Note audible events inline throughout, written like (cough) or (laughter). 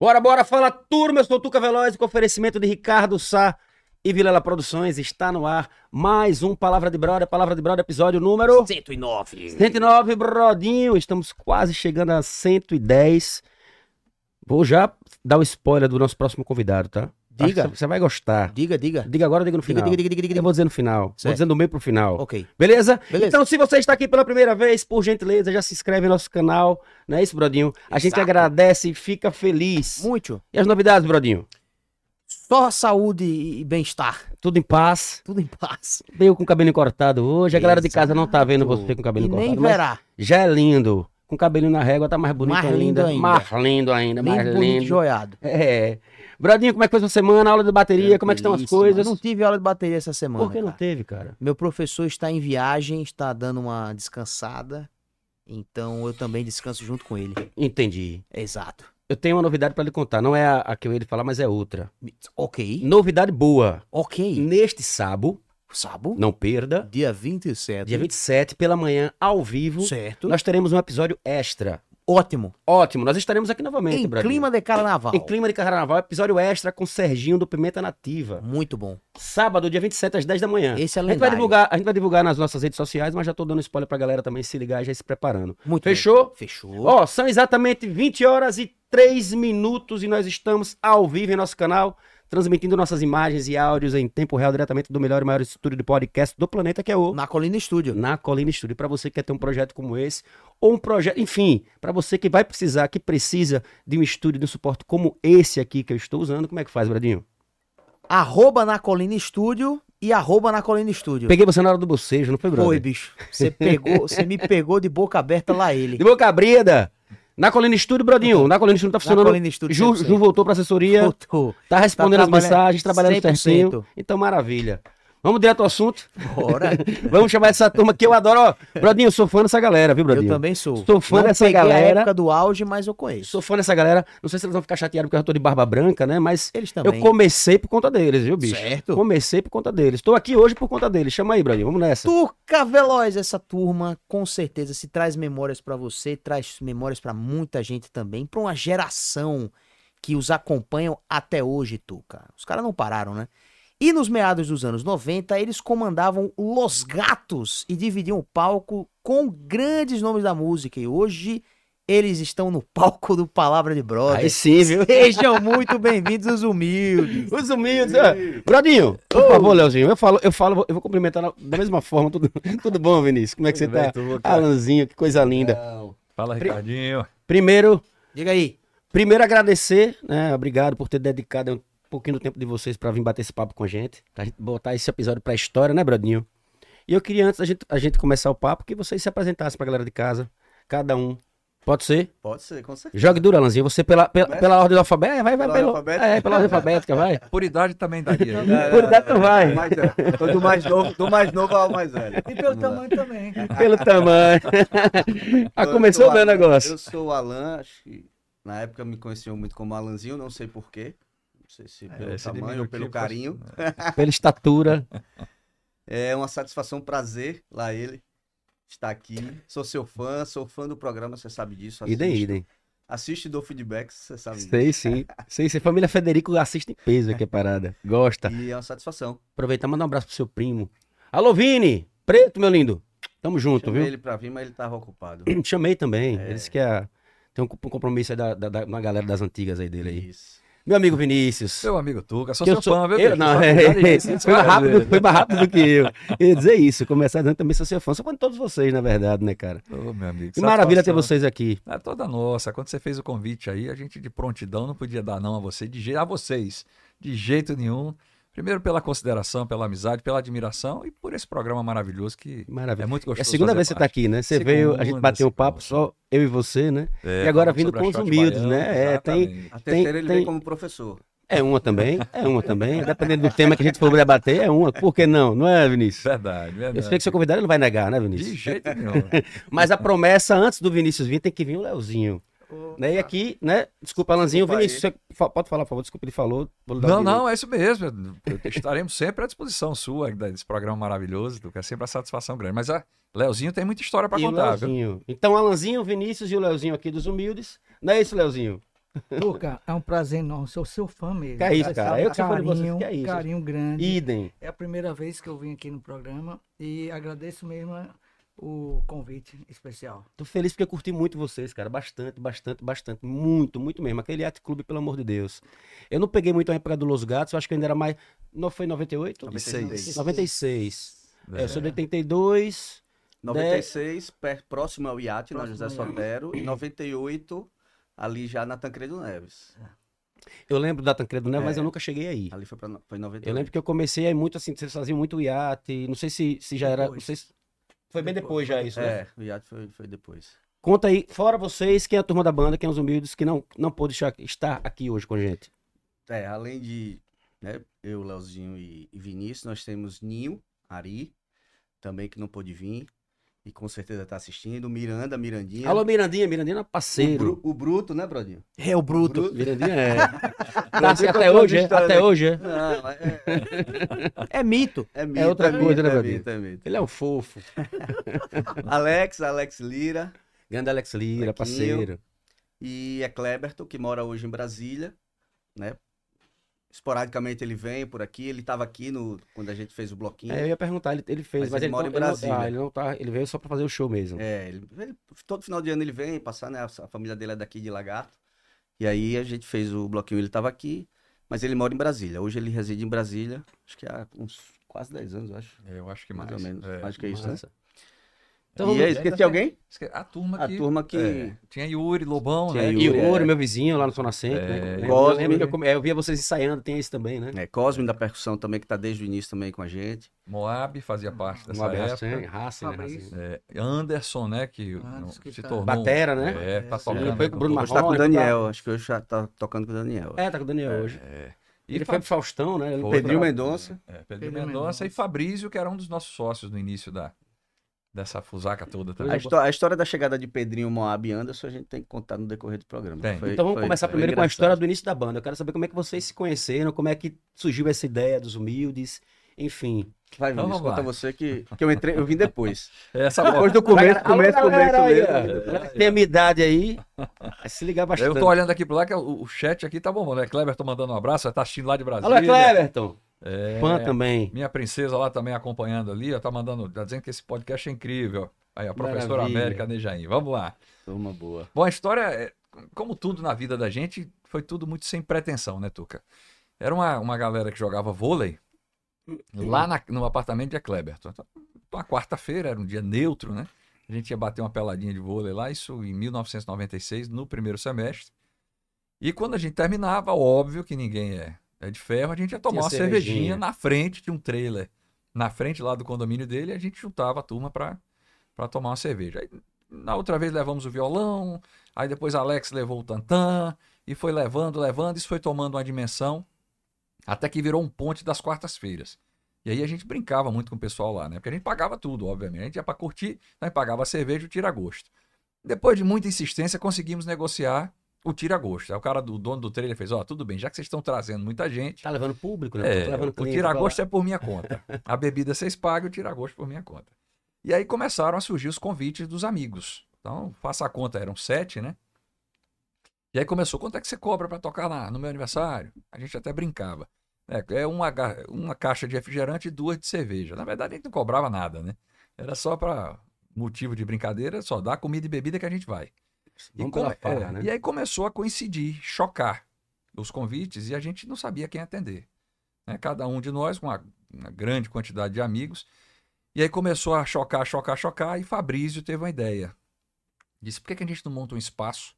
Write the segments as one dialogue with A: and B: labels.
A: Bora, bora, fala turma, eu sou o Tuca Veloz com oferecimento de Ricardo Sá e Vilela Produções. Está no ar mais um Palavra de Brother, Palavra de Brother, episódio número
B: 109.
A: 109, brodinho. Estamos quase chegando a 110. Vou já dar o spoiler do nosso próximo convidado, tá?
B: Diga.
A: Acho que Você vai gostar.
B: Diga, diga.
A: Diga agora, diga no
B: Diga,
A: final.
B: diga, diga, diga, diga.
A: Eu vou dizer no final. Vou
B: Certo.
A: dizer do meio pro final.
B: Ok.
A: Beleza?
B: Beleza.
A: Então, se você está aqui pela primeira vez, por gentileza, já se inscreve no nosso canal. Não é isso, Brodinho? A gente
B: Exato.
A: agradece e fica feliz.
B: Muito.
A: E as novidades, Brodinho?
B: Só saúde e bem-estar.
A: Tudo em paz.
B: Tudo em paz.
A: Deu com o cabelo cortado hoje. A galera de casa não tá vendo
B: Exato.
A: você com o cabelo
B: e
A: cortado.
B: nem
A: mas
B: verá.
A: já é lindo. Com o cabelinho na régua, tá mais bonito
B: Mais
A: ainda.
B: lindo ainda.
A: Mais lindo ainda,
B: Nem
A: mais
B: bonito
A: lindo.
B: joiado.
A: É. Brodinho, como é que foi sua semana? Aula de bateria, como é que estão as
B: Eu
A: coisas?
B: não tive aula de bateria essa semana.
A: Por que não
B: cara.
A: teve, cara?
B: Meu professor está em viagem, está dando uma descansada. Então eu também descanso junto com ele.
A: Entendi.
B: Exato.
A: Eu tenho uma novidade pra lhe contar. Não é a, a que eu ia lhe falar, mas é outra.
B: Ok.
A: Novidade boa.
B: Ok.
A: Neste sábado,
B: Sábado.
A: não perda,
B: Dia 27.
A: dia 27, pela manhã, ao vivo,
B: É Certo.
A: nós teremos um episódio extra.
B: Ótimo.
A: Ótimo, nós estaremos aqui novamente,
B: Em
A: Bradinho.
B: clima de carnaval.
A: Em clima de carnaval, episódio extra com Serginho do Pimenta Nativa.
B: Muito bom.
A: Sábado, dia 27, às 10 da manhã.
B: Esse é
A: a, gente vai
B: lendário.
A: divulgar, a gente vai divulgar nas nossas redes sociais, mas já tô dando spoiler pra galera também se ligar e já ir se preparando.
B: Muito
A: Fechou?
B: bom. Fechou.
A: Ó, são exatamente 20 horas e 3 minutos e nós estamos ao vivo em nosso canal, transmitindo nossas imagens e áudios em tempo real diretamente do melhor e maior estúdio de podcast do planeta, que é o
B: Na Colina Estúdio.
A: na Colina Estúdio. Para você que quer ter um projeto como esse, ou um projeto, enfim, para você que vai precisar, que precisa de um estúdio, de um suporte como esse aqui que eu estou usando, como é que faz, Bradinho?
B: Arroba na Colina Estúdio e arroba na Colina Estúdio.
A: Peguei você na hora do bocejo, não foi, Bradinho?
B: Foi, bicho.
A: (laughs)
B: Você pegou, você me pegou de boca aberta lá ele.
A: De boca abrida! Na Colina Estúdio, Bradinho, na Colina Estúdio tá
B: Na
A: funcionando.
B: Colina Estúdio.
A: Ju,
B: 100%.
A: Ju voltou pra assessoria.
B: Voltou.
A: Tá respondendo
B: Tá
A: as mensagens, trabalhando
B: 100%.
A: certinho. Então, maravilha. Vamos direto ao assunto.
B: Bora.
A: Vamos chamar essa turma que eu adoro. Ó, Brodinho, eu sou fã dessa galera, viu,
B: Eu
A: Brodinho?
B: também sou.
A: Sou fã
B: Não
A: dessa
B: peguei
A: galera.
B: a época do auge, mas eu conheço.
A: Sou fã dessa galera. Não sei se eles vão ficar chateados porque eu já tô de barba branca, né? Mas
B: Eles
A: eu
B: também.
A: comecei por conta deles, viu, bicho?
B: Certo.
A: Comecei por conta deles. Tô aqui hoje por conta deles. Chama aí, Brodinho. Vamos nessa.
B: Tuca Veloz, essa turma, com certeza, se traz memórias pra você, traz memórias pra muita gente também, pra uma geração que os acompanham até hoje, Tuca. Os caras não pararam, né? E nos meados dos anos 90, eles comandavam Los Gatos e dividiam o palco com grandes nomes da música. E hoje eles estão no palco do Palavra de Brother.
A: Aí sim, viu?
B: (laughs) Sejam muito bem-vindos, os humildes.
A: Os humildes. ó. Brodinho, por favor, Leozinho. Eu falo, eu falo, eu vou cumprimentar na- da mesma forma. Tudo, (laughs) tudo bom, Vinícius? Como é que você tá? Alanzinho, que coisa linda.
C: Fala, Ricardinho.
A: Primeiro,
B: Diga aí.
A: Primeiro, agradecer, né? Obrigado por ter dedicado um pouquinho do tempo de vocês pra vir bater esse papo com a gente. Pra gente botar esse episódio pra história, né, Bradinho? E eu queria, antes da gente, a gente começar o papo, que vocês se apresentassem pra galera de casa, cada um. Pode ser?
D: Pode ser, com certeza.
A: Jogue duro, Alanzinho. Você pela, pela,
D: Começa?
A: pela ordem do alfabeto? É, vai, vai,
D: Pela
A: pelo,
D: alfabética?
A: é, pela ordem alfabética,
D: (laughs)
A: vai.
C: Por idade também daria. né?
A: Por idade tu vai.
D: Mais, é, foi do mais novo, do mais novo ao mais velho.
C: (laughs) E pelo
D: Vamos lá.
C: tamanho também.
A: Pelo tamanho. (laughs) ah,
D: Eu
A: começou
D: sou
A: o meu
D: Alan,
A: negócio.
D: Eu sou o Alan, acho que na época me conheciam muito como Alanzinho, não sei porquê. Não sei
A: É,
D: se pelo
C: Esse
D: tamanho ou
C: diminutivo
D: pelo
C: faz-
D: carinho.
C: né?
A: Pela estatura.
D: É uma satisfação, um prazer lá ele estar aqui. Sou seu fã, sou fã do programa, você sabe disso.
A: Idem,
D: assisto.
A: idem.
D: Assiste e dou feedback, você sabe disso.
A: Sei sim. Sei sim. Família Federico assiste em peso
D: (laughs)
A: aqui a parada. Gosta.
D: E é uma satisfação.
A: Aproveitar, mandar um abraço pro seu primo. Alô, Vini! Preto, meu lindo! Tamo junto,
D: Chamei
A: viu?
D: ele pra vir, mas ele tava ocupado.
A: (clears throat) Chamei também.
D: É.
A: Ele disse que é- tem um um compromisso aí da, da, da- uma galera das antigas aí dele aí.
D: Isso.
A: Meu amigo Vinícius.
C: Seu amigo Tuca, sou
A: que
C: seu fã, viu?
A: eu,
C: bicho?
A: não,
C: Só cuidado né?
A: é,
C: disso, isso
A: foi mais
C: várias
A: rápido,
C: vezes.
A: foi mais rápido do que eu. Eu ia dizer isso, começar dizendo também sou seu fã. Sou fã de todos vocês, na verdade, né, cara?
C: Ô, meu amigo.
A: Que maravilha ter
C: satisfação.
A: vocês aqui.
C: É toda nossa. Quando você fez o convite aí, a gente de prontidão não podia dar não a você, de jeito a vocês, de jeito nenhum. Primeiro pela consideração, pela amizade, pela admiração e por esse programa maravilhoso que
A: Que Maravilha.
C: é muito
A: É a
C: gostoso.
A: segunda
C: fazer
A: vez que você tá
C: parte.
A: aqui, né? Você
C: Segunda,
A: veio, a gente bateu um papo,
C: segunda.
A: só eu e você, né?
C: É,
A: E agora
C: falando
A: vindo
C: sobre
A: com
C: a
A: os
C: Shot
A: humildes,
C: Baiana,
A: né? É, tem-
C: exatamente.
D: A
A: Tem-
D: terceira ele
A: tem-
D: vem como professor.
A: É uma também, é uma
C: (laughs)
A: também. Dependendo do tema que a gente for debater, é uma. Por que não? Não é, Vinícius?
C: Verdade, verdade.
A: Eu sei que seu convidado ele não vai negar, né,
C: De
A: Vinícius?
C: jeito nenhum.
A: Mas a promessa antes do Vinícius vir tem que vir o Leozinho. Né? E aqui, né? Desculpa, Alanzinho.
D: Desculpa
A: Vinícius, você fa- pode falar, por favor. Desculpa, ele falou. Vou lhe dar
C: Não,
A: um
C: não, é isso mesmo. Eu- Estaremos sempre à disposição sua da- desse programa maravilhoso, Duca. É sempre uma satisfação grande. Mas ah, Leozinho tem muita história pra
A: minuto. E o
C: contar, viu?
A: Leozinho. Então, Alanzinho, Vinícius e o Leozinho aqui dos Humildes. Não é isso, Leozinho?
E: Tuca, é um prazer enorme. Sou seu fã mesmo.
A: Que é isso,
E: Você
A: cara.
E: sabe
A: Eu
E: o
A: que sou fã de vocês,
E: carinho,
A: que é isso.
E: Carinho grande.
A: Idem.
E: É a primeira vez que eu vim aqui no programa e agradeço mesmo o convite especial.
A: Tô feliz porque eu curti muito vocês, cara. Bastante, bastante, bastante. Muito, muito mesmo. Aquele Yacht Clube, pelo amor de Deus. Eu não peguei muito a época do Los Gatos, eu acho que ainda era mais. Não foi em 98?
D: 96.
A: 96. É, eu sou de
C: É.
A: 82.
D: 96, per- próximo ao iate, na
E: Próximo
D: José
E: ao iate.
D: Sotero. E 98, ali já na Tancredo Neves.
A: Eu lembro da Tancredo, né? Mas
D: É.
A: eu nunca cheguei aí.
D: Ali foi, pra, no- foi em
A: Eu
D: 98.
A: lembro que eu comecei aí muito assim, vocês faziam muito iate. Não sei se, se já era. Não
E: Depois.
A: sei se... Foi bem
E: Depois,
A: depois já isso, né?
D: É, o iate foi, foi depois.
A: Conta aí, fora vocês, quem é a turma da banda, quem é os humildes que não, não pôde cha- estar aqui hoje com a gente.
D: É, além de né, eu, Leozinho e, e Vinícius, nós temos Ninho, Ari, também que não pôde vir. E com certeza tá assistindo. Miranda, Mirandinha.
A: Alô, Mirandinha, Mirandinha é
D: o,
A: parceiro.
D: Bru- o Bruto, né, Brodinho?
B: É o Bruto.
A: Mirandinha
D: (laughs)
A: é. tá, assim, até
D: Brodinho contou
A: hoje, é?
D: outra história,
A: Até
D: né?
A: hoje, é.
D: Não, é,
B: É mito.
D: (laughs) é mito,
A: outra
D: mito,
A: coisa, né,
D: é
A: Brodinho?
D: mito, é mito.
A: Ele é um fofo.
D: Alex, Alex Lira.
A: Grande Alex Lira,
D: Marquinho.
A: parceiro.
D: E é Kleberton, que mora hoje em Brasília, né? Esporadicamente ele vem por aqui, ele estava aqui no, quando a gente fez o bloquinho.
A: É, eu ia perguntar, ele, ele fez, mas,
D: Mas ele
A: ele,
D: mora
A: não,
D: em Brasília.
A: Ele, não, ah, ele não tá, ele veio só pra fazer o show mesmo.
D: É, ele, ele- todo final de ano ele vem passar, né? A, a família dele é daqui de Lagarto. E aí a gente fez o bloquinho, ele estava aqui, mas ele mora em Brasília. Hoje ele reside em Brasília, acho que há uns quase 10 anos, eu acho.
C: Eu acho que mais.
D: Mais, ou menos.
C: É.
D: Acho que é isso, né?
A: Massa. Então,
D: e é aí, esqueci alguém?
C: Esque- A turma
D: A
C: que.
D: turma que.
C: é, Tinha Yuri Lobão,
D: Tinha
C: né?
A: e
D: Yuri,
A: o Ouro,
D: é.
A: meu vizinho lá no Sou Nascente,
C: É,
A: né? Eu
D: Cosme.
A: lembro que eu, come- é, eu via vocês ensaiando, tem esse também, né?
D: É, Cosme da percussão também, que tá desde o início também com a gente.
C: Moab fazia parte
D: É,
C: dessa
A: Um abraço,
C: época.
A: né?
D: Ah,
A: Raça, né?
E: Fabrício.
A: Raça.
C: É, Anderson, né? Que
E: Ah,
C: não-
E: isso que
C: se
E: tá-
C: tornou.
A: Batera, né?
C: É, tá
E: É,
C: tocando.
A: ele foi com o Bruno
C: né,
D: Hoje tá
A: Marrom,
D: com
A: né?
D: o Daniel, acho que hoje já tá tocando com o Daniel.
A: É, tá com o Daniel hoje.
C: E
A: Ele
C: fa-
A: foi pro Faustão, né? Ele
C: Foi.
D: Pedrinho
A: pra-
D: Mendonça.
C: É, Pedro
E: Pedro
C: Mendonça e
E: Mendonça.
C: Fabrício, que era um dos nossos sócios no início da, dessa fusaca toda
D: A,
C: também.
A: Aí-
D: histó- a história da chegada de Pedrinho, Moab e Anderson a gente tem que contar no decorrer do programa.
C: Tem.
D: Foi-
A: Então vamos
D: foi-
A: começar
D: foi
A: primeiro com a história
D: engraçado.
A: do início da banda. Eu quero saber como é que vocês se conheceram, como é que surgiu essa ideia dos humildes, enfim.
D: Vai,
C: Então,
D: Vinícius,
C: vamos
D: conta
C: lá.
D: você
A: (laughs)
D: que, que eu entrei, eu vim depois.
C: Essa
D: é. Depois do começo, começo,
A: Alô,
D: começo,
A: galera aí,
D: começo.
A: ó. Galera que Tem a minha idade aí. Vai se ligar bastante.
C: Eu tô olhando aqui pro lá, que o, o chat aqui tá bombando, né? Kleber tô mandando um abraço, tá assistindo lá de Brasília.
A: Alô, Cleverton.
C: É,
A: Fã também.
C: Minha princesa lá também acompanhando ali, ó, tá mandando, tá dizendo que esse podcast é incrível. Aí, a professora
A: Maravilha.
C: América Nejaim, vamos lá.
D: Turma boa.
C: Bom, a história, é, como tudo na vida da gente, foi tudo muito sem pretensão, né, Tuca? Era uma, uma galera que jogava vôlei lá na- no apartamento de Ecleberton. Então, uma quarta-feira, era um dia neutro, né? A gente ia bater uma peladinha de vôlei lá, isso em 1996, no primeiro semestre. E quando a gente terminava, óbvio que ninguém é, é de ferro, a gente ia tomar
A: Tinha
C: uma cervejinha.
A: cervejinha.
C: na frente de um trailer. Na frente lá do condomínio dele, a gente juntava a turma pra, pra tomar uma cerveja. Aí, na outra vez levamos o violão, aí depois Alex levou o tantã, e foi levando, levando, isso foi tomando uma dimensão, até que virou um ponte das quartas-feiras. E aí a gente brincava muito com o pessoal lá, né? Porque a gente pagava tudo, obviamente. A gente ia pra curtir, nós pagava a cerveja e o tira-gosto. Depois de muita insistência, conseguimos negociar o tira-gosto. Aí o cara do dono do trailer fez, ó, tudo bem, já que vocês estão trazendo muita gente,
A: Tá levando público, né?
C: é,
A: Tá levando
C: o
A: cliente pra lá.
C: tiragosto é por minha conta. A bebida vocês pagam, o tiragosto é por minha conta. E aí começaram a surgir os convites dos amigos. Então, faça a conta, eram sete, né? E aí começou, quanto é que você cobra pra tocar lá no meu aniversário? A gente até brincava. É, é uma, ga- uma caixa de refrigerante e duas de cerveja. Na verdade, a gente não cobrava nada, né? Era só pra motivo de brincadeira, só dá comida e bebida que a gente vai.
A: Vamos
C: come-
A: pela farra,
C: é,
A: né?
C: e aí começou a coincidir, chocar os convites e a gente não sabia quem atender. né? Cada um de nós, com uma, uma grande quantidade de amigos. E aí começou a chocar, chocar, chocar. E Fabrício teve uma ideia. Disse: por que, que a gente não monta um espaço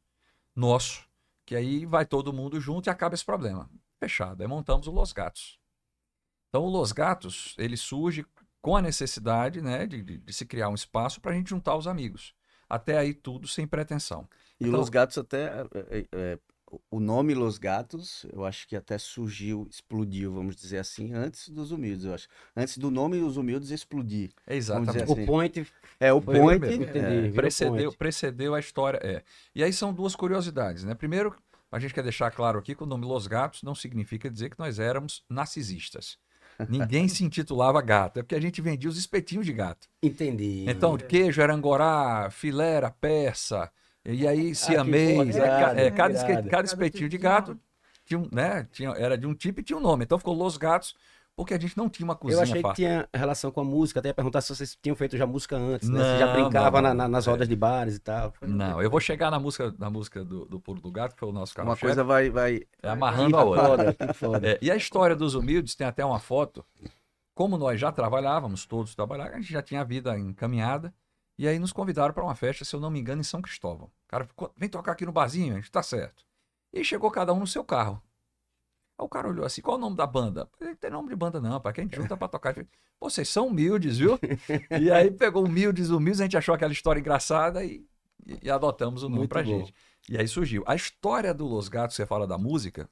C: nosso? Que aí vai todo mundo junto e acaba esse problema. Fechado. Aí montamos o Los Gatos. Então, o Los Gatos ele surge com a necessidade né, de- de- de se criar um espaço para a gente juntar os amigos. Até aí, tudo sem pretensão.
D: E
C: Então-
D: Los Gatos até. é, é, o nome Los Gatos, eu acho que até surgiu, explodiu, vamos dizer assim, antes dos humildes, eu acho. Antes do nome Os Humildes explodir.
C: É
D: dizer
C: Exatamente.
D: assim.
A: O point,
D: É, o
A: Foi
C: o
D: Point.
C: primeiro.
D: é,
A: entendi. virou
C: Precedeu,
A: point.
C: precedeu a história. É. E aí são duas curiosidades, né? Primeiro, a gente quer deixar claro aqui que o nome Los Gatos não significa dizer que nós éramos narcisistas. Ninguém se intitulava gato, é porque a gente vendia os espetinhos de gato.
A: Entendi.
C: Então, queijo era angorá, filé era persa, E aí, se
A: boa,
C: amei,
A: Ah, que irado,
C: cada, é,
A: que
C: cada, esque-
A: irado.
C: cada espetinho de gato tinha, um- né, tinha, era de um tipo e tinha um nome. Então ficou Los Gatos, porque a gente não tinha uma
A: Eu
C: cozinha
A: achei que
C: fácil.
A: tinha relação com a música, até ia perguntar se vocês tinham feito já música antes, né? Se já
C: Não,
A: brincava
C: não,
A: na- na- nas
C: não.
A: rodas de bares e tal.
C: Não, eu vou chegar na música, na música do, do Pulo do Gato, que foi o nosso carro
D: Uma coisa vai, vai.
C: é amarrando a
A: Ih,
C: outra.
A: Foda, né? que foda.
C: É, e a história dos humildes tem até uma foto. Como nós já trabalhávamos, todos trabalhavam, a gente já tinha a vida encaminhada. E aí nos convidaram para uma festa, se eu não me engano, em São Cristóvão. O cara ficou, vem tocar aqui no barzinho, a gente tá certo. E chegou cada um no seu carro. Aí o cara olhou assim, qual é o nome da banda? Eu falei, Não tem nome de banda não, para quem junta para tocar. Ele falou, "Pô, Vocês são humildes, viu? E aí pegou humildes, humildes, a gente achou aquela história engraçada e, e- e adotamos o nome
A: Muito
C: pra
A: bom.
C: gente. E aí surgiu. A história do Los Gatos, você fala da música,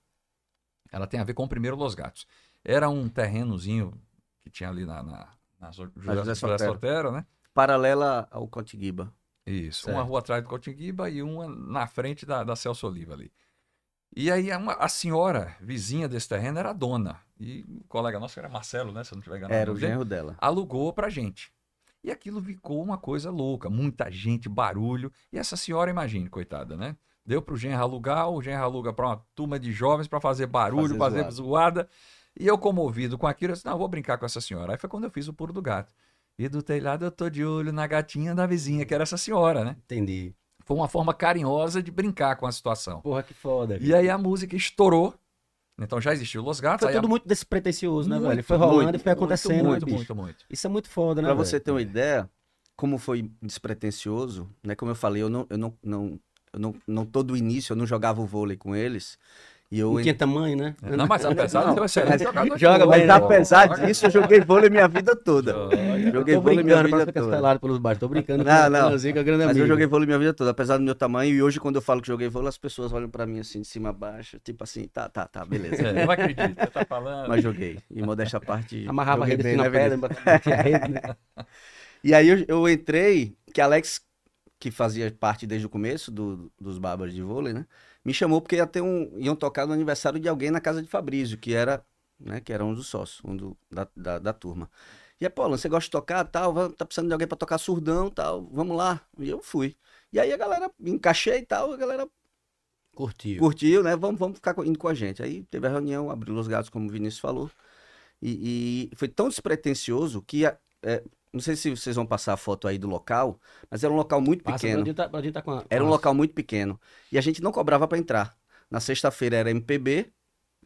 C: ela tem a ver com o primeiro Los Gatos. Era um terrenozinho que tinha ali na, na, na José, José
D: José
C: Sotero.
D: Sotero.
C: né?
D: Paralela ao Cotiguiba.
C: Isso.
A: Certo.
C: Uma rua atrás do Cotinguiba e uma na frente da, da Celso Oliva ali. E aí uma- a senhora vizinha desse terreno era a dona. E o colega nosso era Marcelo, né? Se eu não tiver enganado.
D: Era
C: o
D: o
C: nome dele
D: genro dela.
C: alugou pra gente. E aquilo ficou uma coisa louca, muita gente, barulho. E essa senhora, imagine, coitada, né? Deu pro genro alugar, o genro aluga pra uma turma de jovens pra fazer barulho, fazer,
D: Fazer zoada.
C: zoada. E eu comovido com aquilo, eu disse, não, eu vou brincar com essa senhora. Aí foi quando eu fiz o puro do gato. E do telhado eu tô de olho na gatinha da vizinha, que era essa senhora, né?
A: Entendi.
C: Foi uma forma carinhosa de brincar com a situação.
A: Porra, que foda.
C: E aí a música estourou. Então já existiu Los Gatos.
A: Foi
C: aí a-
A: tudo muito despretensioso, né,
C: Muito,
A: velho? Foi rolando
D: muito,
A: e foi acontecendo, né,
C: muito,
A: bicho?
C: muito, muito.
A: Isso é muito foda, né,
D: Pra
A: velho?
D: você ter uma ideia, como foi despretensioso, né? Como eu falei, eu não, eu não, não, eu não, não todo início eu não jogava o vôlei com eles. E eu
A: Não tinha tamanho, né?
C: É, Não, mas apesar
D: Não,
C: de você ser um
D: mas-
C: jogador de
A: joga,
C: futebol, né?
A: mas
C: joga.
D: eu joguei vôlei minha vida toda. Joguei
A: Tô
D: vôlei minha
A: brincando pra
D: vida
A: ser
D: toda.
A: cancelado pelos bares. Tô
D: (laughs)
A: brincando
D: Não,
A: com-
D: não.
A: com o Zico, a grande
D: Mas eu
A: amiga.
D: joguei vôlei minha vida toda, apesar do meu tamanho. E hoje, quando eu falo que joguei vôlei, as pessoas olham pra mim assim, de cima a baixo, tipo assim, tá, tá,
A: (laughs)
D: tá, beleza.
C: É, não acredito, você tá falando.
D: Mas joguei. E modéstia à parte.
A: Amarrava a
D: joguei
A: rede
D: bem,
A: assim na
D: né, Vinícius?
A: pedra, batia a rede, né?
D: E aí eu, eu entrei, que Alex, que fazia parte desde o começo do- dos Bárbaros de Vôlei, né? Me chamou porque ia ter um, iam tocar no aniversário de alguém na casa de Fabrício, que era, né, que era um dos sócios, um do- da, da, da turma. E aí, pô, Alan, você gosta de tocar, tal, va- tá precisando de alguém pra tocar surdão, tal, vamos lá. E eu fui. E aí a galera, encaixei e tal, a galera
A: Curtiu.
D: (laughs) curtiu, né? Vamos, vamos ficar co- indo com a gente. Aí teve a reunião, abriu os gatos, como o Vinícius falou. E, e foi tão despretensioso que. a- é, não sei se vocês vão passar a foto aí do local, mas era um local muito
A: Passa,
D: pequeno.
A: Brodinho tá- Brodinho tá com a-
D: Era um
A: Nossa.
D: local muito pequeno. E a gente não cobrava para entrar. Na sexta-feira era MPB,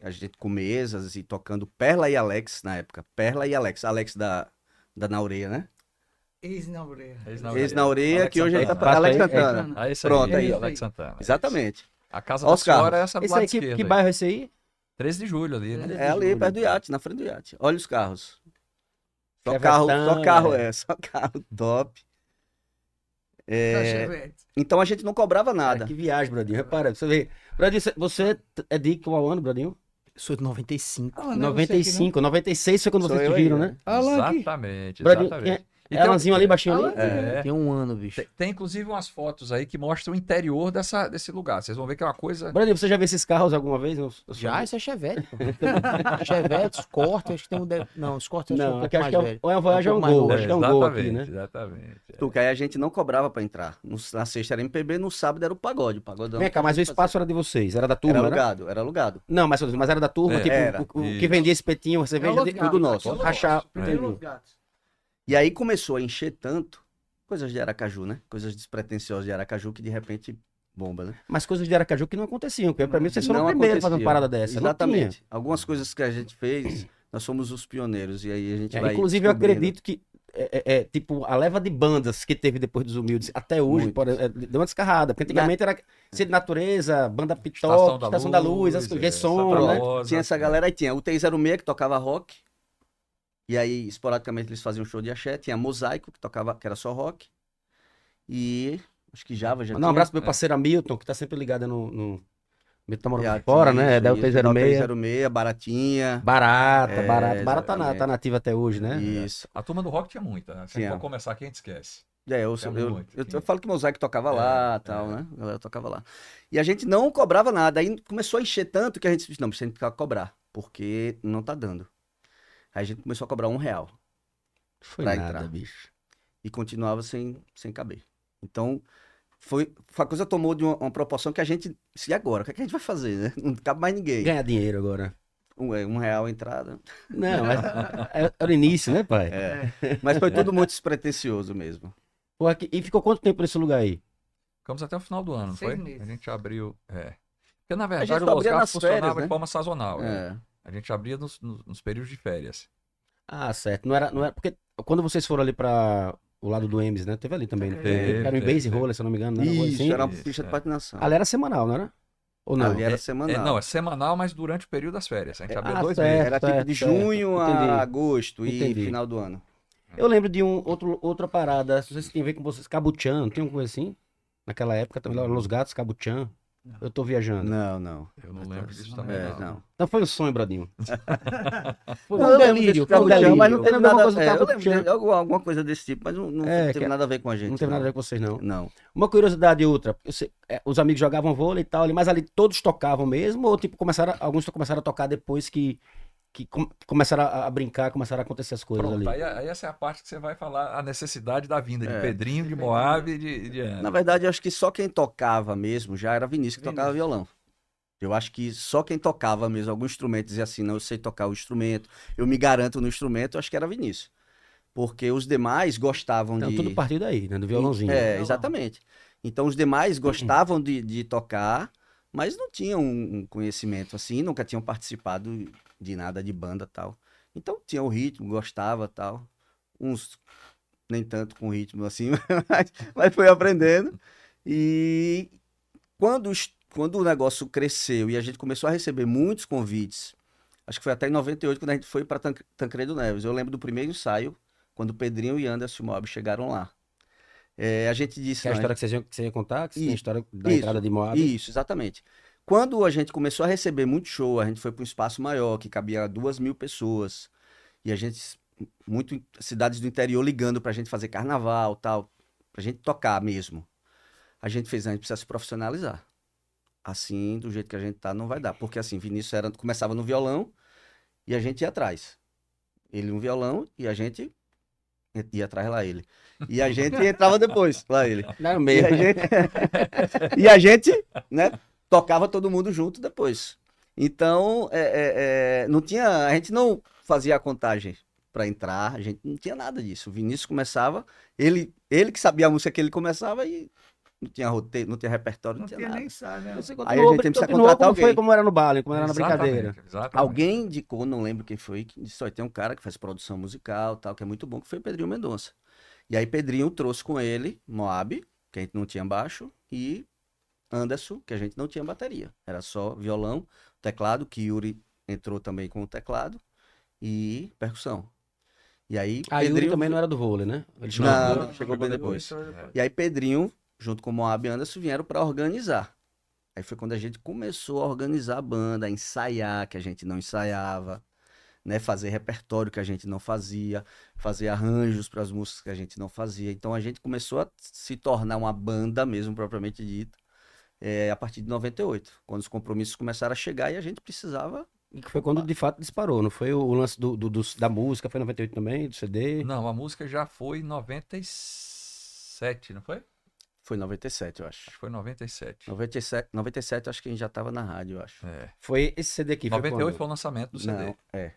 D: a gente com mesas e tocando Perla e Alex na época. Perla e Alex. Alex da, da Naureia, né?
E: Ex na orelha.
C: Ex-na- Naureia.
D: Ex Naureia,
C: Alex
D: que hoje ele tá
C: Santana.
D: pra Alex
A: Passa aí,
D: Santana.
C: Ah, esse
D: Pronto,
C: aí,
D: aí,
C: Alex
E: aí.
C: Santana.
D: Exatamente.
C: A casa
D: Olha
C: da
D: os
C: senhora
D: carros.
C: é essa do
A: Esse
C: lado
A: aí, que,
C: esquerdo.
A: que
C: aí.
A: bairro é esse aí?
C: 13 de julho ali, né?
D: É ali, perto do iate, na frente do iate. Olha os carros. Só
A: Chevetão,
D: carro, só carro
A: é.
D: é, só (laughs) carro top. É,
E: Da Chevette.
D: então a gente não cobrava
A: Cara,
D: nada.
A: É, que viagem, Brodinho. Repara, você vê. Brodinho, você- você é de qual ano, Brodinho?
B: Sou de 95.
D: Ah,
E: Alan, não é você aqui,
A: 95, 96 foi quando
D: Sou
A: vocês
D: eu Então,
A: surgiram,
D: aí,
A: né?
E: Alan aqui.
C: Exatamente,
A: Bradinho,
C: exatamente. E
A: É
C: tem- um
A: Alanzinho ali, baixinho ali.
E: Alan.
C: É.
B: Tem um ano, bicho.
C: Tem, tem, inclusive umas fotos aí que mostram o interior dessa, desse lugar. Vocês vão ver que é uma coisa.
A: Brodinho, você já viu esses carros alguma vez? Eu- eu sou-
B: Já, isso é Chevette, (laughs) pô. Chevette, Escort, acho que tem um... de- Não, Escort eu acho que é um
A: Não, aqui
B: pouco
A: acho
B: mais
A: que é,
B: velho.
A: ou é um Voyage ou é um
B: Um pouco
A: Gol.
B: mais
A: Acho que é um Gol aqui, né?
C: exatamente.
D: Tuca, aí a gente não cobrava pra entrar. No- na sexta era MPB, no sábado era o pagode. O pagodão.
A: Vem cá, mas o espaço era de vocês, era da
D: era
A: turma, né?
D: alugado, era alugado.
A: Não, mas, mas era da turma,
C: É,
A: tipo,
D: era.
A: o, o que
C: Isso.
A: vendia espetinho,
E: É
A: cerveja, de-
E: alugado,
A: tudo nosso.
E: aqui é
A: Rachar.
E: Primeiro
A: entendi.
E: Los Gatos.
D: E aí começou a encher tanto coisas de Aracaju, né? Coisas despretensiosas de Aracaju que de repente bomba, né?
A: Mas coisas de Aracaju que não aconteciam, porque pra mim vocês foram
D: Não
A: o primeiro a
D: acontecia.
A: fazer uma parada dessa. não tinha. É,
D: Exatamente. Algumas coisas que a gente fez, nós somos os pioneiros. E aí a gente
A: É,
D: vai.
A: inclusive, eu
D: descobrindo.
A: acredito que, é, é, é, tipo, a leva de bandas que teve depois dos Humildes até hoje,
D: Muito.
A: por exemplo, é, deu uma descarrada. Porque antigamente era Sede Natureza, Banda Pitoca, Estação da Luz, as coisas, som, né?
D: Pronto. Tinha essa galera aí, tinha o TI-06 que tocava rock. E aí, esporadicamente, eles faziam show de axé. Tinha Mosaico, que tocava, que era só rock. E acho que Java já
A: Mandar
D: tinha.
A: um abraço pro meu parceiro Hamilton, que tá sempre ligado no. no... Hamilton tá morando
D: Já
A: fora,
D: tinha,
A: né?
D: isso,
A: É o
D: isso,
A: T06.
D: Delta 06, Baratinha.
A: Barata,
D: É,
A: barata. Barata tá na,
D: exatamente.
A: tá nativa até hoje, né?
D: Isso.
C: A turma do rock tinha muita. né? Se
D: Tinha.
C: for começar aqui, a gente esquece.
D: É, eu,
C: Temos
D: eu,
C: muito,
D: eu-
C: tinha.
D: eu falo que Mosaico tocava
C: É,
D: lá tal, né? A galera tocava lá. E a gente não cobrava nada. Aí começou a encher tanto que a gente disse, não, a gente tem que cobrar, porque não tá dando. Aí a gente começou a cobrar um real.
A: Foi
D: Pra
A: nada,
D: tá entrar.
A: bicho.
D: e continuava sem, sem caber. Então, Foi, a coisa tomou de uma, uma proporção que a gente. E agora? O que, é que a gente vai fazer, né? Não cabe mais ninguém.
A: Ganhar dinheiro agora.
D: Um, é, um real a entrada.
A: Não, mas é- era o início, né, pai?
D: É. Mas foi tudo muito despretensioso
C: (laughs)
D: mesmo.
A: Porra, que- e ficou quanto tempo nesse lugar aí?
C: Ficamos até o final do ano, não
E: Seis
C: foi?
E: meses.
C: A gente abriu. É. Porque, na
D: gente
C: verdade,
D: só
C: o Los
D: abria
C: Gatos
D: nas
C: funcionava
D: férias,
C: de
D: né?
C: forma sazonal. né?
D: É.
C: A gente abria nos, nos- nos períodos de férias.
A: Ah, certo. Não era, não era. Porque quando vocês foram ali pra o lado do Emes, né? Teve ali também, né?
C: Teve,
A: era um
C: teve,
A: base
C: teve.
A: roller, se eu não me engano. Não era uma coisa
D: Isso,
A: assim?
D: era uma
C: Isso,
D: ficha
C: é.
D: de patinação.
A: Ali era semanal, não era? Ou não?
D: Ali era
C: É,
D: semanal.
C: não, é semanal, mas durante o período das férias. A gente
A: É,
C: abriu
A: ah,
C: dois
A: certo.
C: meses.
D: Era tipo de
A: certo, certo.
D: junho
A: Entendi.
D: a agosto e
A: Entendi.
D: final do ano.
A: Eu lembro de um, outro, outra parada, não sei se tem a ver com vocês, Cabuchan, não tem uma coisa assim? Naquela época também, lá, Los Gatos, Cabuchan.
E: Não.
A: Eu tô viajando. Não,
D: Não, não.
C: Eu não lembro disso
E: Não,
C: também.
D: É,
C: não.
D: não.
A: foi um sonho, Bradinho. Foi
D: Não, eu lembro desse
A: foi um
D: Cabuchão,
A: delírio.
D: Mas não teve
A: Foi a mesma
D: nada
A: coisa do
D: é, eu
A: Cabuchão.
D: lembro de algo- alguma coisa desse tipo, mas não, não
A: É,
D: teve
A: que-
D: nada a ver com a gente.
A: Não teve nada a ver com vocês, não.
D: Não.
A: Uma curiosidade e outra, eu sei, é, os amigos jogavam vôlei e tal, ali, mas ali todos tocavam mesmo, ou tipo, começaram, alguns só começaram a tocar depois que, que com- começaram a, a brincar, começaram a acontecer as coisas
C: Pronto,
A: ali.
C: aí, aí essa é a parte que você vai falar a necessidade da vinda de
D: É.
C: Pedrinho, de Moab e de, de
A: É.
C: Ana.
D: Na verdade, eu acho que só quem tocava mesmo já era Vinícius que tocava violão. Eu acho que só quem tocava mesmo algum instrumento dizia assim, não, eu sei tocar o instrumento, eu me garanto no instrumento, eu acho que era Vinícius. Porque os demais gostavam
A: Então,
D: de...
A: tudo partiu daí, né? Uhum. Do violãozinho.
D: É,
E: Violão.
D: exatamente. Então os demais gostavam de, de tocar, mas não tinham um conhecimento assim, nunca tinham participado de nada de banda tal. Então tinha o ritmo, gostava tal. Uns nem tanto com ritmo assim, mas, (laughs) mas foi aprendendo. E quando, os- quando o negócio cresceu e a gente começou a receber muitos convites, acho que foi até em 98 quando a gente foi para Tancredo Neves. Eu lembro do primeiro ensaio, quando o Pedrinho e Anderson Mob chegaram lá. É, a gente disse.
A: Que é a
D: "Não,
A: história que vocês iam, que vocês iam contar, que tem a
D: Isso,
A: história da
D: isso,
A: entrada de Moab.
D: isso, exatamente. Quando a gente começou a receber muito show, a gente foi para um espaço maior, que cabia duas mil pessoas. E a gente, muito em- cidades do interior ligando pra gente fazer carnaval tal, pra gente tocar mesmo. A gente fez, a gente precisa se profissionalizar. Assim, do jeito que a gente tá, não vai dar. Porque assim, Vinícius era, começava no violão e a gente ia atrás. Ele um violão e a gente ia atrás lá ele. E a gente entrava depois lá ele.
A: Não era
D: E
A: mesmo. (laughs)
D: a gente, e a gente, né, tocava todo mundo junto depois. Então, é, é, é, não tinha, a gente não fazia a contagem para entrar, a gente não tinha nada disso. O Vinícius começava, ele, ele que sabia a música que ele começava e não tinha roteiro, não tinha repertório, não,
E: Não
D: tinha,
E: tinha
D: nada.
E: nem sabe, né?
A: Você
D: Aí a gente precisa contratar
A: como foi
D: alguém.
A: como era no baile, como era na brincadeira.
C: Exatamente, exatamente.
D: Alguém indicou, não lembro quem foi, que disse: "Olha, tem um cara que faz produção musical, tal, que é muito bom, que foi o Pedrinho Mendonça. E aí Pedrinho trouxe com ele Moab, que a gente não tinha baixo, e Anderson, que a gente não tinha bateria. Era só violão, teclado, que Yuri entrou também com o teclado e percussão. E aí,
A: A Yuri também não era do vôlei, né? Ele chegou-
D: Não,
C: Chegou
D: chegou bem depois.
E: Isso,
D: E aí Pedrinho, junto com Moab e Anderson, vieram para organizar. Aí foi quando a gente começou a organizar a banda, a ensaiar, que a gente não ensaiava, né? Fazer repertório que a gente não fazia, fazer arranjos para as músicas que a gente não fazia. Então a gente começou a se tornar uma banda mesmo, propriamente dita, eh, a partir de 98, quando os compromissos começaram a chegar e a gente precisava.
A: E que foi quando de fato disparou, não foi o lance do, do- do- da música, foi em 98 também, do CD.
C: Não, a música já foi em 97, não foi? Acho
D: Foi em 97, eu acho.
C: que foi em 97.
D: 97, 97 acho que a gente já estava na rádio, eu acho.
C: É.
A: Foi esse CD aqui, foi
C: 98
A: quando?
C: foi o lançamento do CD.
D: Não, é.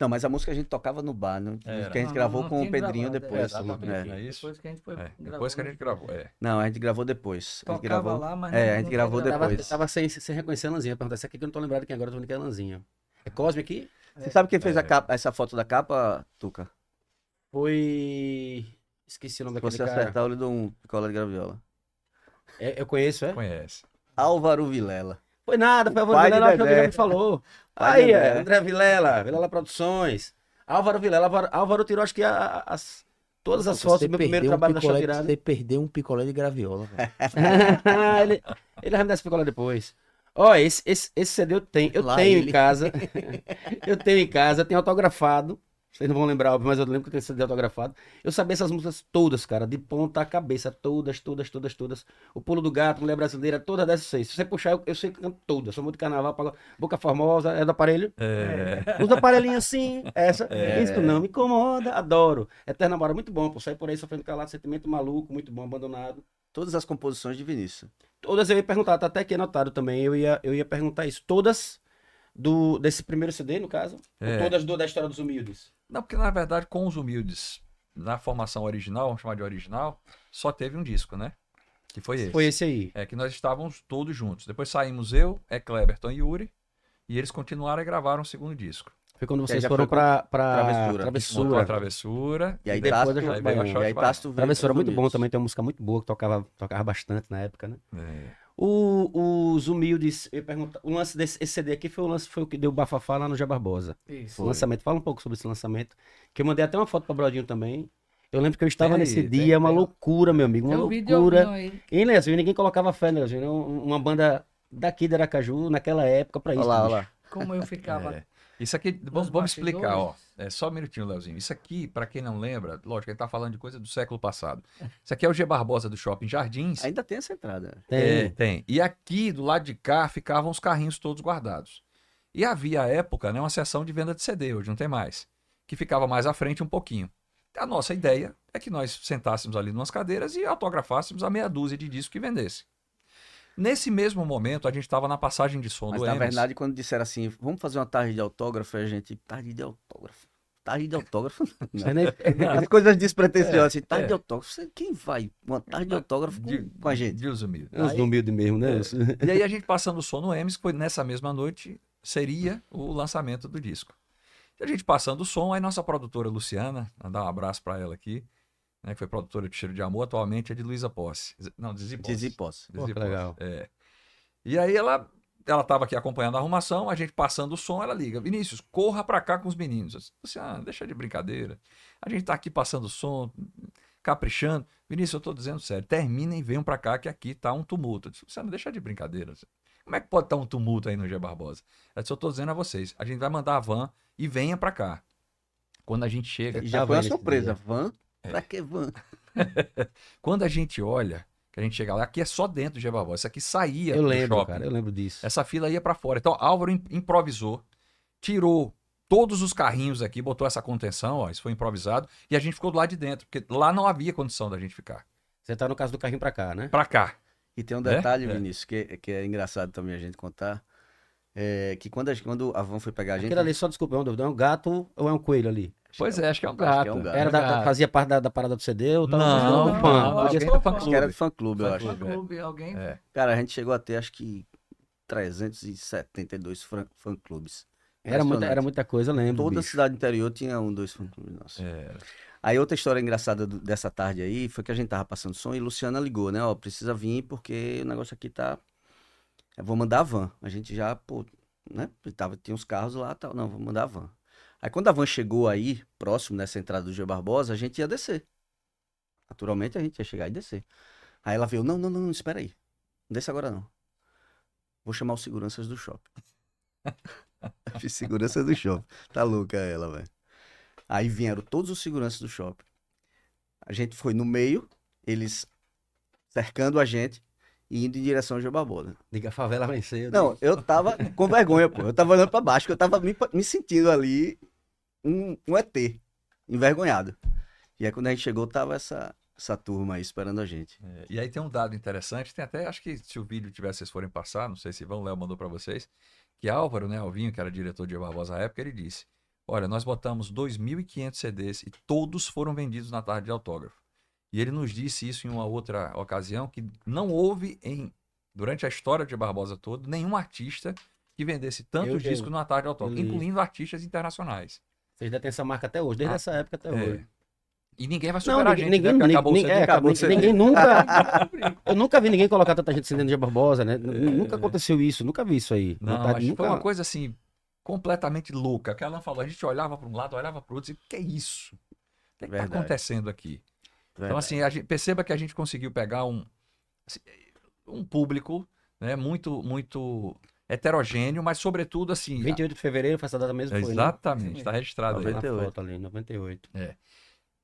D: Não, mas a música a gente tocava no bar, né?
C: Era.
D: que a gente
E: Não,
D: gravou
E: não,
D: com
E: não
D: o
E: tinha
D: Pedrinho
E: gravado,
D: depois.
C: é, exatamente.
D: É.
C: É isso.
E: Depois que a gente foi.
C: É,
E: gravou,
C: Depois que a
E: né?
C: gente gravou. É.
D: Não, a gente gravou depois. A gente
E: Tocava
D: gravou.
E: lá, mas
D: É,
E: não-
D: a gente
E: não
D: gravou
E: tinha gravado.
A: Tava,
D: depois.
A: tava sem, sem reconhecer a Lanzinha, ia perguntar isso aqui que eu não tô lembrado quem agora, eu tô vendo que é a Lanzinha. É Cosme aqui?
D: Você sabe quem fez a
C: É.
D: capa- essa foto da capa, Tuca?
A: Foi... Esqueci o nome
D: Se
A: daquele
D: você
A: cara.
D: acertar, eu lhe dou um picolé de graviola.
A: É, eu conheço, é?
C: Conhece.
D: Álvaro Vilela.
A: Foi nada, foi a
D: pai de
A: Vilela que o
D: Dedé.
A: Guilherme falou.
D: Pai
A: Aí,
D: de Dedé.
A: é, André Vilela, Vilela Produções, Álvaro Vilela. Álvaro, Álvaro tirou acho que a- a- as, todas as fotos do meu primeiro trabalho da
B: um picolé,
A: Chavirada.
B: Você perdeu um picolé de graviola, velho.
A: (laughs) ele, ele vai me dar esse picolé depois. Ó, esse, esse, esse CD eu tenho, eu
B: Lá
A: tenho em
B: ele. (laughs)
A: casa. eu tenho em casa, eu tenho autografado. Vocês não vão lembrar, óbvio, mas eu lembro que eu tenho esse CD autografado. Eu sabia essas músicas todas, cara, de ponta a cabeça, todas, todas, todas, todas. O Pulo do Gato, Mulher Brasileira, todas dessas seis. Se você puxar, eu, eu sei que canto todas. Sou muito de carnaval, pagode. Boca Formosa, é do aparelho.
C: É.
A: Os aparelhinhos assim, essa.
C: É.
A: Isso não me incomoda, adoro. Eterna Mora, muito bom, pô. Sair por aí sofrendo calado, sentimento maluco, muito bom, abandonado.
D: Todas as composições de Vinícius.
A: Todas eu ia perguntar, tá até aqui anotado também. Eu ia, eu ia perguntar isso. Todas do, desse primeiro CD, no caso?
C: É.
A: Ou todas do, da história dos humildes?
C: Não, porque na verdade, com os humildes, na formação original, vamos chamar de original, só teve um disco, né? Que foi esse.
A: Foi esse aí.
C: É que nós estávamos todos juntos. Depois saímos eu, é Cleberton e Yuri, e eles continuaram e gravaram o segundo disco.
A: Foi quando
D: aí
A: vocês
D: já
A: foram
D: foi com
A: pra, pra
D: Travessura.
C: Montou
A: Travessura.
C: a é, travessura.
D: E aí
A: Depois
D: Tácito.
A: eu já-
D: E aí Tácito veio
A: Travessura é
D: pros
A: muito bom
D: Unidos.
A: também, tem uma música muito boa que tocava, tocava bastante na época, né?
C: É.
A: O- os humildes, eu ia perguntar, o lance desse esse CD aqui foi o lance foi o que deu bafafá lá no Jé Barbosa.
E: Isso.
A: O lançamento, fala um pouco sobre esse lançamento, que eu mandei até uma foto pra Brodinho também. Eu lembro que eu estava
C: Tem aí,
A: nesse
C: tem-
A: dia, é uma
C: tem-
A: loucura, meu amigo, uma
E: Tem um vídeo
A: loucura.
E: não, aí.
A: Em Leozinho, ninguém colocava fé, né, Leozinho? Era um- Uma banda daqui de Aracaju, naquela época, pra isso.
D: Olha lá,
A: bicho.
D: olha lá.
E: Como eu ficava.
C: É. Isso aqui, vamos,
E: Nos
C: vamos explicar, ó.
E: bastidores.
C: É só um minutinho, Leozinho. Isso aqui, para quem não lembra, lógico, ele tá falando de coisa do século passado. Isso aqui é o G Barbosa do Shopping Jardins.
D: Ainda tem essa entrada.
A: Tem.
C: É, tem. E aqui, do lado de cá, ficavam os carrinhos todos guardados. E havia, à época, né, uma seção de venda de CD, hoje não tem mais, que ficava mais à frente um pouquinho. A nossa ideia é que nós sentássemos ali em umas cadeiras e autografássemos a meia dúzia de discos que vendesse. Nesse mesmo momento, a gente estava na passagem de som
D: Mas
C: do
D: na
C: Emerson.
D: verdade, quando disseram assim, vamos fazer uma tarde de autógrafo, a gente, tarde de autógrafo. Tarde de autógrafo.
A: Mas
C: (laughs)
A: nem- (laughs)
D: As coisas despretensiosas, assim, tarde
C: é.
D: de autógrafo. Você- Quem vai? Uma tarde de
A: Ah,
D: autógrafo com,
C: De-
D: com a gente.
C: Deus humilde.
A: Os
C: Aí-
A: humildes mesmo, né?
C: É.
A: Os-
C: E aí a gente passando o som no Emes, que foi nessa mesma noite, seria o lançamento do disco. E a gente passando o som, aí nossa produtora Luciana, mandar um abraço pra ela aqui, né, que foi produtora de Cheiro de Amor, atualmente é de Luísa Posse. Z- Não, de Zizi Posse.
D: Diz hipótese.
C: Zizi
A: Pô, que
C: Posse,
A: legal.
C: É. E aí ela ela estava aqui acompanhando a arrumação, a gente passando o som, ela liga, Vinícius, corra pra cá com os meninos. Eu disse, Luciana, deixa de brincadeira. A gente tá aqui passando o som, caprichando. Vinícius, eu tô dizendo sério, terminem e venham pra cá que aqui tá um tumulto. Eu disse, Luciana, deixa de brincadeira. Como é que pode estar um tumulto aí no G Barbosa? Ela disse, eu tô dizendo a vocês, a gente vai mandar a van e venha pra cá. Quando a gente chega,
D: E já
A: Tava
D: foi uma
A: nesse
D: surpresa.
A: dia. É.
D: Van? Pra que van?
C: quando a gente olha, que a gente chega lá, aqui é só dentro do G Barbosa, isso aqui saía
A: Eu
C: do
A: lembro,
C: é shopping. É
A: cara, eu lembro disso.
C: Essa fila ia pra fora. Então, Álvaro im- improvisou, tirou todos os carrinhos aqui, botou essa contenção, ó, isso foi improvisado, e a gente ficou do lado de dentro, porque lá não havia condição da gente ficar.
A: Você tá no caso do carrinho pra cá, né?
C: Pra cá.
D: E tem um
C: É?
D: detalhe,
C: É.
D: Vinícius, que, que é engraçado também a gente contar. é, que quando a, quando a van foi pegar a gente.
A: Aquilo ali, só desculpa, é um duvidão, é um gato ou é um coelho ali?
D: acho que
C: Pois é, acho que é um
D: Acho que
C: gato.
D: é um gato.
A: Era da- da- fazia parte da, da parada do CD ou tava
C: Não, é
A: fazendo
E: não,
A: um pan?
E: não,
A: Podia
E: alguém
A: ser-
E: tá
D: Acho que era do fã clube, eu
C: Fã
D: acho.
E: Fã
C: clube. é.
E: clube, alguém.
C: É.
D: Cara, a gente chegou a ter acho que 372 fran- fã-clubes.
A: Era muita, era muita coisa, eu lembro.
D: Toda
A: bicho.
D: cidade do interior tinha um, dois fã-clubes nossos.
C: É.
D: Aí outra história engraçada do- dessa tarde aí foi que a gente tava passando som e Luciana ligou, né? Ó, precisa vir porque o negócio aqui tá. Eu vou mandar a van. A gente já, pô, né? Tava, tinha uns carros lá e tal. Não, vou mandar a van. Aí quando a van chegou aí, próximo nessa entrada do G Barbosa, a gente ia descer. Naturalmente a gente ia chegar e descer. Aí ela veio, não, não, não, não, espera aí. Não desce agora não. Vou chamar os seguranças do shopping. (laughs) Eu fiz segurança do shopping. Tá louca ela, velho. Aí vieram todos os seguranças do shopping. A gente foi no meio, eles cercando a gente e indo em direção ao Gil Barbosa.
A: Diga, a favela né? venceu.
D: Não, eu tava com vergonha, pô. Eu tava olhando pra baixo, que eu tava me, me sentindo ali um, um ET, envergonhado. E aí quando a gente chegou, tava essa, essa turma aí esperando a gente.
C: É, E aí tem um dado interessante, tem até, acho que se o vídeo tivesse, vocês forem passar, não sei se vão, o Léo mandou pra vocês, que Álvaro, né, Alvinho, que era diretor de G Barbosa à época, ele disse, olha, nós botamos 2.500 CDs e todos foram vendidos na tarde de autógrafo. E ele nos disse isso em uma outra ocasião, que não houve em, durante a história de G Barbosa todo, nenhum artista que vendesse
A: Eu-
C: tantos
A: eu-
C: discos na tarde de autógrafo,
A: eu li.
C: incluindo artistas internacionais.
A: Vocês detêm essa marca até hoje, desde
C: Ah,
A: essa época até
C: é.
A: hoje.
C: E ninguém
A: Não,
C: vai
A: ninguém,
C: superar a gente, né,
A: ninguém,
C: porque
A: ninguém,
C: acabou o CD.
A: é,
D: acabou o
A: ninguém-
D: CD.
A: ninguém nunca.
C: (laughs)
A: eu nunca vi ninguém colocar tanta gente sendo de Barbosa, né? N-
C: É.
A: Nunca aconteceu isso, nunca vi isso aí.
C: Não,
A: Vontade-
C: acho que
A: nunca...
C: foi uma coisa assim, completamente louca. Que a Alan falou, a gente olhava para um lado, olhava para o outro e que é isso? O que está
D: Verdade.
C: acontecendo aqui? Então,
D: Verdade.
C: assim, a gente- perceba que a gente conseguiu pegar um, assim, um público né, muito, muito heterogêneo, mas sobretudo assim.
A: 28 de fevereiro, foi essa data
C: a-
A: mesmo, foi, né?
C: exatamente, está registrado aí.
A: Tá na
D: 98.
A: foto ali, 98.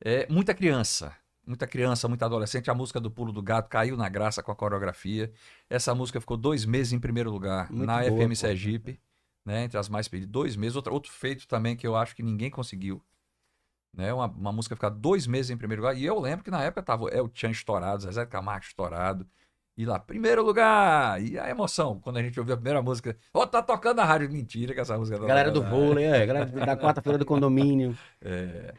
C: É, muita criança. Muita criança, muita adolescente. A música do Pulo do Gato caiu na graça com a coreografia. Essa música ficou dois meses em primeiro lugar
A: Muito
C: na
A: boa,
C: FM
A: pô.
C: Sergipe, né? Entre as mais pedidas. Dois meses. Outra- outro feito também que eu acho que ninguém conseguiu. Né? Uma, uma música ficar dois meses em primeiro lugar. E eu lembro que na época tava El Chan estourado, Zezé de Camargo estourado. E lá, primeiro lugar! E a emoção, quando a gente ouviu a primeira música. Ó, tá tocando na rádio. Mentira que essa música tá
A: Galera do
C: tocando na
A: vôlei,
C: (laughs)
A: é, galera da quarta-feira do condomínio.
C: É.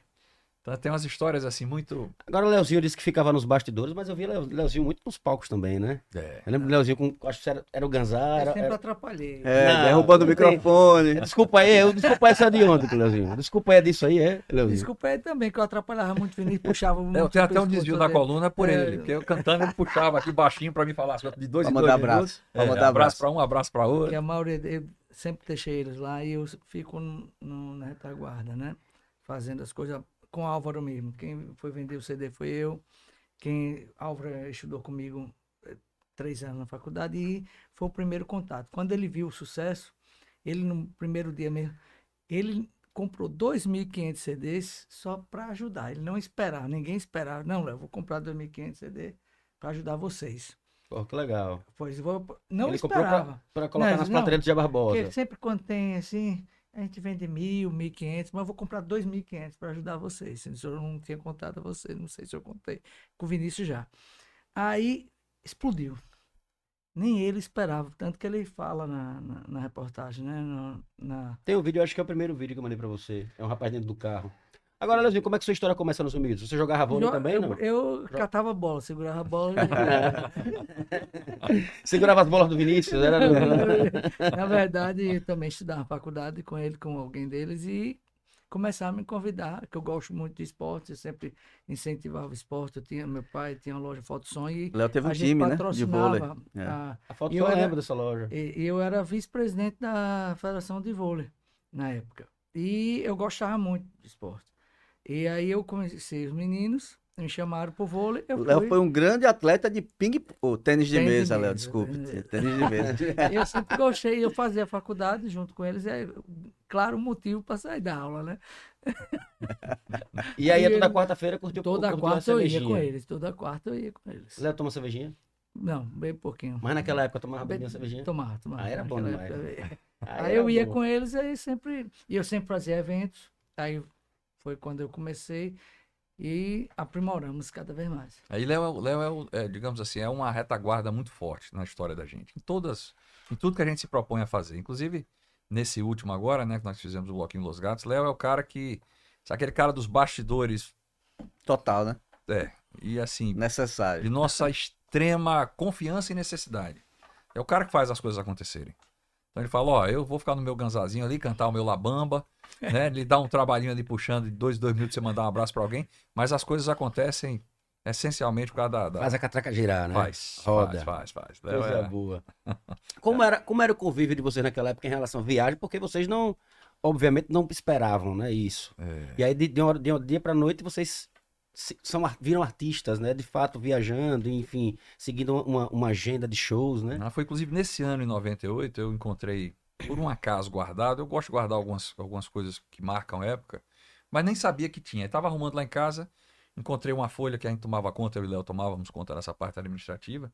C: Então, tem umas histórias assim muito.
A: Agora o Leozinho disse que ficava nos bastidores, mas eu vi o Leozinho muito nos palcos também, né?
C: É.
A: Eu lembro do Leozinho com. Acho que era, era o Ganzara.
E: Eu sempre
A: era-
E: atrapalhei.
D: É,
A: Não,
D: derrubando o
A: não tem. É,
D: microfone.
A: Desculpa aí, eu, desculpa essa de ontem, Leozinho. Desculpa aí disso aí, é, Leozinho.
E: Desculpa aí também, que eu atrapalhava muito o
C: (laughs)
E: Vinícius, puxava muito.
C: Eu tenho
E: o
C: até um
E: pescoço
C: desvio na
E: dele.
C: coluna por
E: É.
C: ele, porque eu cantando ele puxava aqui baixinho pra mim falar. assim, De dois
D: Pra
C: em dois
D: mandar
C: minutos.
D: abraço. Pra
C: É, abraço
D: mandar abraço.
C: pra um, abraço pra outro.
E: Porque a maioria, de- eu sempre deixei eles lá e eu fico no- no- na retaguarda, né? Fazendo as coisas com o Álvaro mesmo. Quem foi vender o CD foi eu. Quem Álvaro eh, estudou comigo eh, três anos na faculdade e foi o primeiro contato. Quando ele viu o sucesso, ele no primeiro dia mesmo, ele comprou 2.500 CDs só para ajudar. Ele não esperava, ninguém esperava. Não, Léo, vou comprar 2.500 CD para ajudar vocês.
A: Pô, que legal.
E: Pois vou, não
A: Ele comprou
E: esperava.
A: pra, pra colocar
E: Não,
A: nas
E: não.
A: prateleiras de Tia
E: Porque
A: Barbosa.
E: sempre quando tem assim, a gente vende mil, mil e quinhentos, mas eu vou comprar dois mil e quinhentos para ajudar vocês. Se eu não tinha contado a vocês, não sei se eu contei com o Vinícius já. Aí explodiu. Nem ele esperava, tanto que ele fala na, na, na reportagem, né? No- na,
A: Tem um vídeo, eu acho que é o primeiro vídeo que eu mandei pra você. É um rapaz dentro do carro. Agora, Leozinho, como é que sua história começa nos Unidos? Você jogava vôlei
E: Eu-
A: também,
E: eu,
A: não?
E: eu catava a bola, segurava
A: (laughs)
E: a bola.
A: Segurava as bolas do Vinícius,
E: (laughs)
A: era...
E: Na verdade, eu também estudava na faculdade com ele, com alguém deles, e começaram a me convidar, que eu gosto muito de esporte, eu sempre incentivava o esporte. Eu tinha, meu pai tinha uma loja Foto Sonho e
D: Léo teve um
E: a gente
D: time, né? De vôlei.
E: patrocinava.
D: É.
E: a-
A: A foto
E: E
A: eu
E: eu era-
A: lembro dessa loja.
E: e e eu era vice-presidente da Federação de Vôlei na época. E eu gostava muito de esporte. E aí eu conheci os meninos, me chamaram pro vôlei, eu
D: Léo
E: fui.
D: foi um grande atleta de ping ou tênis de
E: Tênis de
D: mesa, Léo,
E: mesa,
D: desculpe.
E: tênis de mesa.
D: Tênis de mesa.
E: (laughs) Eu sempre gostei, eu fazia faculdade junto com eles, e aí, claro, o motivo para sair da aula, né?
A: E aí,
E: E
A: toda
E: ele-
A: quarta-feira, um curtiu
E: Toda
A: curtiu a
E: quarta eu ia
A: cervejinha.
E: com eles, toda quarta eu ia com eles.
A: Léo toma cervejinha?
E: Não, bem pouquinho.
A: Mas naquela época tomava
E: Be-
A: bebinha cervejinha?
E: Tomava, tomava.
A: Ah, era bom
E: naquela
A: demais.
E: época. é.
A: Ah,
E: Aí eu
A: era
E: ia
A: bom.
E: com eles, aí sempre. E eu sempre fazia eventos. Aí foi quando eu comecei e aprimoramos cada vez mais.
C: Aí Léo, é o- Léo é, o- é, digamos assim, é uma retaguarda muito forte na história da gente. Em todas, em tudo que a gente se propõe a fazer. Inclusive, nesse último agora, né, que nós fizemos o Bloquinho Los Gatos, Léo é o cara que. sabe aquele cara dos bastidores
D: (laughs) Total, né?
C: e assim, de
D: Necessário.
C: nossa extrema confiança e necessidade. É o cara que faz as coisas acontecerem. Então ele fala, ó, eu vou ficar no meu ganzazinho ali, cantar o meu labamba,
A: É.
C: né? Ele dá um trabalhinho ali puxando de dois, em dois minutos você mandar um abraço pra alguém, mas as coisas acontecem essencialmente por causa da- da,
A: Faz a catraca girar, né?
C: Faz,
A: Roda.
C: faz, faz, faz.
A: Coisa (laughs)
C: É,
A: boa. Como era, como era o convívio de vocês naquela época em relação à viagem? Porque vocês não, obviamente, não esperavam, né? Isso.
C: é.
A: E aí, de, de, uma, hora- de um dia pra noite, vocês se- são, ar- viram artistas, né? De fato, viajando, enfim, seguindo uma, uma agenda de shows, né?
C: Ah, Foi inclusive nesse ano, em 98, eu encontrei, por um acaso guardado, eu gosto de guardar algumas, algumas coisas que marcam a época, mas nem sabia que tinha. Estava arrumando lá em casa, encontrei uma folha que a gente tomava conta, eu e o Léo tomávamos conta dessa parte administrativa,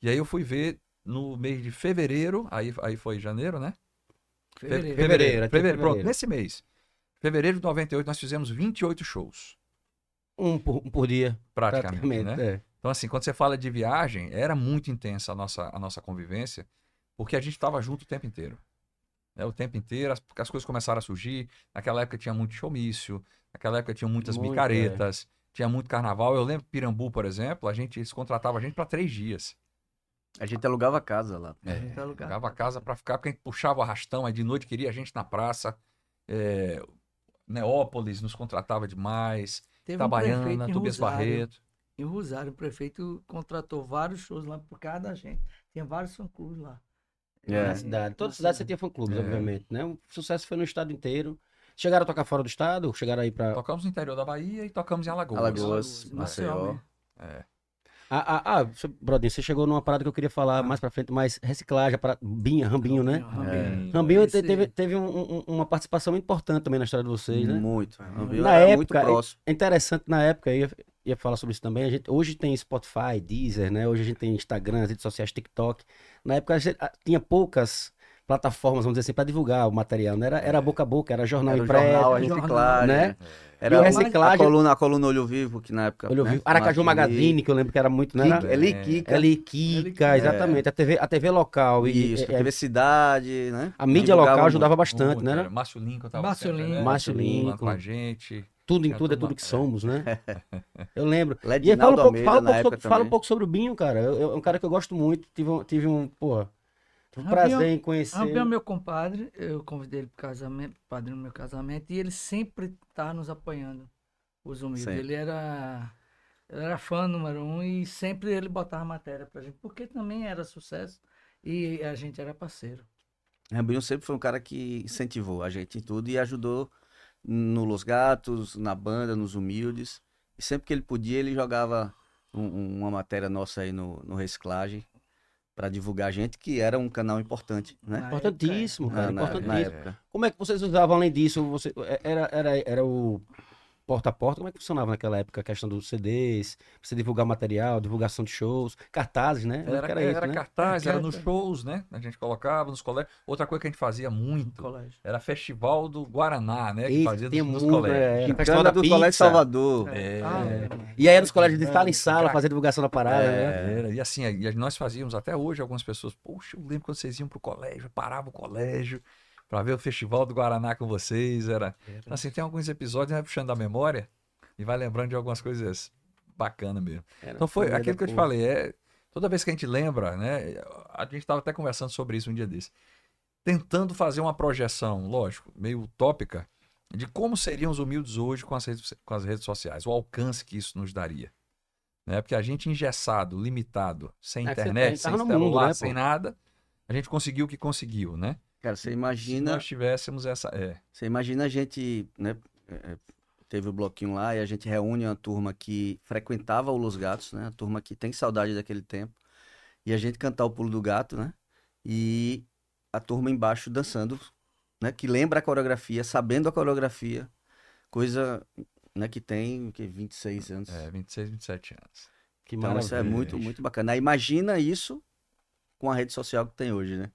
C: e aí eu fui ver no mês de fevereiro, aí, aí foi janeiro, né? Fe-
E: Fevereiro.
A: Fevereiro,
C: Fevereiro,
A: até
C: fevereiro, pronto,
A: fevereiro.
C: nesse mês. Fevereiro de 98, nós fizemos 28 shows,
A: Um por, um por dia,
C: praticamente,
A: praticamente.
C: né?
A: é.
C: Então, assim, quando você fala de viagem, era muito intensa a nossa, a nossa convivência, porque a gente estava junto o tempo inteiro. né? O tempo inteiro, as, as coisas começaram a surgir. Naquela época tinha muito showmício, naquela época tinha muitas
E: é.
A: Muito,
C: micaretas, tinha muito carnaval. Eu lembro Pirambu, por exemplo, a gente eles contratava a gente para três dias.
D: A gente alugava casa lá.
E: Em tal É, tá lugar.
C: Pagava a casa para ficar, porque a gente puxava o arrastão, aí de noite queria a gente na praça. É, Neópolis nos contratava demais,
E: Teve um prefeito
C: Itabaiana,
E: em
C: Tobias
E: Rosário.
C: Barreto.
E: Em Rosário, o prefeito contratou vários shows lá por cada gente. Tinha vários fã clubes lá.
D: É.
A: Na cidade. Toda cidade você tinha fã-clubes,
C: É.
A: obviamente, né? O sucesso foi no estado inteiro. Chegaram a tocar fora do estado? Chegaram aí pra...
C: Tocamos no interior da Bahia e tocamos em Alagoas.
D: Alagoas, Maceió.
E: né?
A: Ah, ah, ah, você- Brodinho, você chegou numa parada que eu queria falar mais pra frente, mas reciclagem, para Binha, Rambinho, né?
E: Rambinho, É,
A: Rambinho te-
E: esse-
A: teve, teve um- um- uma participação muito importante também na história de vocês, né?
D: Muito. Não, eu
A: Na
D: era
A: época,
D: muito próximo.
A: É interessante, na época, eu ia, ia falar sobre isso também, a gente, hoje tem Spotify, Deezer, né? Hoje a gente tem Instagram, as redes sociais, TikTok. Na época a gente ah, tinha poucas plataformas, vamos dizer assim, pra divulgar o material, né? Era, era boca a boca, era jornal
D: É. Era o
A: impresso,
D: jornal, a gente,
E: jornal,
D: claro.
A: né?
D: Né? Era
A: E o
D: a-
A: reciclagem-
D: a coluna, a coluna Olho Vivo, que na época.
A: Olho
D: né,
A: vivo. Aracaju
D: Machine,
A: Magazine, que eu lembro que era muito, né?
D: Kika,
A: Era-
D: Eli Kika.
A: Ela e Kika,
E: É.
A: exatamente. A TV, a TV local e
D: Isso,
A: é,
D: TV Cidade, né?
A: a mídia
D: Divulgava
A: local
D: muito.
A: ajudava bastante, né?
C: Era Márcio Lincoln tava
E: Márcio
C: sempre, né?
E: Lincoln.
A: Márcio Lincoln.
C: com a gente.
A: Tudo em
C: Era
A: tudo é
C: tudo
A: tudo que
C: ma- é.
A: somos,
D: (laughs)
A: né? Eu lembro. E aí, fala um
D: Ledinaldo
A: pouco,
D: É Almeida,
A: fala um
D: na
A: pouco
D: época
A: sobre, fala um
D: também.
A: pouco sobre o Binho, cara. Eu- eu- é um cara que eu gosto muito. Tive um, tive um porra, tive um
E: Rabinho-
A: prazer em conhecer.
E: Rampel, é meu compadre, eu convidei ele pro casamento, padrinho do meu casamento, e ele sempre tá nos apoiando, os humildes.
D: Sempre.
E: Ele era, ele era fã número um e sempre ele botava matéria pra gente, porque também era sucesso e a gente era parceiro.
D: Rambinho sempre foi um cara que incentivou a gente em tudo e ajudou no Los Gatos, na banda, nos Humildes. E sempre que ele podia, ele jogava um- um- uma matéria nossa aí no, no Reciclagem para divulgar a gente, que era um canal importante, né?
E: Na
A: Importantíssimo,
E: época,
A: Ah, um cara.
D: Na, na- na
A: importantíssimo.
D: época.
A: Como é que vocês usavam além disso? Você, é, era, era, era o porta a porta? Como é que funcionava naquela época a questão dos CDs? Você divulgar material, divulgação de shows, cartazes, né?
C: Era,
A: Era
C: era,
A: isso, né?
C: cartaz, era nos
E: Cartaz.
C: shows, né? A gente colocava nos colégios. Outra coisa que a gente fazia
E: é, no
C: muito
E: colégio.
C: era festival do Guaraná, né? Que
A: Isso,
C: fazia
A: tinha
C: nos, nos
A: muito,
C: colégios.
A: é, era festival
D: Cana
A: da
D: do
A: pizza.
D: Colégio Salvador.
C: É.
E: Ah,
A: E aí era os colégios de sala em sala, fazer divulgação da parada, né?
C: Era, e assim, e nós fazíamos até hoje algumas pessoas, poxa, eu lembro quando vocês iam pro colégio, eu parava o colégio para ver o festival do Guaraná com vocês, era. Então, Assim, tem alguns episódios, vai puxando da memória e vai lembrando de algumas coisas bacanas mesmo.
A: Era
C: Então foi
A: foda,
C: aquilo que eu te
A: pô.
C: falei, é toda vez que a gente lembra, né, a gente tava até conversando sobre isso um dia desse, tentando fazer uma projeção, lógico, meio utópica, de como seriam os humildes hoje com as redes, com as redes sociais, o alcance que isso nos daria. Né? Porque a gente engessado, limitado, sem
A: É que você
C: internet,
A: tá- tava
C: sem
A: no mundo,
C: celular,
A: né, pô?
C: sem nada, a gente conseguiu o que conseguiu, né?
D: Cara, você
C: Se
D: imagina
C: nós tivéssemos essa... É,
D: Você imagina a gente, né? é, é, Teve o bloquinho lá e a gente reúne uma turma que frequentava o Los Gatos, né? A turma que tem saudade daquele tempo. E a gente cantar o Pulo do Gato, né? E a turma embaixo dançando, né? Que lembra a coreografia, sabendo a coreografia. Coisa, né? Que tem, o quê? 26 anos.
C: é, 26, 27 anos.
A: Que
D: então isso é
A: maravilha,
D: muito,
A: bicho.
D: muito bacana. Aí Imagina isso com a rede social que tem hoje, né?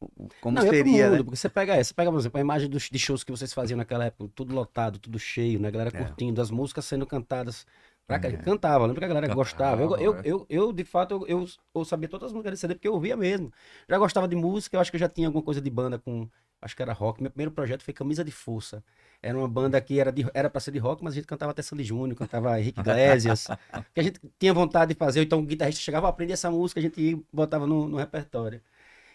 D: O- o- Como
A: Não, e é pro
D: seria,
A: mundo,
D: né?
A: porque você pega essa, pega, por exemplo, a imagem dos, de shows que vocês faziam naquela época, tudo lotado, tudo cheio, né? A galera
D: É.
A: curtindo, as músicas sendo cantadas. Pra cá,
C: É.
A: Cantava, lembra que a galera
C: Cantava,
A: gostava. Eu, eu,
C: é.
A: eu, eu, de fato, eu, eu, eu sabia todas as músicas desse CD porque eu ouvia mesmo. Já gostava de música, eu acho que eu já tinha alguma coisa de banda com. Acho que era rock. Meu primeiro projeto foi Camisa de Força. Era uma banda que era, de, era pra ser de rock, mas a gente cantava até Sandy Júnior, cantava (laughs) Henrique Iglesias. que a gente tinha vontade de fazer, então o guitarrista chegava, aprendia essa música, a gente ia e botava no, no repertório.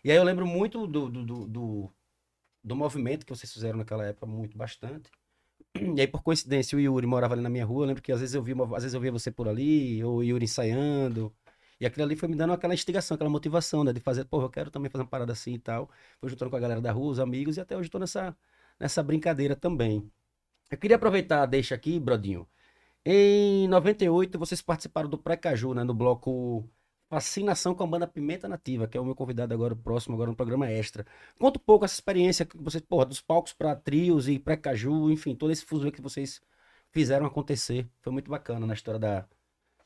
A: E aí eu lembro muito do, do, do, do, do movimento que vocês fizeram naquela época, muito, bastante. (clears throat) E aí, por coincidência, o Yuri morava ali na minha rua. Eu lembro que às vezes eu via, uma- às vezes eu via você por ali, ou o Yuri ensaiando. E aquilo ali foi me dando aquela instigação, aquela motivação, né? De fazer, pô, eu quero também fazer uma parada assim e tal. Fui juntando com a galera da rua, os amigos, e até hoje eu tô nessa, nessa brincadeira também. Eu queria aproveitar, deixa aqui, Brodinho. Em 98, vocês participaram do Pré-Caju, né? No bloco Fascinação com a banda Pimenta Nativa, que é o meu convidado agora, o próximo, agora no programa extra. Conta um pouco essa experiência que vocês, porra, dos palcos para trios e pré-caju, enfim, todo esse fuso que vocês fizeram acontecer. Foi muito bacana na história da.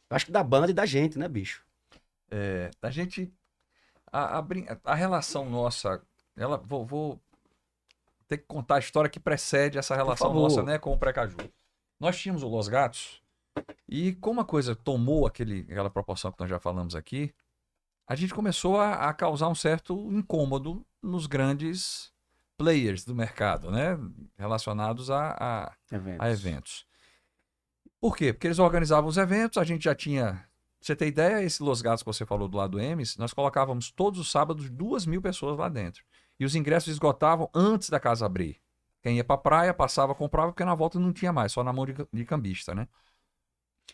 A: Acho que da banda e da gente, né, bicho?
C: É, a gente. A, a brin- a relação nossa. Ela, vou, vou ter que contar a história que precede essa relação
A: favor.
C: nossa né, com o Precaju. Nós tínhamos o Los Gatos. E como a coisa tomou aquele, aquela proporção que nós já falamos aqui, a gente começou a, a causar um certo incômodo nos grandes players do mercado, né? Relacionados a- a, a
A: Ah,
C: eventos. Por quê? Porque eles organizavam os eventos, a gente já tinha. pra Você tem ideia, esse Los Gatos que você falou do lado do Emes, nós colocávamos todos os sábados duas mil pessoas lá dentro. E os ingressos esgotavam antes da casa abrir. Quem ia pra praia passava, comprava, porque na volta não tinha mais, só na mão de, ca- de cambista, né?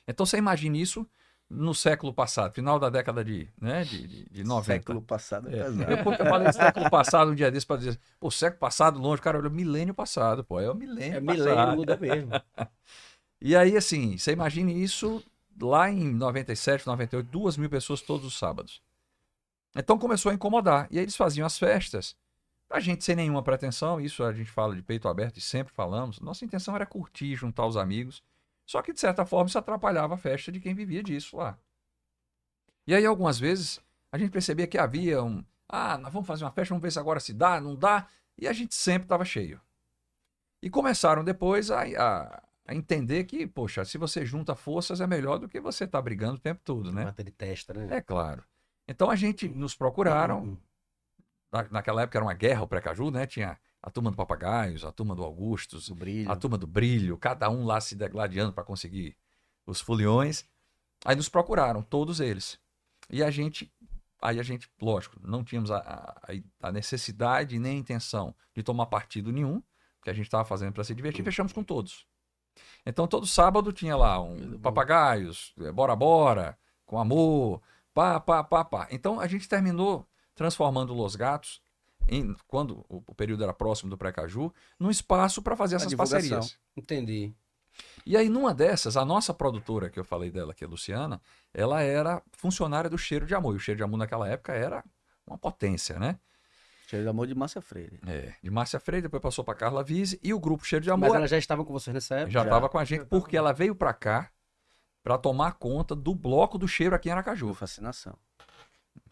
C: Então você imagina isso no século passado, final da década de, né, de, de, de 90.
D: Século passado é, pesado.
C: Eu, porque eu falei século passado um dia desse pra dizer, pô, século passado longe, cara, olha, milênio passado, pô, é Né? o milênio
A: É
C: passado.
A: milênio, muda
C: (laughs)
A: mesmo.
C: E aí, assim, você imagine isso lá em 97, 98, duas mil pessoas todos os sábados. Então começou a incomodar. E aí eles faziam as festas. A gente sem nenhuma pretensão, isso a gente fala de peito aberto e sempre falamos. Nossa intenção era curtir, juntar os amigos. Só que, de certa forma, isso atrapalhava a festa de quem vivia disso lá. E aí, algumas vezes, a gente percebia que havia um. Ah, nós vamos fazer uma festa, vamos ver se agora se dá, não dá. E a gente sempre estava cheio. E começaram depois a, a- a entender que, poxa, se você junta forças é melhor do que você estar brigando o tempo todo, né?
A: Mata de testa, né? Hum,
C: É claro. Então a gente nos
A: Uhum.
C: procuraram. Na- naquela época era uma guerra o Precaju, né? Tinha a turma do Papagaios, a turma do Augustos,
D: Do brilho.
C: a turma do Brilho, cada um lá se degladiando para conseguir os foliões. Aí nos procuraram, todos eles. E a gente, aí a gente, lógico, não tínhamos a, a, a necessidade nem a intenção de tomar partido nenhum, porque a gente estava fazendo para se divertir, fechamos com todos. Então todo sábado tinha lá um papagaios, eh, bora bora, com amor, pá, pá, pá, pá. Então a gente terminou transformando Los Gatos, em- quando o, o período era próximo do Precaju, num espaço para fazer
D: A
C: essas
D: divulgação.
C: parcerias.
A: Entendi.
C: E aí, numa dessas, a nossa produtora, que eu falei dela, que é a Luciana, ela era funcionária do Cheiro de Amor. E o Cheiro de Amor naquela época era uma potência, né?
D: Cheiro do amor de Márcia Freire.
C: É. De Márcia Freire, depois passou para Carla Vise e o grupo Cheiro de Amor
A: Mas elas já estavam com vocês nessa época?
C: Então, já
D: já.
C: estava com a gente,
E: Já tava
C: porque ela veio para cá para tomar conta do bloco do Cheiro aqui em
D: Por
C: Aracaju.
D: fascinação.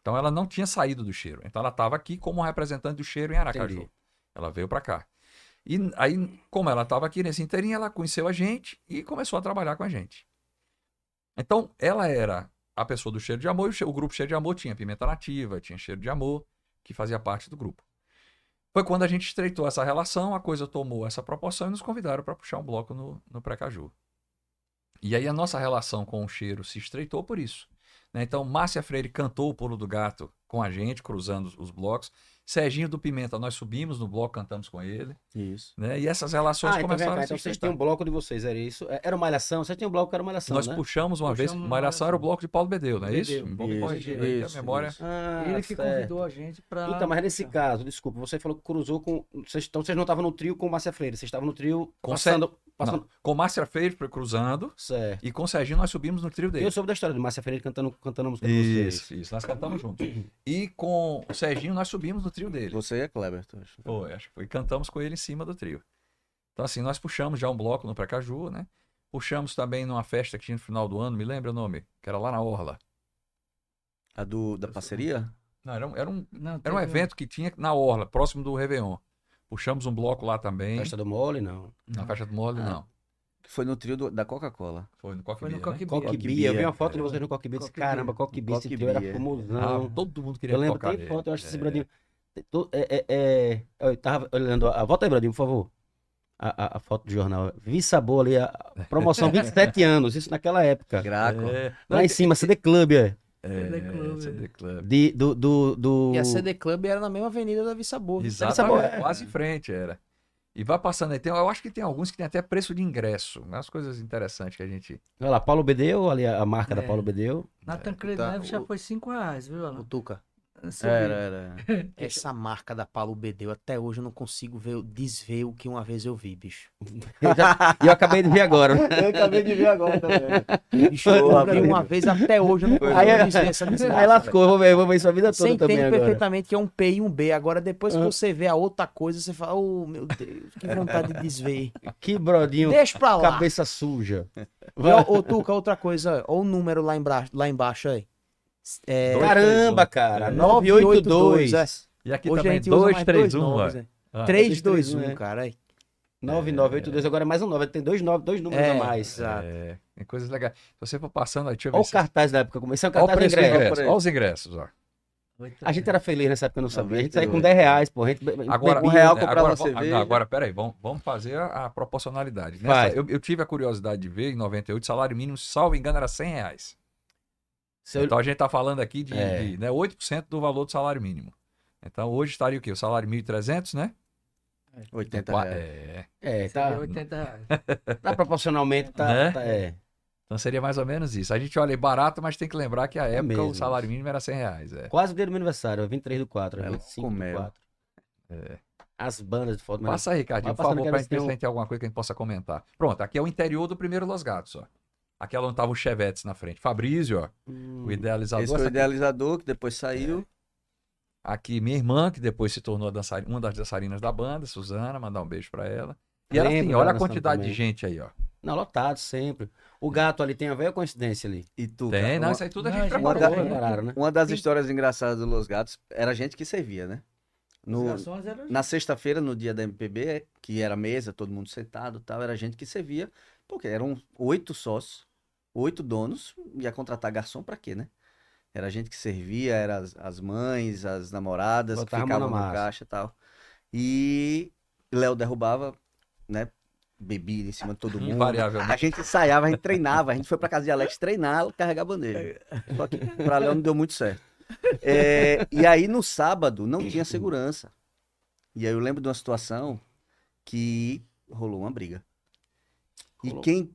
C: Então ela não tinha saído do Cheiro. Então ela estava aqui como representante do Cheiro em Aracaju.
A: Entendi.
C: Ela veio para cá. E aí, como ela estava aqui nesse inteirinho, ela conheceu a gente e começou a trabalhar com a gente. Então, ela era a pessoa do Cheiro de Amor, e o che- o grupo Cheiro de Amor tinha Pimenta Nativa, tinha Cheiro de Amor, que fazia parte do grupo. Foi quando a gente estreitou essa relação, a coisa tomou essa proporção e nos convidaram para puxar um bloco no, no Precaju. E aí a nossa relação com o cheiro se estreitou por isso. né? Então, Márcia Freire cantou o Pulo do Gato com a gente, cruzando os- os blocos. Serginho do Pimenta, nós subimos no bloco, cantamos com ele.
D: Isso.
C: né? E essas relações
A: Ah, então, vem
C: começaram
A: cá,
C: a se
A: então vocês
C: estreitar.
A: tinham um bloco de vocês, era isso? É, Era uma malhação? Vocês tinham um bloco que era uma malhação,
C: Nós
A: né?
C: puxamos uma vez,
E: Puxamos
C: Malhação era o bloco de Paulo Bedeu, não é isso?
E: Bedeu.
C: Vamos
D: Isso,
C: corrigir aí, que a
D: isso,
C: memória...
D: isso.
A: Ah,
E: Ele que
A: certo.
E: convidou a gente pra.
A: Então, mas nesse caso, desculpa, você falou que cruzou com. Vocês, então vocês não estavam no trio com Márcia Freire, vocês estavam no trio
C: Com
A: passando. passando...
C: Não, tá com Márcia Freire foi cruzando
A: Certo.
C: e com Serginho nós subimos no trio
A: E
C: dele.
A: eu soube da história de Márcia Freire cantando, cantando a música de vocês.
C: Isso, isso, nós cantamos juntos. E com o Serginho nós subimos no trio dele.
D: Você e a Kleber, tu acha?
C: Foi, acho que foi. Cantamos com ele em cima do trio. Então, assim, nós puxamos já um bloco no Precaju, né? Puxamos também numa festa que tinha no final do ano, me lembra o nome? Que era lá na Orla.
D: A do, da parceria?
C: Não, era um, era um,
E: Não,
C: era um
E: teve
C: evento que tinha na Orla, próximo do Réveillon. Puxamos um bloco lá também.
A: Festa do Mole, não.
C: Na festa do Mole,
D: Ah.
C: não.
D: Que foi no trio do- da Coca-Cola.
C: Foi no Coque
E: Foi no
C: Bia, né?
E: Coque Bia.
A: Coque
D: Coque
A: Bia. Eu vi
D: Bia,
A: uma foto de vocês no Coque Bia. disse,
E: Coque Bia.
A: Caramba, Coque Bia, esse
D: Coque
A: trio era
D: Bia.
A: famosão.
C: Ah, todo mundo queria
A: eu lembro,
C: tocar
A: tem
C: nele.
A: foto, eu acho que esse
C: É.
A: Bradinho. to- É, é, é- eu tava olhando. A... Volta aí, Bradinho, por favor. A, a- a foto do jornal. Vi sabor ali, a a promoção 27 anos, isso naquela época.
D: Graco.
C: É,
A: Lá em cima, CD Club, é.
E: CD Club.
C: é, CD Club.
A: De, do, do, do...
B: E a CD Club era na mesma avenida da Vista Boa.
A: sabor,
C: Exatamente,
A: é.
C: quase em frente era. E vai passando aí, tem, eu acho que tem alguns que tem até preço de ingresso, né? umas coisas interessantes que a gente...
A: Olha lá, Paulo Bedeu, ali a a marca da
E: É.
A: Paulo Bedeu.
E: Na Tancredo
D: Tá,
E: Neves já
D: o-
E: foi 5 reais, viu,
B: O
E: Alan?
B: Tuca,
E: Subiu.
D: Era, era.
B: essa marca da Paulo Bedeu, até hoje eu não consigo ver, desver o que uma vez eu vi, bicho.
A: Eu já- E eu acabei de ver agora. né?
D: Eu acabei de ver agora também.
B: Bicho, eu
D: Boa,
B: vi uma
D: Pedro.
B: vez até hoje eu não consigo
A: Aí-
B: desver essa desgraça,
A: Aí lascou, eu vou ver, eu vou ver isso a vida
B: velho. Você
A: toda também
B: entende
A: agora.
B: perfeitamente que é um P e um B. Agora, depois que
A: Ah.
B: você vê a outra coisa, você fala, oh meu Deus, que vontade de desver.
A: Que brodinho,
B: Deixa pra lá.
A: cabeça suja.
B: E, ó, Ô, Tuca, outra coisa, ó, ó o número lá embaixo, lá embaixo aí. É,
C: Dois,
A: Caramba,
C: três, um.
A: cara,
C: É.
A: 982.
B: é.
C: E aqui
B: Hoje a
C: também,
B: gente usa mais dois
C: 231,
B: nomes,
C: vai.
B: né?
C: Ah,
B: 3, 2,
A: 3-2-1,
B: 1,
A: é.
B: cara. aí.
A: 9982, agora é mais um 9, tem dois, nove, dois números
B: É,
A: a mais.
B: exato.
C: É, tem coisas legais. Se você for passando aí, deixa eu ver
A: Olha o
C: se-
A: cartaz da época, como esse é um
C: Olha o
A: cartaz
C: preço do
A: ingresso.
C: ingresso, olha os ingressos, ó.
A: A gente era feliz nessa época, eu não sabia. A gente saiu com
D: 98.
A: 10 reais, pô. A gente
C: Agora,
D: um real
C: é,
D: comprava
C: agora,
D: uma
C: vamos- ah,
D: cerveja.
C: não, agora, peraí, vamos, vamos fazer a, a proporcionalidade. Nessa-
A: Vai.
C: eu, eu tive a curiosidade de ver, em 98, salário mínimo, se salvo engano, era 100 reais.
A: Se eu-
C: Então a gente está falando aqui de,
A: É.
C: de, né, 8% do valor do salário mínimo. Então hoje estaria o quê? O salário 1.300, né?
D: 80
C: Qua-
D: reais.
C: É.
A: É,
E: Tá.
A: tá,
E: 80 reais.
A: tá proporcionalmente, tá,
C: Né?
A: tá- é.
C: Então seria mais ou menos isso. A gente olha aí barato, mas tem que lembrar que a época
A: mesmo
C: o salário mínimo era 100 reais. É.
A: Quase o dia do meu aniversário, 23 do é 4,
D: Ela
A: 25 do
D: comeu.
A: 4. As bandas de foto, mas
C: Passa aí, Ricardinho,
A: Vai
C: por
A: passando
C: favor,
A: que
C: pra
A: eles
C: gente ver se
A: têm um-
C: tem alguma coisa que a gente possa comentar. Pronto, aqui é o interior do primeiro Los Gatos, ó. Aquela onde tava o Chevetes na frente. Fabrício, ó,
A: Hum,
C: o idealizador.
D: Esse foi o
C: Essa
D: idealizador que depois
C: É.
D: saiu.
C: Aqui, minha irmã, que depois se tornou a dançari- uma das dançarinas da banda, Suzana, mandar um beijo pra ela. E ela,
A: Lembro
C: assim,
A: dela
C: olha a
A: dançando
C: quantidade
A: também.
C: de gente aí, ó.
A: Não, lotado sempre. O gato ali tem a velha coincidência ali.
D: E tu,
C: Tem,
D: cara,
C: não,
D: uma,
C: isso aí tudo a
E: Não,
C: gente
E: a gente
C: preparou,
D: mandou-
C: né?
A: Prepararam, né?
D: uma das histórias engraçadas do Los Gatos era a gente que servia, né? No,
E: Ligações
A: Uhum.
E: era-
D: na sexta-feira, no dia da MPB, que era mesa, todo mundo sentado e tal, era gente que servia, porque eram oito sócios, oito donos, ia contratar garçom pra quê, né? Era gente que servia, era as, as mães, as namoradas,
A: Botava a
D: que
A: mão
D: ficavam
A: na
D: na
A: massa.
D: caixa e tal. E Léo derrubava, né? Bebida em cima de
A: (laughs)
D: todo mundo.
C: Invariavelmente.
D: A gente ensaiava, a gente treinava, a gente foi pra casa de Alex treinar, carregar a bandeira. Só que pra Léo não deu muito certo. É, e aí no sábado não tinha segurança. E aí eu lembro de uma situação que rolou uma briga. E
A: Rolou.
D: quem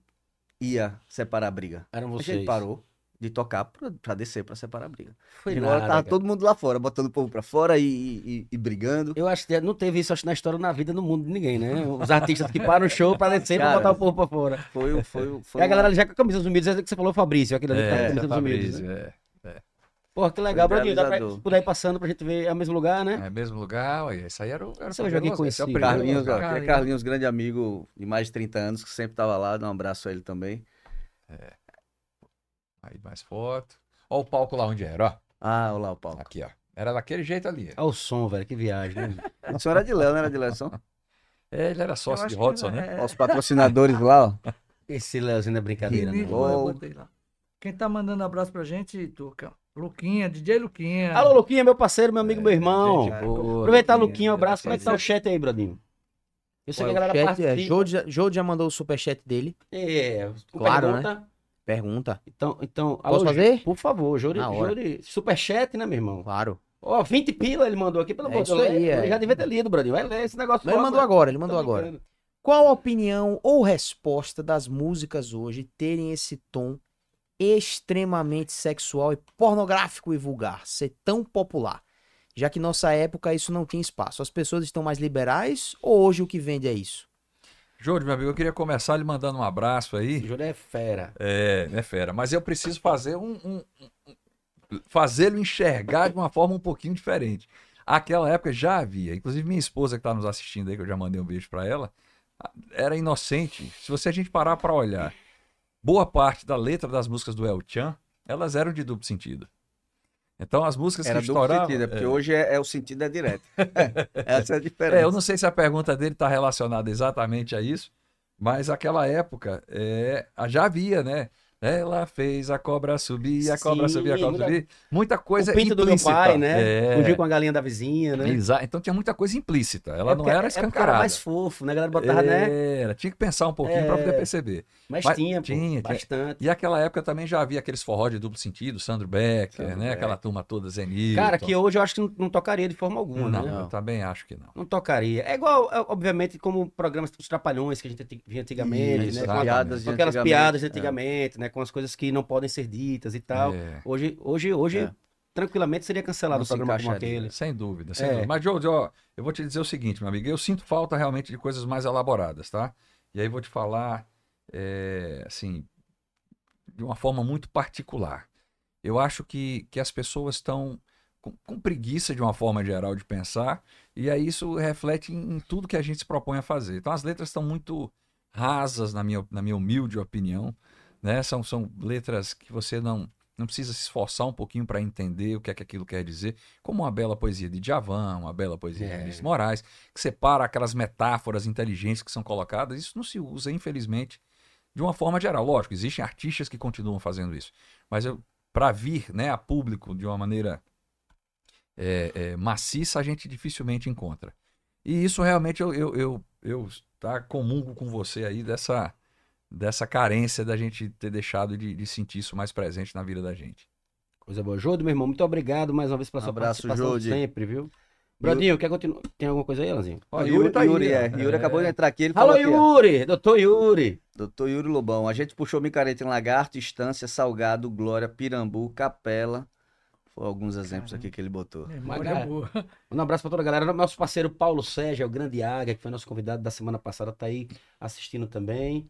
D: ia separar a briga?
A: Eram
D: A
A: vocês.
D: gente parou de tocar pra, pra descer, pra separar a briga.
A: Foi
D: de hora
A: nada,
D: tava
A: cara.
D: todo mundo lá fora, botando o povo pra fora e, e- e brigando.
A: Eu acho que não teve isso acho, na história, na vida, no mundo de ninguém, né? Os artistas que param o show pra descer pra
D: Cara.
A: botar o povo pra fora.
D: Foi, o- foi, o- foi
A: e a
D: uma-
A: galera já com a camisa dos humildes, é o que você falou, Fabrício, aquele ali que tá com a
C: É,
A: camisa dos humildes.
C: Fabrício,
A: Né?
C: é.
A: Porra, que legal,
D: Foi
A: Brodinho. Dá pra,
D: idealizador.
A: se puder ir passando pra gente ver, é o mesmo lugar, né?
C: É, mesmo lugar, olha, isso aí era o. Era
A: Você
C: o
A: vai jogar
C: primeiro-
A: quem
C: esse é
A: conhecia?
C: o primeiro
D: Carlinhos, ó,
C: lugar.
D: que é Carlinhos, grande amigo de mais de 30 anos, que sempre tava lá, dá um abraço a ele também.
C: Aí mais foto. Ó o palco lá onde era, ó.
D: Ah, olá, o (laughs) Paulo.
C: Aqui, ó. Era daquele jeito ali.
A: Olha É o som, velho, que viagem, né?
D: O senhor era de Léo, não era de Léo? só?
C: É, ele era
E: Eu
C: sócio de
E: acho que
C: Rodson,
E: é-
C: né?
D: Ó, Os patrocinadores lá, ó.
A: Esse Leozinho é brincadeira, né?
E: Rinite,
D: Boa.
E: eu botei lá. Quem tá mandando abraço pra gente, Tuca? Luquinha, DJ Luquinha.
A: Alô, Luquinha, meu parceiro, meu
B: É,
A: amigo, meu irmão.
C: Gente boa,
A: Aproveitar,
C: Luquinha,
A: Luquinha, um abraço. Como é que tá o
C: gente.
A: chat aí, Brodinho? Eu sei que a galera
B: O chat,
A: participa.
B: é, Jô já- Jô já mandou o superchat dele.
A: É, com
B: Claro,
A: pergunta.
B: Pergunta.
A: Então, então
B: Posso fazer?
A: Por favor, Jori,
B: Na hora.
A: Jori, superchat, né, meu irmão?
B: Claro.
A: Ó, 20 pila ele mandou aqui, pelo
B: É
A: amor de
B: isso
A: Deus.
B: aí,
A: ele
B: é.
A: já devia ter lido, Brodinho. Vai ler esse negócio.
B: Ele
A: logo,
B: mandou
A: né?
B: agora, ele
A: Tô
B: mandou agora.
A: brincando.
B: Qual a opinião ou resposta das músicas hoje terem esse tom extremamente sexual e pornográfico e vulgar, ser tão popular? Já que nossa época isso não tinha espaço. As pessoas estão mais liberais ou hoje o que vende é isso?
C: Júlio, meu amigo, eu queria começar lhe mandando um abraço aí.
A: Esse Jori é fera.
C: É, né, fera? Mas eu preciso fazer um. um- um- um- fazê-lo enxergar de uma forma um pouquinho diferente. Aquela época já havia, inclusive minha esposa que está nos assistindo aí, que eu já mandei um beijo para ela, era inocente. Se você a gente parar para olhar, boa parte da letra das músicas do El Chan, elas eram de duplo sentido. Então as músicas
D: Era
C: que
D: duplo
C: estouravam.
D: sentido, é porque
C: é.
D: hoje é, é o sentido é direto. Essa é a diferença.
C: É, eu não sei se a pergunta dele está relacionada exatamente a isso, mas aquela época é, a- já havia, né? Ela fez a cobra subir, a cobra
A: Sim,
C: subir, a cobra
A: muita-
C: subir. Muita coisa
A: o pinto do meu
C: implícita.
A: pai, né?
C: É,
A: Fugiu com a galinha da vizinha, né?
C: exa- Então tinha muita coisa implícita. Ela
A: É
C: não
A: porque-
C: era
A: É porque era
C: escancarada.
A: mais fofo, né? A galera botava, né? É.
C: Era, tinha que pensar um pouquinho para poder perceber.
A: Mas,
C: Mas
A: tinha, pô,
C: tinha, tinha.
A: bastante.
C: E aquela época também já havia aqueles forró de duplo sentido, Sandro Becker,
D: Sandro
C: né?
D: Becker.
C: Aquela turma toda zenil.
A: Cara, que hoje eu acho que não, não tocaria de forma alguma,
C: Não,
A: né?
C: eu também acho que não.
A: Não tocaria. É igual, é, obviamente, como programas dos Trapalhões que a gente anti- via antigamente,
C: Isso,
A: né? Com,
C: exato.
A: a-
D: piadas de
A: com aquelas
D: antigamente.
A: piadas de antigamente, né? Com as coisas que não podem ser ditas e tal.
C: É,
A: Hoje, hoje, hoje
D: É.
A: tranquilamente seria cancelado
D: Não
A: um
D: se
A: programa como
D: encaixaria.
A: aquele.
C: sem dúvida, sem
A: É.
C: dúvida. Mas, Jojo, ó, eu vou te dizer o seguinte, meu amigo. Eu sinto falta realmente de coisas mais elaboradas, tá? E aí vou te falar, é, assim, de uma forma muito particular. Eu acho que, que as pessoas estão com, com preguiça, de uma forma geral, de pensar. E aí isso reflete em, em tudo que a gente se propõe a fazer. Então, as letras estão muito rasas, na minha, na minha humilde opinião. Né? São, são letras que você não, não precisa se esforçar um pouquinho para entender o que é que aquilo quer dizer. Como uma bela poesia de Djavan, uma bela poesia
A: É.
C: de Vinícius Moraes, que separa aquelas metáforas inteligentes que são colocadas. Isso não se usa, infelizmente, de uma forma geral. Lógico, existem artistas que continuam fazendo isso. Mas eu para vir né, a público de uma maneira é, é, maciça, a gente dificilmente encontra. E isso realmente eu, eu, eu, eu tá, comungo com você aí dessa, dessa carência da gente ter deixado de, de sentir isso mais presente na vida da gente.
A: Coisa boa. Jode, meu irmão, muito obrigado mais uma vez pela sua
D: Abraço,
A: participação
D: Jode.
A: sempre, viu? Brodinho, quer continuar? Tem alguma coisa aí, Elanzinho?
C: Ó,
D: Yuri,
C: tá aí,
D: Yuri,
C: ó.
D: é. Yuri acabou de entrar aqui, ele
A: Alô,
D: falou aqui, ó.
A: Yuri! Doutor Yuri!
D: Doutor Yuri Lobão, a gente puxou micareta em Lagarto, Estância, Salgado, Glória, Pirambu, Capela. Foram alguns exemplos
E: Caramba.
D: aqui que ele botou.
E: Memória
A: Maga-
E: boa.
A: Um abraço pra toda a galera. Nosso parceiro Paulo Sérgio, é o grande águia, que foi nosso convidado da semana passada, tá aí assistindo também.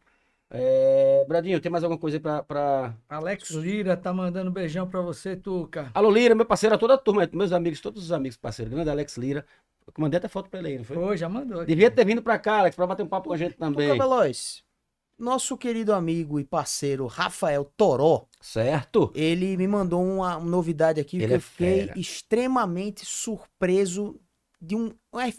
A: É... Bradinho, tem mais alguma coisa aí pra, pra...
E: Alex Lira tá mandando beijão pra você, Tuca.
A: Alô, Lira, meu parceiro, a toda a turma, meus amigos, todos os amigos parceiros. Grande Alex Lira. Eu mandei até foto pra ele aí, não foi?
E: Foi, já mandou. aqui.
A: Devia ter vindo pra cá, Alex, pra bater um papo com a gente também.
B: Tuca Veloz, nosso querido amigo e parceiro Rafael Toró,
A: Certo?
B: ele me mandou uma novidade aqui
A: Ele
B: que
A: é
B: eu fiquei
A: fera.
B: extremamente surpreso de um-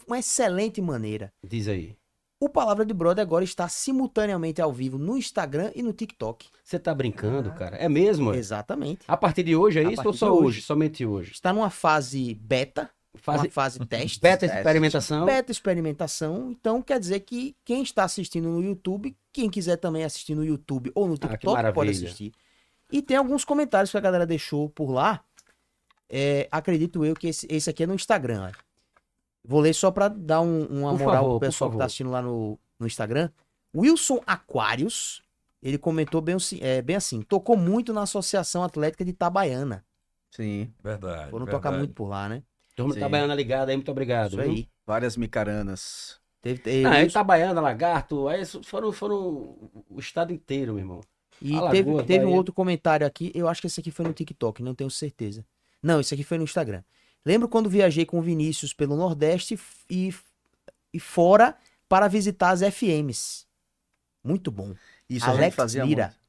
B: uma excelente maneira.
A: Diz aí.
B: O Palavra de Brother agora está simultaneamente ao vivo no Instagram e no TikTok.
A: Você tá brincando,
D: Ah.
E: Caraca.
A: cara? É mesmo? é?
B: Exatamente.
A: A partir de hoje é
B: A
A: isso ou
B: partir
A: só
B: de
A: hoje.
B: hoje.
A: Somente hoje?
B: Está numa fase beta,
A: Fase
B: uma fase
A: (laughs)
B: teste.
A: beta de
D: teste.
A: experimentação.
B: Beta experimentação. Então quer dizer que quem está assistindo no YouTube, quem quiser também assistir no YouTube ou no
A: Ah, que
B: TikTok, pode
A: maravilha.
B: assistir. E tem alguns comentários que a galera deixou por lá. É, acredito eu que esse, esse aqui é no Instagram. ó. Vou ler só para dar um- uma
A: Por
B: moral
A: favor, por
B: pro pessoal que
A: favor.
B: tá assistindo lá no, no Instagram. Wilson Aquários, ele comentou bem, o si- é, bem assim: tocou muito na Associação Atlética de Itabaiana.
D: Sim,
C: Verdade.
B: Foram
C: verdade.
B: tocar muito por lá, né?
A: Turma
D: Sim.
A: Itabaiana ligada aí, muito obrigado.
B: Isso
A: viu?
B: aí.
D: várias micaranas.
B: Teve, teve-
A: Ah, é Itabaiana, Lagarto, aí isso foram, foram o estado inteiro, meu irmão.
B: E
A: Alagoas,
B: teve, teve um
A: Bahia.
B: outro comentário aqui, eu acho que esse aqui foi no TikTok, não tenho certeza. Não, esse aqui foi no Instagram. Lembro quando viajei com o Vinícius pelo Nordeste e, e fora para visitar as FMs. Muito bom.
D: Isso a
B: Alex
D: gente fazia
B: Lira.
D: muito.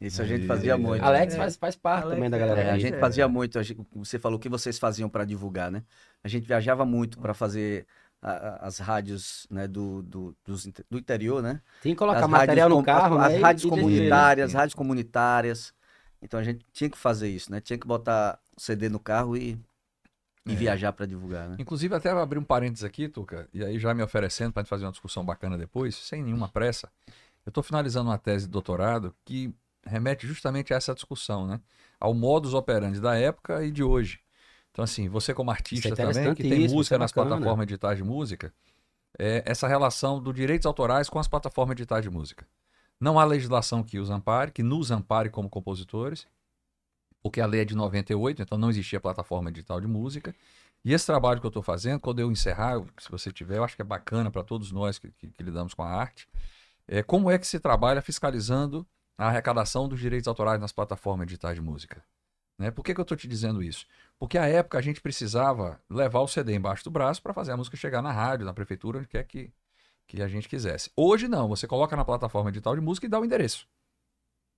D: Isso a gente fazia
C: Ih,
D: muito.
A: Alex
E: É.
A: faz, faz parte
E: Alex
A: também da
E: é-
A: galera.
D: É, a
A: aí.
D: gente fazia muito. a gente- você falou o que vocês faziam para divulgar, né? A gente viajava muito para fazer a- a- as rádios né, do, do, dos inte- do interior, né?
A: Tem que colocar
D: as
A: material no
D: rádios com-
A: carro,
D: as,
A: né?
D: as
A: e-
D: rádios
A: e dizer-
D: comunitárias, as rádios comunitárias. Então a gente tinha que fazer isso, né? Tinha que botar o CD no carro e, e
C: É.
D: viajar para divulgar, né?
C: Inclusive, até abrir um parênteses aqui, Tuca, e aí já me oferecendo para gente fazer uma discussão bacana depois, sem nenhuma pressa. Eu estou finalizando uma tese de doutorado que remete justamente a essa discussão, né? Ao modus operandi da época e de hoje. Então, assim, você como artista
A: Isso é
C: também, que tem
A: interessantíssimo, isso
C: música
A: é
C: nas
A: bacana.
C: plataformas digitais de música, é essa relação dos direitos autorais com as plataformas digitais de música. Não há legislação que os ampare, que nos ampare como compositores, porque a lei é de 98, então não existia plataforma digital de música. E esse trabalho que eu estou fazendo, quando eu encerrar, eu- se você tiver, eu acho que é bacana para todos nós que, que- que lidamos com a arte, é como é que se trabalha fiscalizando a arrecadação dos direitos autorais nas plataformas digitais de música. Né? Por que, que eu estou te dizendo isso? Porque à época a gente precisava levar o CD embaixo do braço para fazer a música chegar na rádio, na prefeitura, onde quer que, que a gente quisesse. Hoje não, você coloca na plataforma digital de música e dá o endereço.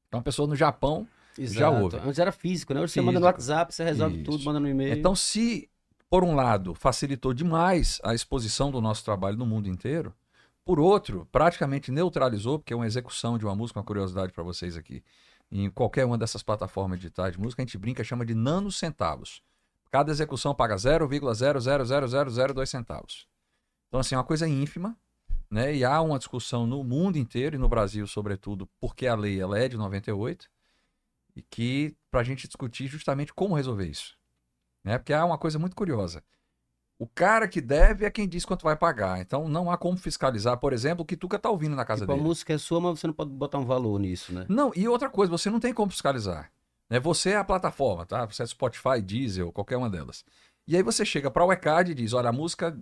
C: Então a pessoa no Japão
A: Exato.
C: Já houve.
A: Antes era físico, né? Hoje você
C: Físico.
A: manda no WhatsApp, você resolve
C: Isso.
A: tudo, manda no e-mail.
C: Então, se, por um lado, facilitou demais a exposição do nosso trabalho no mundo inteiro, por outro, praticamente neutralizou, porque é uma execução de uma música, uma curiosidade para vocês aqui. Em qualquer uma dessas plataformas digitais de música, a gente brinca, chama de nanocentavos. Cada execução paga 0,00002 centavos. Então, assim, é uma coisa ínfima, né? E há uma discussão no mundo inteiro e no Brasil, sobretudo, porque a lei ela é de 98 e que para a gente discutir justamente como resolver isso né? Porque há uma coisa muito curiosa. O cara que deve é quem diz quanto vai pagar. Então não há como fiscalizar, por exemplo, o que Tuca tá ouvindo na casa
A: tipo, a
C: dele.
A: música é sua, mas você não pode botar um valor nisso, né?
C: Não, e outra coisa, você não tem como fiscalizar. Né? Você é a plataforma, tá? Você é Spotify, Diesel, qualquer uma delas. E aí você chega para o ECAD e diz: olha, a música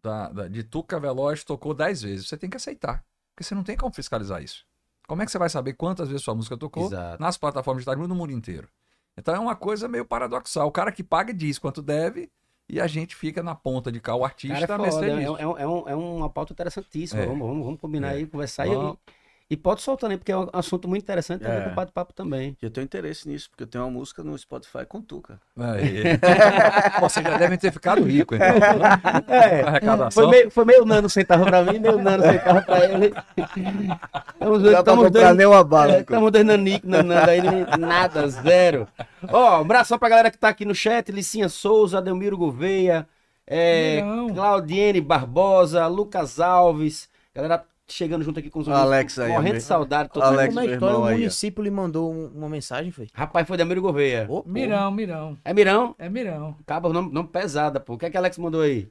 C: da, da- de Tuca Veloz tocou 10 vezes. Você tem que aceitar, porque você não tem como fiscalizar isso. Como é que você vai saber quantas vezes sua música tocou
A: Exato.
C: nas plataformas digitais no mundo inteiro? Então é uma coisa meio paradoxal. O cara que paga diz quanto deve e a gente fica na ponta de cá, o artista,
A: Cara, é,
C: a
A: foda,
C: mercê
A: é,
C: disso.
A: é um- é um- é uma pauta interessantíssima.
C: É.
A: Vamos, vamos, vamos combinar
C: É.
A: aí, conversar
C: Vamos.
A: e. E pode soltar, né? Porque é um assunto muito interessante, tem a ver
D: É.
A: com o bate-papo também.
D: E eu tenho interesse nisso, porque eu tenho uma música no Spotify com Tuca.
C: Aí. É, (laughs) Vocês já devem ter ficado rico, então.
A: É,
C: Com (laughs) a
D: Tá
C: arrecadação.
A: Foi meio, foi meio nano centavo pra mim, meio nano centavo pra (laughs) ele. tá Estamos dois, estamos dois,
B: nem uma bala.
A: é, estamos dois nanico, nanando aí, não- nada, zero. Ó, um abraço só pra galera que tá aqui no chat, Licinha Souza, Ademiro Gouveia, é,
E: Não.
A: Claudiene Barbosa, Lucas Alves, galera chegando junto aqui com os ouvintes,
D: Alex aí,
A: morrendo
D: amigo.
A: de saudade. todo mundo.
D: Alex.
B: Como é a
D: meu
B: história,
D: irmão
B: o
D: aí, ó.
B: município lhe mandou um- uma mensagem, foi?
A: Rapaz, foi Ademiro Gouveia.
B: Ô, porra.
E: Mirão, Mirão.
A: É Mirão?
E: É Mirão.
A: Acaba o nome, nome pesada, pô. O que é que Alex mandou aí?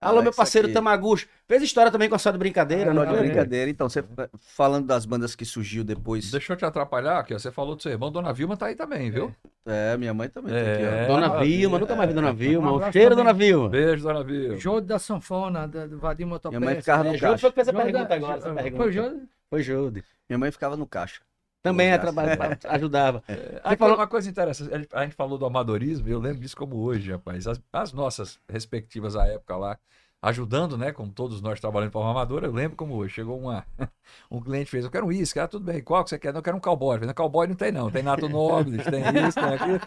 A: Alô,
D: Alex
A: meu parceiro
D: aqui.
A: Tamaguchi. Fez história também com a sua de brincadeira, né,
D: Só
A: não
D: de brincadeira. Então, você falando das bandas que surgiu depois.
C: Deixa eu te atrapalhar aqui, ó. Você falou do seu irmão, Dona Vilma tá aí também, viu?
D: É, minha mãe também tem aqui, ó.
C: É,
A: Dona
C: maravilha.
A: Vilma, nunca mais vi Dona Vilma.
E: Um
A: O
E: abraço
A: cheiro,
E: também.
A: Dona Vilma.
C: Beijo, Dona Vilma.
E: Jogo da sanfona, da- do Vadim
D: Minha
E: Motopé.
D: mãe ficava
E: né?
D: no
A: É, Jode foi
D: caixa.
A: que fez essa pergunta agora. Essa pergunta.
E: Foi Jogo?
A: Foi Jode.
D: Minha mãe ficava no caixa.
A: Também é,
D: Graças.
A: trabalho, pra- (laughs) ajudava.
C: Aí
A: falou-
C: falou É, uma coisa interessante. a gente- A gente falou do amadorismo, eu lembro disso como hoje, rapaz. As, as nossas respectivas à época lá, ajudando, né? Como todos nós trabalhando de forma amadora, eu lembro como hoje. Chegou uma, (laughs) um cliente fez, eu quero um uísque, ah, tudo bem, qual que você quer? Não, eu quero um cowboy. Eu Falei, não, cowboy não tem, não. Tem Nato Nobre, tem isso, tem aquilo.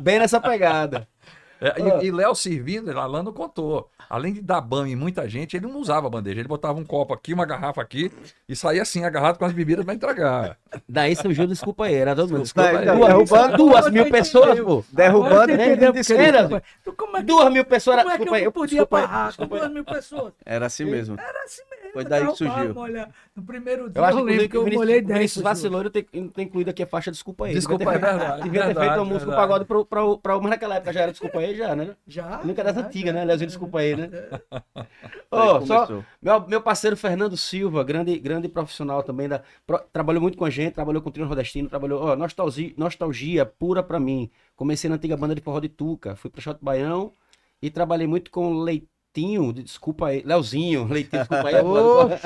A: Bem nessa pegada.
C: É, e- e Léo servindo, Alano contou. Além de dar banho em muita gente, ele não usava bandeja. Ele botava um copo aqui, uma garrafa aqui e saía assim, agarrado com as bebidas pra entregar.
A: Daí São Gil, desculpa aí, era todo mundo. Desculpa aí.
D: Desculpa aí.
A: Duas,
D: Derrubando-
A: duas mil pessoas, pô.
E: Agora
D: Derrubando.
E: você
A: né?
E: entendeu porque-
A: Desculpa.
E: desculpa. Tu como é que,
A: Duas mil pessoas,
E: como
A: era,
E: é que eu
A: desculpa aí.
E: não
A: eu-
E: podia
A: desculpa aí,
E: barrar com
A: desculpa aí.
E: duas mil pessoas?
D: Era assim mesmo.
E: Era assim mesmo.
D: Foi daí que
E: derrubava,
D: surgiu.
E: Olha, no primeiro dia
A: Eu acho
E: eu lembro que eu
A: Vinícius-
E: molhei
A: o
E: 10
A: Vinícius
E: pessoas.
A: vacilou, não tem, não tem incluído aqui a faixa Desculpa aí.
C: Desculpa aí,
A: Devia ter feito-
C: verdade.
A: Devia ter feito
C: verdade,
A: uma música pro
C: verdade.
A: pagode pro, pra, pra, mas naquela época já era Desculpa aí, já, né?
E: Já?
A: Nunca das
E: já,
A: antigas,
E: já.
A: né? Leozinho, desculpa aí, né? Ô,
D: Aí
A: só,
D: começou.
A: meu, meu parceiro Fernando Silva, grande, grande profissional também, da, pro- trabalhou muito com a gente, trabalhou com o Trio Nordestino, trabalhou, ó, nostalgia, nostalgia pura pra mim. Comecei na antiga banda de forró de Tuca, fui pra Chato Baião e trabalhei muito com Leitinho, de- desculpa aí, Leozinho, Leitinho, desculpa aí.
B: Ô,
A: agora.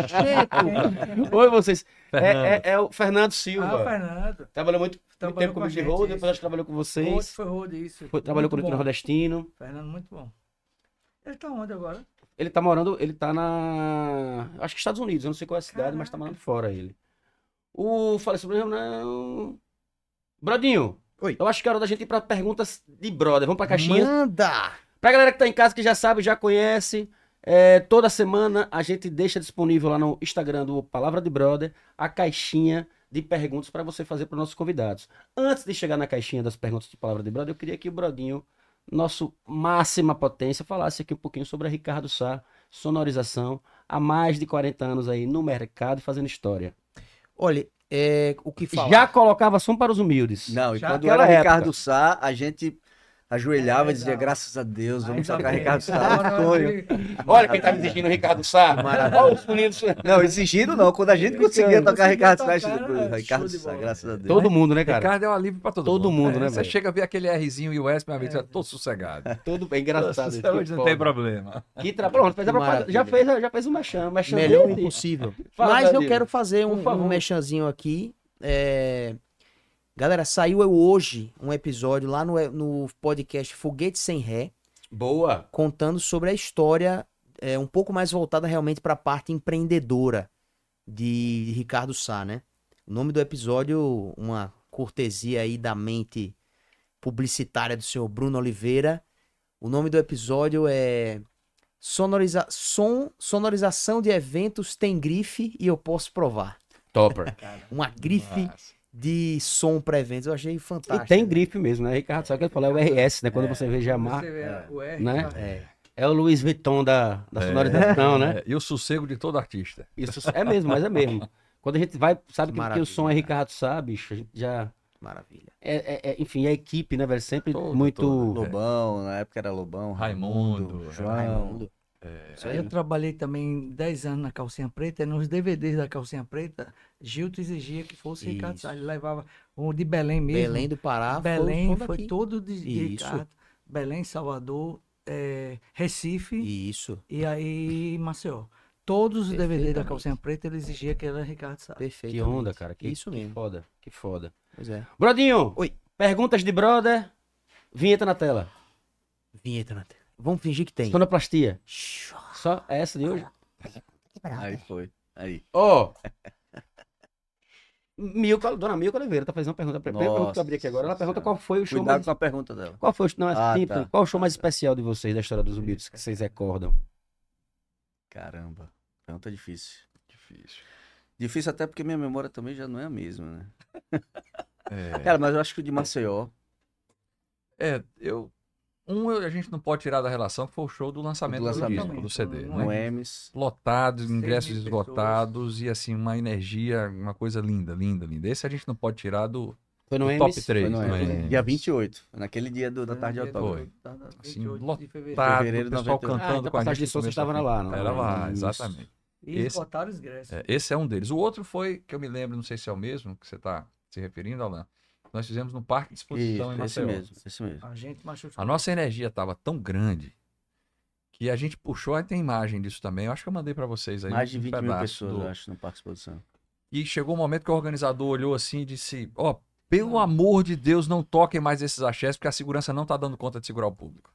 A: Oi, vocês. É, é-
C: Fernando.
A: é o Fernando (laughs)
E: (laughs) Ah,
A: Silva.
E: Fernando.
A: trabalhou muito
E: Trabalhou
A: tempo com
E: com
A: o
E: a
A: Big
E: gente,
A: Road,
E: isso.
A: depois acho que trabalhou com
E: Road
A: vocês.
E: foi Road, isso.
A: Foi- trabalhou com o
E: Muito
A: Trio
E: bom.
A: Nordestino.
E: Fernando, muito bom. Ele tá onde agora?
A: Ele tá morando, ele tá na. Acho que Estados Unidos, eu não sei qual é a cidade, mas tá
E: Caraca.
A: morando fora ele. O. Falei sobre ele, não. Brodinho.
B: Oi.
A: Eu acho que é hora da gente ir pra perguntas de brother. Vamos pra caixinha.
B: Manda!
A: Pra galera que tá em casa, que já sabe, já conhece, é, toda semana a gente deixa disponível lá no Instagram do Palavra de Brother a caixinha de perguntas pra você fazer para nossos convidados. Antes de chegar na caixinha das perguntas do Palavra de Brother, eu queria que o Brodinho, nosso máxima potência, falasse aqui um pouquinho sobre a Ricardo Sá, sonorização, há mais de 40 anos aí no mercado fazendo história.
B: Olha, é, o que falar?
A: Já colocava som para os humildes.
D: Não, e
E: Já
D: quando
A: naquela
D: era
A: época.
D: Ricardo Sá, a gente ajoelhava
E: É,
D: e dizia,
E: não.
D: graças a Deus, vamos
E: Ainda
D: tocar
E: tá bem.
D: Ricardo Sá,
E: né?
D: é um sonho.
A: Olha quem tá me exigindo, Ricardo Sá. Olha os bonitos.
D: Não, exigindo não, quando a gente conseguia
E: Conseguia
D: tocar Ricardo Sá,
E: tocar,
D: a gente-
E: era show
D: Ricardo
E: de
D: Sá,
E: bola.
D: graças a Deus.
A: Todo mundo, né, cara?
C: Ricardo é um alívio pra todo,
A: Todo mundo, né,
C: Você
A: velho?
C: chega a ver aquele Rzinho e o S, meu amigo, já tô sossegado.
A: (laughs) Todo bem engraçado. isso, que
C: Hoje
E: tipo
C: não tem
A: foda.
C: problema.
A: Que tra... Pronto, fez a propaganda.
B: Maravilha.
A: Já fez, já fez o mechan. o mechan
B: Melhor
A: dele.
B: impossível.
A: Fala,
B: Mas eu
A: Danilo.
B: quero fazer
A: Por
B: um,
A: favor.
B: um mechanzinho aqui. É, Galera, saiu eu hoje um episódio lá no, no podcast Foguete Sem Ré,
A: Boa.
B: contando sobre a história, é, um pouco mais voltada realmente para a parte empreendedora de, de Ricardo Sá, né? O nome do episódio, uma cortesia aí da mente publicitária do senhor Bruno Oliveira. O nome do episódio é Sonoriza... Som... Sonorização de Eventos Tem Grife e Eu Posso Provar.
A: Topper.
B: Uma grife
C: Mas-
B: de som para eventos. Eu achei fantástico.
A: E tem grife mesmo, né? Ricardo, sabe o que ele falou? É o RS, né? Quando você vê já a marca.
E: Você vê o R,
A: Né?
E: tá?
B: É.
A: É o Luiz Vuitton da, da sonorização,
C: (laughs)
A: né?
C: É, e o sossego de todo artista.
A: Isso é mesmo, mas é mesmo. Quando a gente vai, sabe que, que o
B: Maravilha.
A: som é Ricardo Sá, bicho, a gente já.
B: Maravilha.
A: É, é- é- enfim, é a equipe, né, velho? Sempre
C: Todo,
A: muito.
C: todo.
D: Lobão, na época era Lobão,
C: Raimundo,
D: João.
B: Raimundo.
A: é
E: Eu trabalhei também 10 anos na Calcinha Preta, e nos DVDs da Calcinha Preta, Gilto exigia que fosse Ricardo Sá. Ele levava um de Belém mesmo.
B: Belém do Pará.
E: Belém
B: foi, o som
E: foi,
B: daqui.
E: todo de de
B: Isso.
E: Ricardo. Belém, Salvador, eh, Recife
B: Isso.
E: e aí Maceió. Todos os DVDs da
B: Perfeitamente.
E: Calcinha Preta ele exigia que era Ricardo Sá.
B: Perfeito.
A: Que onda, cara. Que,
B: Isso
A: Que
B: mesmo.
A: é foda, que foda.
B: Pois é.
A: Brodinho!
B: Oi.
A: Perguntas de brother. Vinheta na tela.
B: Vinheta na tela. Vamos fingir que tem.
A: Sonoplastia.
B: Shhh.
A: Só essa de hoje?
D: Aí foi. Aí.
A: Ó. Milka, dona Milka Oliveira tá fazendo uma pergunta pra
D: Nossa
A: eu abrir aqui agora. Ela pergunta
D: Senhora.
A: qual foi o show
D: Cuidado
A: mais...
D: com a pergunta dela.
A: Qual foi o não, é
D: Ah,
A: simples.
D: tá.
A: Qual o show mais especial de vocês da história dos humildes que vocês recordam?
D: Caramba, pergunta difícil.
C: Difícil.
D: Difícil até porque minha memória também já não é a mesma, né?
C: É.
D: Cara, mas eu acho que o de Maceió,
C: É, eu. Um eu- a gente não pode tirar da relação, que foi o show do lançamento do,
D: Do lançamento.
C: disco, do CD.
E: Não
C: né?
A: é.
D: no Emes,
C: Lotados,
E: Seis mil
C: ingressos
E: pessoas.
C: esgotados e assim, uma energia, uma coisa linda, linda, linda. Esse a gente não pode tirar do,
A: Foi no
C: do top
A: Emes?
C: 3.
D: foi no Emes. Dia 28, naquele dia do- da tarde
E: Foi.
D: autógrafa.
E: Tá, tá,
C: Assim,
E: 28 de
C: lotado.
E: fevereiro.
C: Tá,
D: Fevereiro
C: o
D: de
C: pessoal
D: 98.
A: Ah,
C: cantando
A: então
C: com a
A: passagem
C: gente.
A: de som,
C: no
A: você
C: começo
A: estava
C: da-
A: lá, não. né?
C: Era lá,
A: Isso.
C: exatamente.
E: E
C: Esse-
E: esgotaram os ingressos.
C: É, esse é um deles. O outro foi, que eu me lembro, não sei se é o mesmo que você está se referindo, Alan. Nós fizemos no Parque de Exposição em
D: Isso, esse
C: Maceió.
D: mesmo, esse mesmo.
E: A gente machucou.
C: A nossa energia estava tão grande que a gente puxou, aí tem imagem disso também. Eu acho que eu mandei para vocês aí.
D: Mais de
C: um
D: 20 mil
C: pedaço
D: pessoas,
C: do-
D: eu acho, no Parque de Exposição.
C: E chegou um momento que o organizador olhou assim e disse: Ó, pelo amor de Deus, não toquem mais esses axés, porque a segurança não tá dando conta de segurar o público.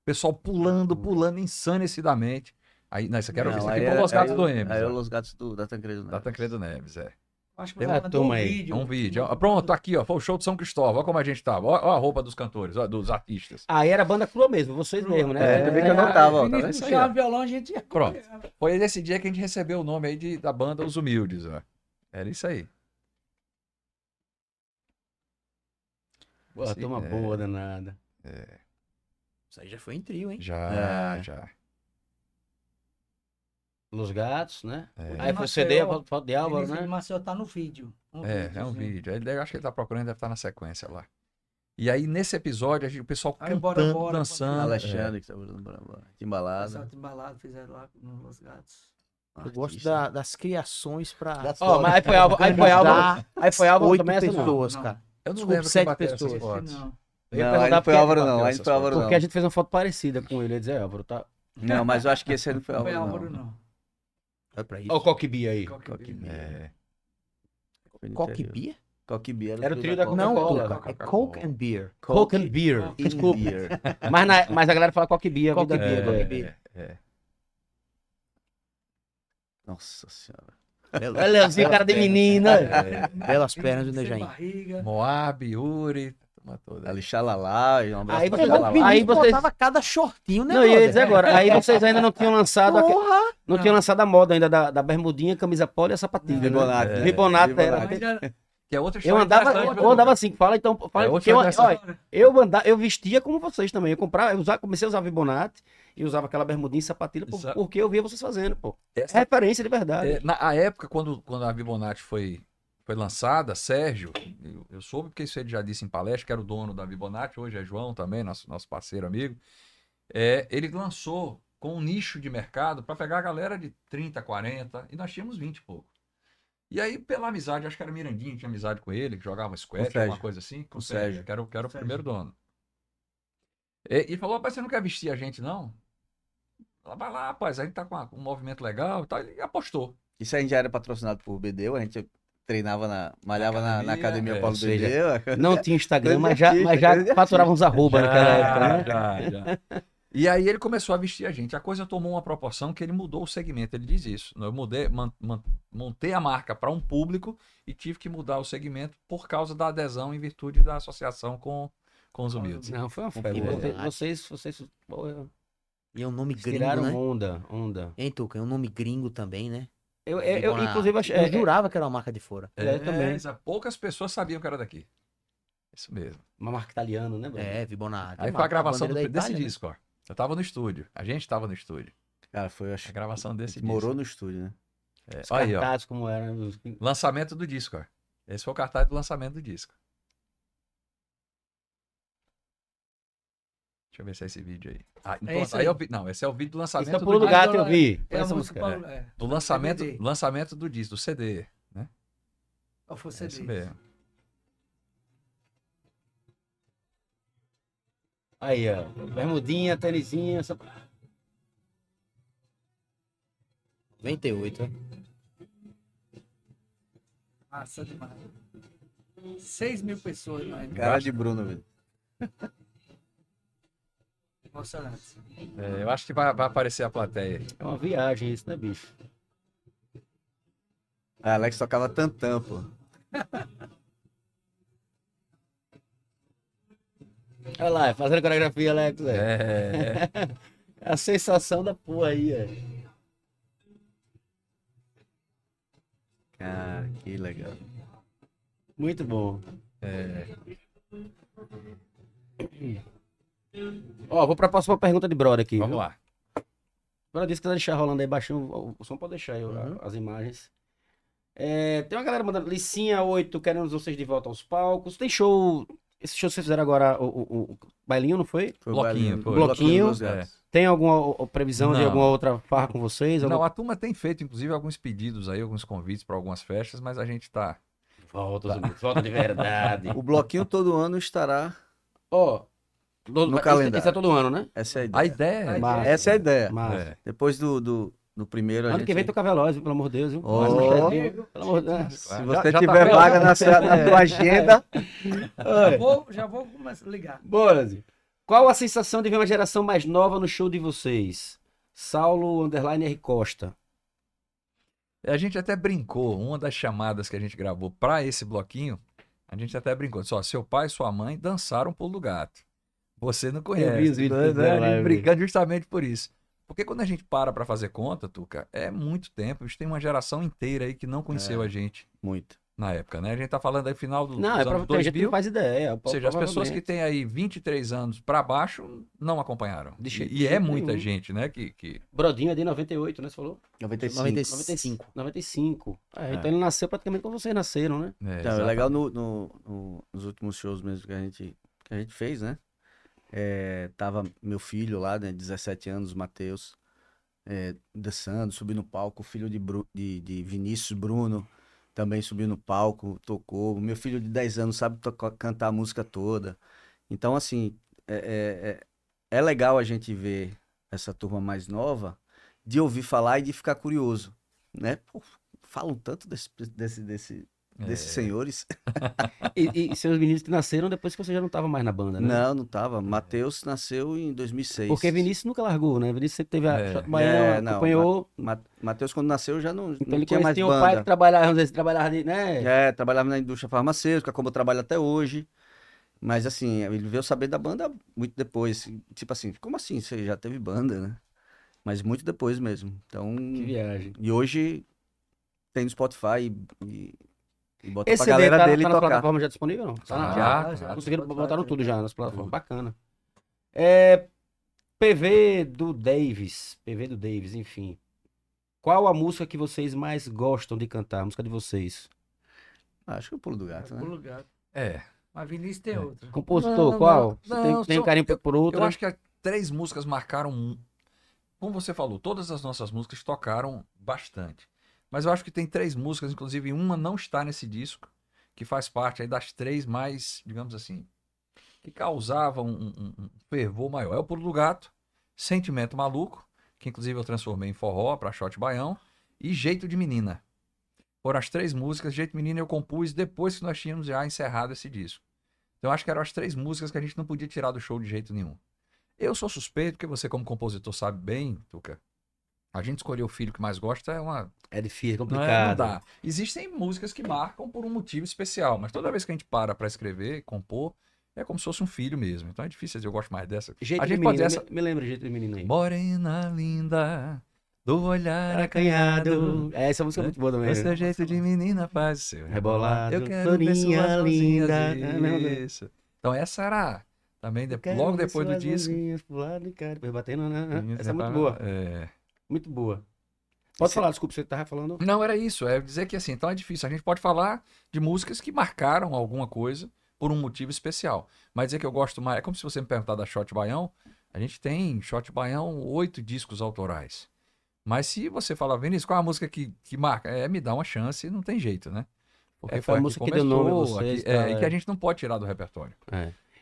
C: O pessoal pulando, pulando ensanecidamente. Aí, não, isso aqui era
D: Não,
C: isso aqui
D: aí
C: foi
D: era-
C: Los Gatos
D: aí-
C: do Emes.
D: Aí
C: né?
D: é Los Gatos do, da Tancredo, né?
C: Da Tancredo Neves, é.
E: Acho que
A: Tem
E: você
A: uma
E: mandou um
A: turma aí,
E: vídeo.
C: É um vídeo. Ó, Pronto, aqui, ó. Foi o show de São Cristóvão. Olha como a gente tava. Olha a roupa dos cantores, ó, dos artistas.
A: Aí era banda crua mesmo, vocês
E: Crua.
A: mesmo, né?
D: É, ainda bem que eu não tava, ó, tá
E: Vinícius
D: vendo isso aí, ó?
E: puxava violão, a gente ia.
C: Pronto. Foi nesse dia que a gente recebeu o nome aí de, da banda Os Humildes, ó. Era isso aí.
A: Pô, a turma
C: É.
A: boa, danada.
B: Isso aí já foi em trio, hein?
C: Já,
A: É.
C: já.
A: Los Gatos, né?
C: É.
A: Aí foi
E: Maceió,
A: CD, a foto de Álvaro,
E: Vinícius de
A: né?
E: Maceió tá no vídeo. assim.
C: É, é um
E: videozinho.
C: vídeo. Ele, eu acho que ele tá procurando, deve estar na sequência lá. E aí, nesse episódio, a gente, o pessoal
E: Aí,
C: cantando,
E: bora, bora,
C: dançando.
E: bora.
D: Alexandre, que tá botando pra lá. Que embalada.
E: Pessoal de balada fizeram lá no Los Gatos.
B: Eu gosto da- das criações pra
A: Ó, mas aí foi Álvaro, aí foi Álvaro,
B: ajudar
A: aí foi Álvaro
B: oito
A: também é essa não.
B: pessoas,
E: Não,
B: cara.
C: É. Eu não
B: Desculpa,
C: lembro quem
B: sete
C: bateu essas
B: pessoas.
C: fotos.
E: Não.
A: Eu ia
D: Não,
A: perguntar
D: aí não
A: porque-
D: foi Álvaro, não.
C: bateu
D: Aí
C: essas
D: não foi Álvaro,
A: Porque a
D: não.
A: gente fez uma foto parecida com ele, eu ia dizer, Álvaro, tá...
D: Não, mas eu acho que esse aí não foi
E: Não foi
D: Álvaro,
E: Álvaro,
D: não.
E: não.
D: Olha pra isso.
A: Ó o Coquebi aí.
D: Coquebi.
C: É.
B: Coke beer?
D: Coquebi
A: Era o trio da
D: Coca-Cola.
B: Não,
A: Coca-Cola.
B: Tuca. É Coke and beer.
A: Coke and Beer.
E: Coke
D: in
A: Desculpa.
D: beer.
A: É. Mas, na- mas a galera fala Coquebi.
B: Coque
A: Coquebi
C: é,
B: beer,
A: agora.
B: Coke beer.
D: Nossa senhora.
A: Olha, É, Leozinho, cara de é. menina.
B: Belas pernas do
E: Sem
B: Nejaim.
E: barriga.
C: é. Moab, Uri, turma toda.
D: Ali, xalala. e Um abraço
A: Aí
D: pra
A: você lá,
B: Pegou o
D: xalala.
A: lá.
B: Vinícius
A: Aí vocês-
B: botava cada shortinho, né,
A: Não, eu ia
B: brother?
A: dizer agora. Aí vocês ainda não tinham lançado. aque-
B: Porra!
A: Não tinham lançado a moda ainda da, da bermudinha, camisa polo e a sapatilha. né?
D: Ribonato. né?
A: Ribonato era.
E: Mas era-
C: Que é outra história
A: Eu andava,
C: interessante,
A: eu
C: viu?
A: andava assim, fala então, fala,
C: É, hoje
A: porque eu,
C: foi dessa-
A: olha, eu andava, eu vestia como vocês também, eu comprava, eu usava, comecei a usar Vibonate e usava aquela bermudinha e sapatilha por-
C: Exato.
A: porque eu via vocês fazendo, pô. É
C: Essa-
A: referência de verdade.
C: é, na a época, quando, quando a Vibonati foi, foi lançada, Sérgio, eu, eu soube porque isso ele já disse em palestra, que era o dono da Vibonati, hoje é João também, nosso, nosso parceiro amigo. É, ele lançou com um nicho de mercado para pegar a galera de 30, 40, e nós tínhamos 20 e pouco. E aí, pela amizade, acho que era Mirandinho, tinha amizade com ele, que jogava squash,
D: Sérgio.
C: alguma coisa assim, com
D: o
C: o Sérgio,
D: Sérgio.
C: que era, o- que era o
E: Sérgio.
C: primeiro dono. E, e falou, rapaz, você não quer vestir a gente, não? Ela vai lá, rapaz, a gente tá com uma- um movimento legal e tal, e apostou.
D: Isso aí já era patrocinado por BDU, a gente treinava na. malhava na, na
C: Academia,
D: academia
C: é,
D: Paulo
A: ou seja,
D: (laughs) BDU.
A: Não tinha Instagram,
D: Grande
A: mas já,
D: artista,
A: mas já
D: grande
A: faturavam os arroba
C: Já,
A: naquela época, né?
C: já, já. E aí ele começou a vestir a gente. A coisa tomou uma proporção que ele mudou o segmento. Ele diz isso. né? Eu mudei, man- man- montei a marca para um público e tive que mudar o segmento por causa da adesão em virtude da associação com, com os humildes.
A: Não, foi uma febre.
B: Que
A: Vocês,
B: verdade.
A: vocês, vocês pô,
B: E é um nome gringo,
A: tiraram
B: né?
A: onda, onda.
B: Hein, Tuca? É um nome gringo também, né?
A: Eu, eu, eu
B: Vibonate.
A: inclusive, achei,
B: Eu jurava que era uma marca de fora.
A: É, também.
C: mas poucas pessoas sabiam que era daqui. Isso mesmo.
A: uma marca italiana, né, Bruno?
B: É, Vibonati.
C: Aí
B: Uma
C: foi a gravação do,
B: bandeira da
C: desse
B: Itália, né?
C: disco, ó. Eu tava no estúdio. A gente tava no estúdio.
D: Cara, foi, eu acho
C: A gravação desse
D: que morou
C: disco.
D: no estúdio, né?
C: É,
A: Os
C: olha aí, ó.
A: cartazes como era. os-
C: Lançamento do disco, ó. Esse foi o cartaz do lançamento do disco. Deixa eu ver se é esse vídeo aí. Ah, então,
E: esse
C: aí
E: aí.
C: é o vi- não, esse é o vídeo do
A: Isso é
C: lançamento
A: pulo do
C: do,
E: Mas
A: gato, eu
E: ela-
A: vi.
E: É a
A: Essa
E: música
A: música.
E: Paulo. É.
C: do lançamento,
E: CD.
C: lançamento do disco, do CD.
E: Ou foi
C: É
E: CD.
C: isso mesmo.
A: Aí, ó. Bermudinha, tênisinha, sap-
B: 98, né?
E: Massa demais. 6 mil pessoas lá em
D: Cara de Bruno, velho.
E: emocionantes.
C: É, eu acho que vai, vai aparecer a plateia. aí.
A: É uma viagem isso, né, bicho?
D: A Ah, Alex tocava tantão, pô.
A: Olha lá, fazendo coreografia, Alex. É.
C: É,
A: A sensação da porra aí, é.
D: Cara, que legal.
A: Muito bom. É. Ó, vou pra próxima pergunta de brother aqui.
C: vamos
A: viu?
C: lá.
A: Brother, se quiser deixar rolando aí baixinho, o- o som pode deixar aí,
B: Uhum.
A: a- as imagens. É, tem uma galera mandando Licinha 8, queremos vocês de volta aos palcos. Tem show. Esse show que vocês fizeram agora, o, o, o bailinho, não foi?
D: Foi o
C: Bloquinho,
D: bailinho.
C: foi.
A: Bloquinho. é.
D: dos gatos.
A: Tem alguma o- previsão de
C: Não.
A: alguma outra farra com vocês?
C: Não,
A: Algum-
C: a turma tem feito, inclusive, alguns pedidos aí, alguns convites para algumas festas, mas a gente tá.
A: Volta, os amigos, volta de verdade.
D: O bloquinho todo ano estará.
A: (laughs) Ó, do-
D: No
A: mas isso-
D: calendário.
A: Isso é todo ano, né?
D: Essa é a
C: A
D: ideia.
C: ideia.
E: tá
A: Mas-
D: Essa é a ideia.
A: Mas...
C: É.
D: Depois do, do, do primeiro. a
A: Ano que
D: gente-
A: vem toca veloz, viu? pelo amor de Deus. Viu?
D: Ó.
A: Mas não quer vir, Pelo amor de Deus.
D: Se
C: Já-
D: você
C: já tá
D: tiver
C: vendo?
D: vaga na sua, na
A: (laughs) É.
D: sua agenda.
E: Já vou, já vou começar a ligar.
A: Boas. Qual a sensação de ver uma geração mais nova no show de vocês? Saulo Underline R Costa.
C: A gente até brincou, uma das chamadas que a gente gravou para esse bloquinho, a gente até brincou. Só seu pai e sua mãe dançaram pulo do gato. Você não conhece.
A: vi os vídeos
C: né?
A: que fizeram
C: A gente
A: lá, eu vi.
C: brincando justamente por isso. Porque quando a gente para para fazer conta, Tuca, é muito tempo. A gente tem uma geração inteira aí que não conheceu a gente
D: Muito.
C: na época, né? A gente tá falando aí final do,
A: Não,
C: dos
A: é
C: anos
A: pra ter gente que
C: 2000.
A: não faz ideia. é
C: Ou seja, as pessoas que têm aí 23 anos para baixo não acompanharam.
A: De jeito-
C: e
A: de
C: é
A: jeito
C: muita
A: nenhum.
C: gente, né? Que, que...
A: Brodinho é de 98, né? Você falou?
D: 95.
B: 95.
A: 95. É,
D: É.
A: Então ele nasceu praticamente quando vocês nasceram, né?
C: É,
D: Então, é
C: exato.
D: legal no- no- no- nos últimos shows mesmo que a gente, que a gente fez, né? É, tava meu filho lá, né? 17 anos, Matheus, é, dançando, subiu no palco. O filho de, Bru- de, de Vinícius Bruno também subiu no palco, tocou. Meu filho de 10 anos sabe tocar- cantar a música toda. Então, assim, é, é, é, é legal a gente ver essa turma mais nova de ouvir falar e de ficar curioso, né? Pô, falam tanto desse, desse, desse,
C: É.
D: desses senhores?
A: E, e seus meninos que nasceram depois que você já não tava mais na
D: (laughs)
A: banda, né?
D: Não, não tava. Matheus nasceu em 2006.
A: Porque Vinícius nunca largou, né? Vinícius sempre teve a
C: É.
A: Chato Baiano,
D: É, não,
A: acompanhou.
D: Ma- Matheus, quando nasceu, já não,
A: Então
D: não
A: ele
D: tinha mais
A: conhecia o
D: banda.
A: pai que trabalhava, vamos dizer, trabalhava de, né?
D: É, trabalhava na indústria farmacêutica, como eu trabalho até hoje. Mas assim, ele veio saber da banda muito depois. Tipo assim, como assim? Você já teve banda, né? Mas muito depois mesmo. Então.
A: Que viagem.
D: E hoje tem no Spotify e, e, e bota
A: Esse
D: pra galera
A: tá,
D: dele
A: tá na
D: tocar.
A: plataforma já disponível, não? Tá na-
C: Ah,
A: já.
C: já, já.
A: Conseguiram, botaram tudo já nas plataformas.
C: Tudo.
A: Bacana. É, PV do Davis. PV do Davis, enfim. Qual a música que vocês mais gostam de cantar? A música de vocês.
D: Acho que é o pulo do gato, né?
E: Pulo do gato.
C: É.
E: Mas Vinícius tem outra.
A: Compositor,
C: Não,
A: qual?
C: não,
A: Você tem,
C: não,
A: tem um
C: são-
A: carinho por outra?
C: Eu acho que as três músicas marcaram. mu- Como você falou, todas as nossas músicas tocaram bastante. Mas eu acho que tem três músicas, inclusive uma não está nesse disco, que faz parte aí das três mais, digamos assim, que causavam um, um- um fervor maior. É o Pulo do Gato, Sentimento Maluco, que inclusive eu transformei em forró para shot baião, e Jeito de Menina. Foram as três músicas. Jeito de Menina eu compus depois que nós tínhamos já encerrado esse disco. Então eu acho que eram as três músicas que a gente não podia tirar do show de jeito nenhum. Eu sou suspeito, porque você, como compositor, sabe bem, Tuca. A gente escolher o filho que mais gosta é uma.
A: É difícil, é
C: Não, é, não
A: complicado.
C: dá. Existem músicas que marcam por um motivo especial, mas toda vez que a gente para pra escrever e compor, é como se fosse um filho mesmo. Então é difícil dizer, eu gosto mais dessa.
A: Jeito
C: a gente
A: de
C: pode
A: menino.
C: dizer essa.
A: Me, me lembra o jeito de menino aí.
C: Morena linda, do olhar acanhado.
A: É, essa música é muito boa também.
C: O seu jeito de menina faz o seu
A: Rebolado,
C: Eu quero
A: Toninha
C: ver suas
A: linda.
C: linda.
A: É, meu Deus.
C: Isso. Então essa era também de-
A: Quero
C: logo
A: ver
C: depois do
A: suas
C: disco.
A: mãozinhas pro lado e cara, depois batendo, né?
C: Isso
A: Essa é muito
C: pra-
A: boa,
C: é.
A: muito boa. Pode
C: Esse-
A: falar, desculpa, você tava falando.
C: Não, era isso. É dizer que assim, então é difícil. A gente pode falar de músicas que marcaram alguma coisa por um motivo especial. Mas dizer que eu gosto mais. É como se você me perguntar da Shot Baião. A gente tem Shot Baião oito discos autorais. Mas se você falar, Vinícius, qual é a música que, que marca? É, me dá uma chance, não tem jeito, né? Porque
A: É, foi a
C: que
A: música que deu nome a vocês,
C: a que, é,
A: tá,
C: e
A: é.
C: que a gente não pode tirar do repertório.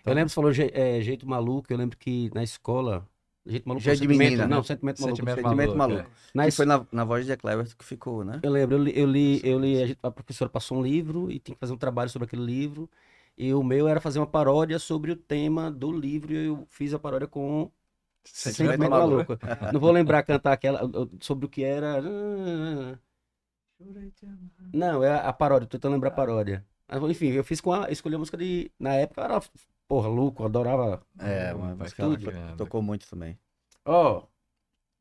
A: Eu lembro, você falou je- é, jeito maluco, eu lembro que na escola. Jeito maluco
D: Jeito de
A: sentimento,
D: menina,
A: não,
D: né?
A: sentimento maluco.
C: Sentimento Maluco,
D: Sentimento maluco.
A: Na
D: Que
A: es-
D: foi na, na voz de Cleber que ficou, né?
A: Eu lembro, eu li, eu li, eu li- a, gente- a professora passou um livro e tinha que fazer um trabalho sobre aquele livro. E o meu era fazer uma paródia sobre o tema do livro e eu fiz a paródia com
C: É,
D: Sentimento
A: Sentimento
D: Maluco.
A: Maluco. Não vou lembrar cantar aquela eu- sobre o que era.
E: Jurei te amar.
A: Não, é a paródia, tô tentando lembrar a paródia. Mas, Enfim, eu fiz com a. Escolhi a música de. Na época eu era, porra, louco, eu adorava.
D: É,
C: Hum,
D: uma
C: vai
D: música lá que
C: tudo.
D: tocou muito também.
A: Ó,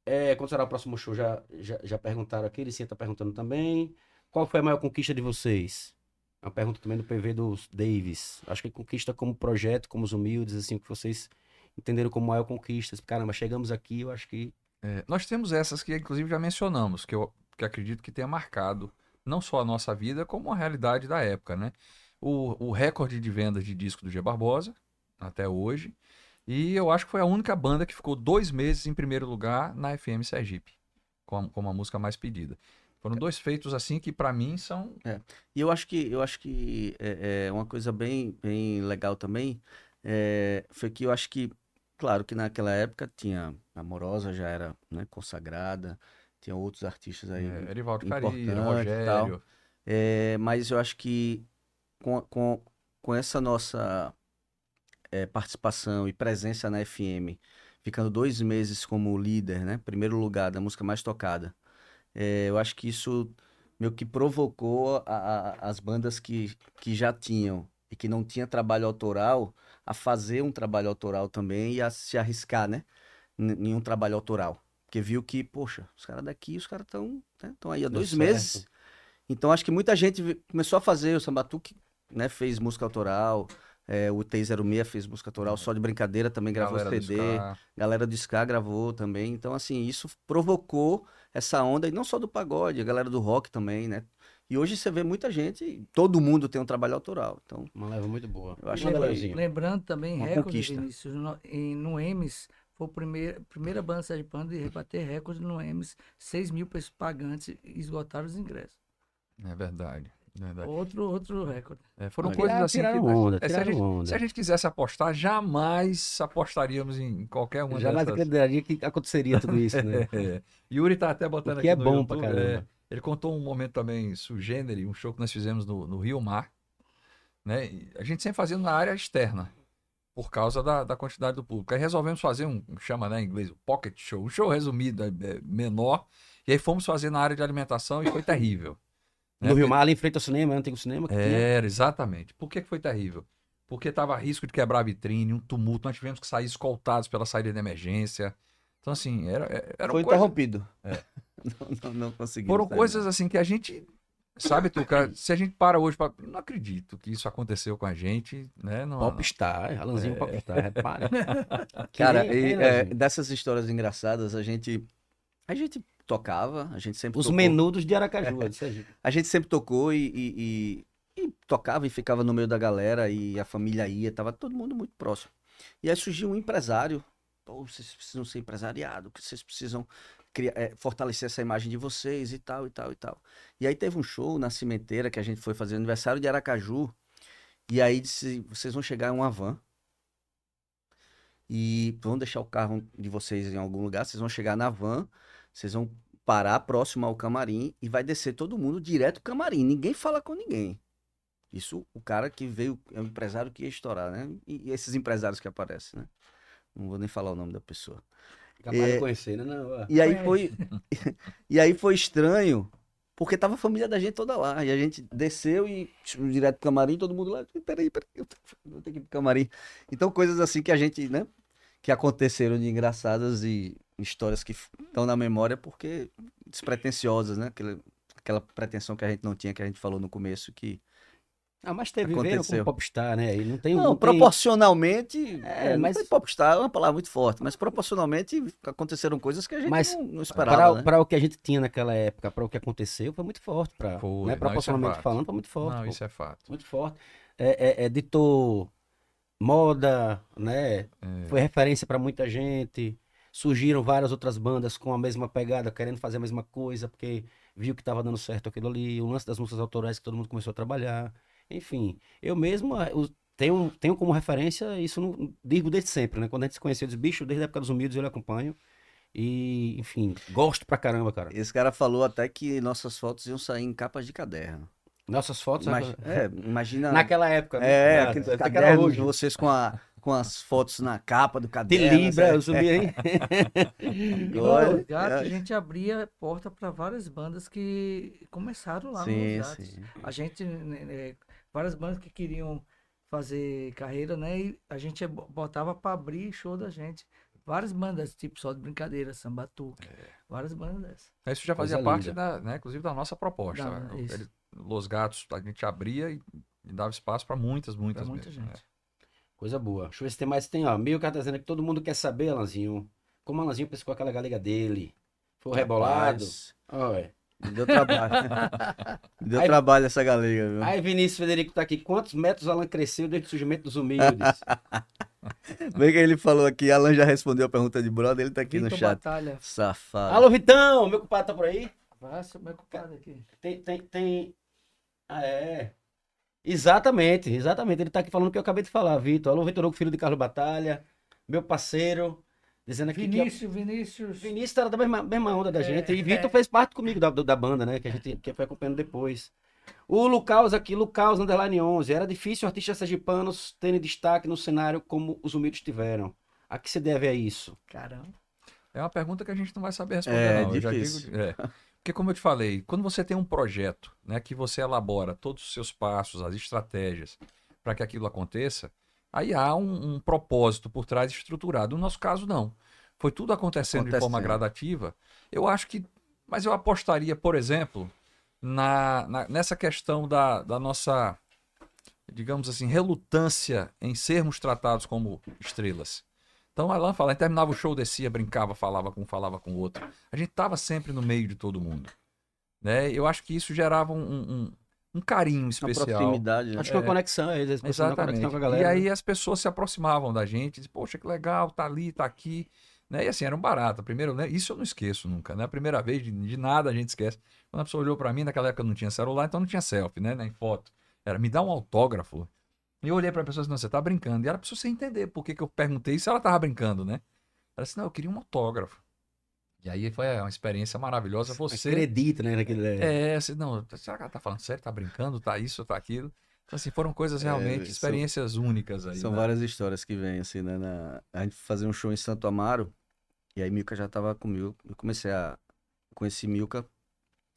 A: é, quando será o próximo show? Já, já, já perguntaram aqui, Licinha tá perguntando também. Qual foi a maior conquista de vocês? É Uma pergunta também do PV dos Davis. Acho que conquista como projeto, como os humildes, assim, que vocês entenderam como maior conquista. Caramba, chegamos aqui, eu acho que.
C: É, nós temos essas que, inclusive, já mencionamos, que eu que acredito que tenha marcado não só a nossa vida, como a realidade da época, né? O, o recorde de vendas de disco do G Barbosa, até hoje, e eu acho que foi a única banda que ficou dois meses em primeiro lugar na FM Sergipe, como, como a música mais pedida. Foram dois feitos assim que, pra mim, são.
D: E eu acho que eu acho que é, é, uma coisa bem, bem legal também é, foi que eu acho que, claro que naquela época tinha a Amorosa já era né, consagrada, tinha outros artistas aí. né?
C: É, Erivaldo
D: importante
C: Carilho,
D: e tal.
C: Rogério.
D: É, mas eu acho que com, com, com essa nossa é, participação e presença na FM, ficando dois meses como líder, né? Primeiro lugar da música mais tocada, é, eh, eu acho que isso meio que provocou a- a- as bandas que, que já tinham e que não tinha trabalho autoral a fazer um trabalho autoral também e a se arriscar, né? N- Em um trabalho autoral. Porque viu que, poxa, os caras daqui, os caras estão né, tão aí há
A: Deu
D: dois
A: certo.
D: meses. Então acho que muita gente vi- começou a fazer o Sambatuque, né? Fez música autoral. é, o TI06 fez música autoral só de brincadeira, também gravou
C: Galera do
D: CD.
C: Ska.
D: Galera do Ska gravou também. Então, assim, isso provocou essa onda, e não só do pagode, a galera do rock também, né? E hoje você vê muita gente, todo mundo tem um trabalho autoral. Então,
A: Uma leva muito boa.
D: eu acho
A: Lembra-
D: que assim.
E: Lembrando também
D: Uma
E: recordes,
D: conquista.
E: Vinícius, no, em, no Emes, foi a primeira, primeira banda sergipana de rebater recorde no Emes, 6 mil pessoas pagantes esgotaram os ingressos.
C: É verdade.
D: É.
C: verdade.
E: Outro, outro recorde.
C: É, foram
D: Mas
C: coisas
A: tiraram-
C: assim
A: tiraram
C: que.
A: onda,
C: é, se, a
A: tiraram
C: gente,
A: onda.
C: se a gente quisesse apostar, jamais apostaríamos em qualquer uma
A: Jamais
C: dessas.
A: acreditaria que aconteceria tudo isso,
D: (laughs)
A: né?
C: É. Yuri tá até botando
A: O que
C: aqui
A: é
C: no
A: bom
C: YouTube,
A: pra caramba.
C: é. ele contou um momento também sugênere, um show que nós fizemos no, no Rio Mar, né? E a gente sempre fazia na área externa, por causa da, da quantidade do público. Aí resolvemos fazer um, chama né, em inglês, um pocket show, um show resumido, é, é, menor, e aí fomos fazer na área de alimentação
A: (laughs)
C: e foi terrível. né?
A: No Rio Mar, ali em frente ao cinema, né? antigo cinema. Que
D: É.
A: tinha.
C: Era, exatamente. Por que que foi terrível? Porque estava a risco de quebrar a vitrine, um tumulto, nós tivemos que sair escoltados pela saída de emergência. Então, assim, era, era
D: foi
C: coisa...
D: interrompido. (laughs) não, não, não
C: É.
D: conseguimos.
C: Foram
D: né?
C: coisas assim que a gente. Sabe, Tuca, se a gente para hoje pra... Não acredito que isso aconteceu com a gente, né? Não,
A: Popstar, Alanzinho Popstar, repara. Que
D: É. Cara,
A: nem-
D: e,
A: nem
D: é,
C: assim.
A: Alanzinho.
D: dessas histórias engraçadas, a gente. A gente tocava, a gente sempre
A: Os
D: tocou.
A: menudos de Aracaju,
D: (laughs)
A: é de Sergipe.
D: A gente sempre tocou e, e- e- e tocava e ficava no meio da galera e a família ia, tava todo mundo muito próximo. E aí surgiu um empresário. Pô, vocês precisam ser empresariado, que vocês precisam criar, eh, fortalecer essa imagem de vocês e tal, e tal, e tal. E aí teve um show na cimenteira que a gente foi fazer aniversário de Aracaju. E aí disse, vocês vão chegar em uma van. E vão deixar o carro de vocês em algum lugar, vocês vão chegar na van, vocês vão parar próximo ao camarim e vai descer todo mundo direto pro camarim. Ninguém fala com ninguém. Isso o cara que veio, é o empresário que ia estourar, né? E, e esses empresários que aparecem, né? Não vou nem falar o nome da pessoa.
A: Capaz
D: É.
A: de conhecer, né? Não, ó.
D: E aí foi (laughs) E aí foi estranho, porque tava a família da gente toda lá. E a gente desceu e tchum, direto pro camarim, todo mundo lá. Peraí, peraí, eu vou ter que ir pro camarim. Então, coisas assim que a gente, né? Que aconteceram de engraçadas e histórias que estão na memória porque despretensiosas, né? Aquela, aquela pretensão que a gente não tinha, que a gente falou no começo, que.
A: Ah, mas teve veio com
D: Aconteceu.
A: Popstar, né? E não tem
D: Não,
A: não tem-
D: proporcionalmente.
A: É,
D: É, mas.
A: mas-
D: Não foi popstar é uma palavra muito forte, mas proporcionalmente aconteceram coisas que a gente
A: Mas
D: não, não esperava.
A: Para,
D: né?
A: para o que a gente tinha naquela época, para o que aconteceu, foi muito forte. Pra,
C: Foi, não,
A: né,
C: isso é
A: proporcionalmente
C: fato.
A: falando, foi muito forte.
C: não,
A: pô.
C: isso é fato.
A: Muito forte. É, é- editou moda, né?
C: É,
A: Foi referência para muita gente. Surgiram várias outras bandas com a mesma pegada, querendo fazer a mesma coisa, porque viu que estava dando certo aquilo ali. O lance das músicas autorais que todo mundo começou a trabalhar. Enfim, eu mesmo ah, eu tenho, tenho como referência, isso não, digo desde sempre, né? Quando a gente se conheceu, eu disse, bicho, desde a época dos humildes eu lhe acompanho. E, enfim, gosto pra caramba, cara.
D: Esse cara falou até que nossas fotos iam sair em capas de caderno.
A: Nossas fotos...
D: Imagi-
A: naquela-
D: é, imagina.
A: Naquela época, né?
D: É,
A: Na-
D: aqueles
A: naquela
D: cadernos
A: hoje.
D: de vocês com, a, com as fotos na capa do
A: De
D: caderno.
A: Libra, eu
D: sabe?
A: subi aí.
E: E
D: Olha,
E: no Gato, a
D: é.
E: gente abria porta para várias bandas que começaram lá
D: Sim,
E: no Gato.
D: sim.
E: A gente, né, né, várias bandas que queriam fazer carreira, né? E a gente bo- botava pra abrir show da gente. Várias bandas, tipo só de brincadeira, samba tuque, várias bandas dessas.
C: Isso já fazia
A: Coisa
C: parte,
A: linda.
C: da, né, inclusive, da nossa proposta.
E: Da-
C: Ele-
E: isso.
C: Los Gatos, a gente abria e, e dava espaço para muitas,
E: Pra
C: muitas
E: muita
C: mesmo, né?
E: gente.
A: Coisa boa. Deixa eu ver se tem mais. Tem, ó. Meio que tá dizendo que todo mundo quer saber, Alanzinho. Como Alanzinho pescou aquela galega dele. Foi rebolado.
D: Rapaz,
A: Olha.
D: me
A: (laughs)
D: deu trabalho. Me deu
A: Aí-
D: trabalho essa galega, viu?
A: Aí, Vinícius Federico tá aqui. Quantos metros Alan cresceu desde o surgimento dos humildes?
D: Bem que ele falou aqui, Alan já respondeu a pergunta de brother, ele tá aqui no
E: Vitor
D: chat.
E: Batalha,
D: Safado.
A: Alô, Vitão! Meu compadre tá por aí?
E: abraço, meu compadre aqui.
A: Tem, tem, tem. Ah, é. Exatamente, exatamente. Ele tá aqui falando o que eu acabei de falar, Vitor. Alô, Vitor Hugo, filho de Carlos Batalha. Meu parceiro. Dizendo aqui que.
E: Vinícius, Vinícius.
A: Vinícius era da mesma, mesma onda da
E: É,
A: gente. E
E: é.
A: Vitor fez parte comigo da, da banda, né? Que a gente que foi acompanhando depois. O Lucaus aqui, Lucaus Underline 11. Era difícil artistas sergipanos terem destaque no cenário como os humildes tiveram. A que se deve a isso?
E: Caramba.
C: É uma pergunta que a gente não vai saber responder,
D: É,
C: não. Eu já
D: difícil.
C: digo- é. Porque, como eu te falei, quando você tem um projeto né, que você elabora todos os seus passos, as estratégias para que aquilo aconteça, aí há um, um propósito por trás estruturado. No nosso caso, não. Foi tudo acontecendo, de forma
D: Acontecendo.
C: gradativa. Eu acho que. Mas eu apostaria, por exemplo, na, na- nessa questão da, da nossa, digamos assim, relutância em sermos tratados como estrelas. Então, Alan fala, ele terminava o show, descia, brincava, falava com um, falava com o outro. A gente estava sempre no meio de todo mundo. Né? Eu acho que isso gerava um, um- um carinho
D: Uma
C: especial.
D: proximidade. né?
A: Acho que é uma conexão, às vezes, uma conexão
C: Exatamente.
A: com a galera. né?
C: E aí as pessoas se aproximavam da gente, diziam, poxa, que legal, tá ali, tá aqui. Né? E assim, era um barato. Primeiro, né? isso eu não esqueço nunca, né? A primeira vez, de, de nada a gente esquece. Quando a pessoa olhou pra mim, naquela época não tinha celular, então não tinha selfie, né? Nem foto. Era, me dá um autógrafo. E eu olhei pra pessoa e disse, não, você tá brincando. E ela precisou sem entender por que, que eu perguntei se ela tava brincando, né? Ela disse, não, eu queria um autógrafo. E aí foi é, uma experiência maravilhosa. Você...
A: Acredita, né, naquilo. É.
C: É, assim, não, será que ela tá falando sério? Tá brincando? Tá isso, tá aquilo? Então, assim, foram coisas
D: É,
C: realmente,
D: são-
C: experiências únicas aí.
D: São
C: né?
D: várias histórias que vêm, assim, né? na- A gente fazia um show em Santo Amaro, e aí Milka já tava comigo. Eu comecei a conhecer Milka.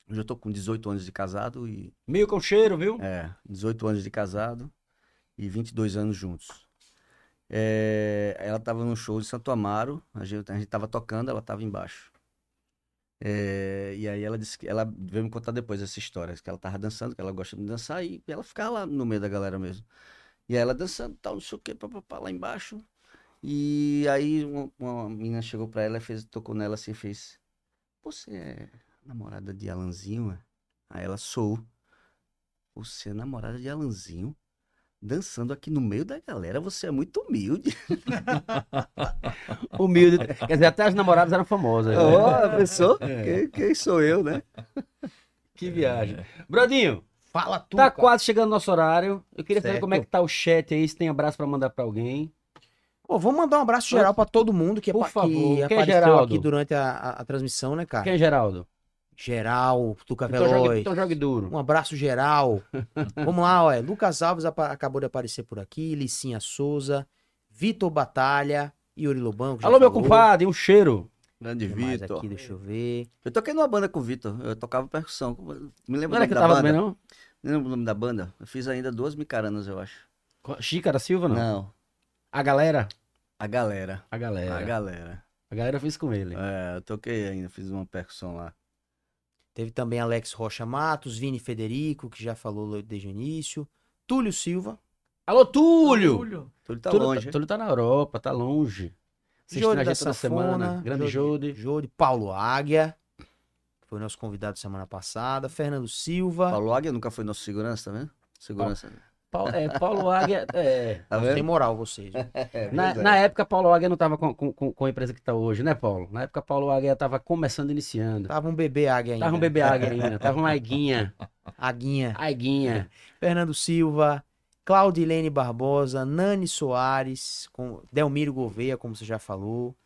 D: Hoje eu tô com 18 anos de casado e.
A: Meio com cheiro, viu?
D: É, 18 anos de casado e 22 anos juntos. É, ela tava num show de Santo Amaro, a gente, a gente tava tocando, ela tava embaixo. É, e aí ela disse que ela veio me contar depois essa história, que ela tava dançando, que ela gosta de dançar e ela ficava lá no meio da galera mesmo. E aí ela dançando, tal, não sei o que, papapá, lá embaixo. E aí uma, uma menina chegou pra ela, e fez, tocou nela assim, fez: Você é namorada de Alanzinho? é?" Aí ela sou. Você é namorada de Alanzinho, dançando aqui no meio da galera, você é muito humilde.
A: (laughs) Humilde. Quer dizer, até as namoradas eram famosas. né?
D: (laughs) Ó, pessoa,
A: É.
D: quem, quem sou eu, né?
A: Que viagem. Brodinho,
B: Fala tu,
A: É. tá
B: cara.
A: quase chegando o nosso horário. Eu queria saber
B: Certo.
A: como é que tá o chat aí, se tem abraço pra mandar pra alguém.
B: Pô, vamos mandar um abraço geral pra todo mundo que,
A: Por
B: pa- que
A: favor, quem é
B: apareceu
A: Geraldo?
B: aqui durante a, a- a transmissão, né, cara?
A: Quem é Geraldo?
B: Geral, Tuca
A: Então jogue,
B: Veloz.
A: então jogue duro.
B: Um abraço
A: (laughs)
B: geral. Vamos lá, ó. é, Lucas Alves apa- acabou de aparecer por aqui, Licinha Souza, Vitor Batalha, Yuri Lobão. que já
A: Alô, meu
B: falou.
A: compadre, um cheiro.
D: Grande
B: Quem mais
D: Vitor.
B: Aqui, deixa eu ver.
D: Eu toquei numa banda com o Vitor, eu tocava percussão. Me
A: Não
D: lembro o
A: era
D: nome
A: que
D: da
A: tava
D: banda.
A: também, não?
D: Não lembro o nome da banda. Eu fiz ainda duas micaranas, eu acho.
A: Xícara Silva, não?
D: Não,
A: A galera?
D: a galera. É,
A: A galera.
D: A galera.
A: A galera fez com ele.
D: É, eu toquei ainda, fiz uma percussão lá.
B: Teve também Alex Rocha Matos, Vini Federico, que já falou desde o início. Túlio Silva,
A: Alô, Túlio!
D: Tudo tá
A: Túlio
D: longe.
A: Túlio tá na Europa, tá longe. Assistindo
B: Jode
A: a
B: da
A: gente toda semana.
B: Sanfona,
A: Grande Jode.
B: Jode, Paulo Águia, que foi nosso convidado semana passada, Fernando Silva.
D: Paulo Águia nunca foi nosso segurança, tá vendo? Segurança.
A: Paulo, é, Paulo Águia.
D: (laughs)
A: é.
D: Tá
B: Tem
D: vendo?
B: moral vocês. viu?
D: É,
A: Na,
D: pois é.
A: na época, Paulo Águia não tava com, com- com- com a empresa que tá hoje, né, Paulo? Na época, Paulo Águia tava começando, iniciando.
B: Tava um bebê águia ainda.
A: Tava um bebê águia ainda, tava uma aguinha,
B: Aguinha.
A: aguinha.
B: Fernando Silva, Claudilene Barbosa, Nani Soares, com Delmiro Gouveia, como você já falou.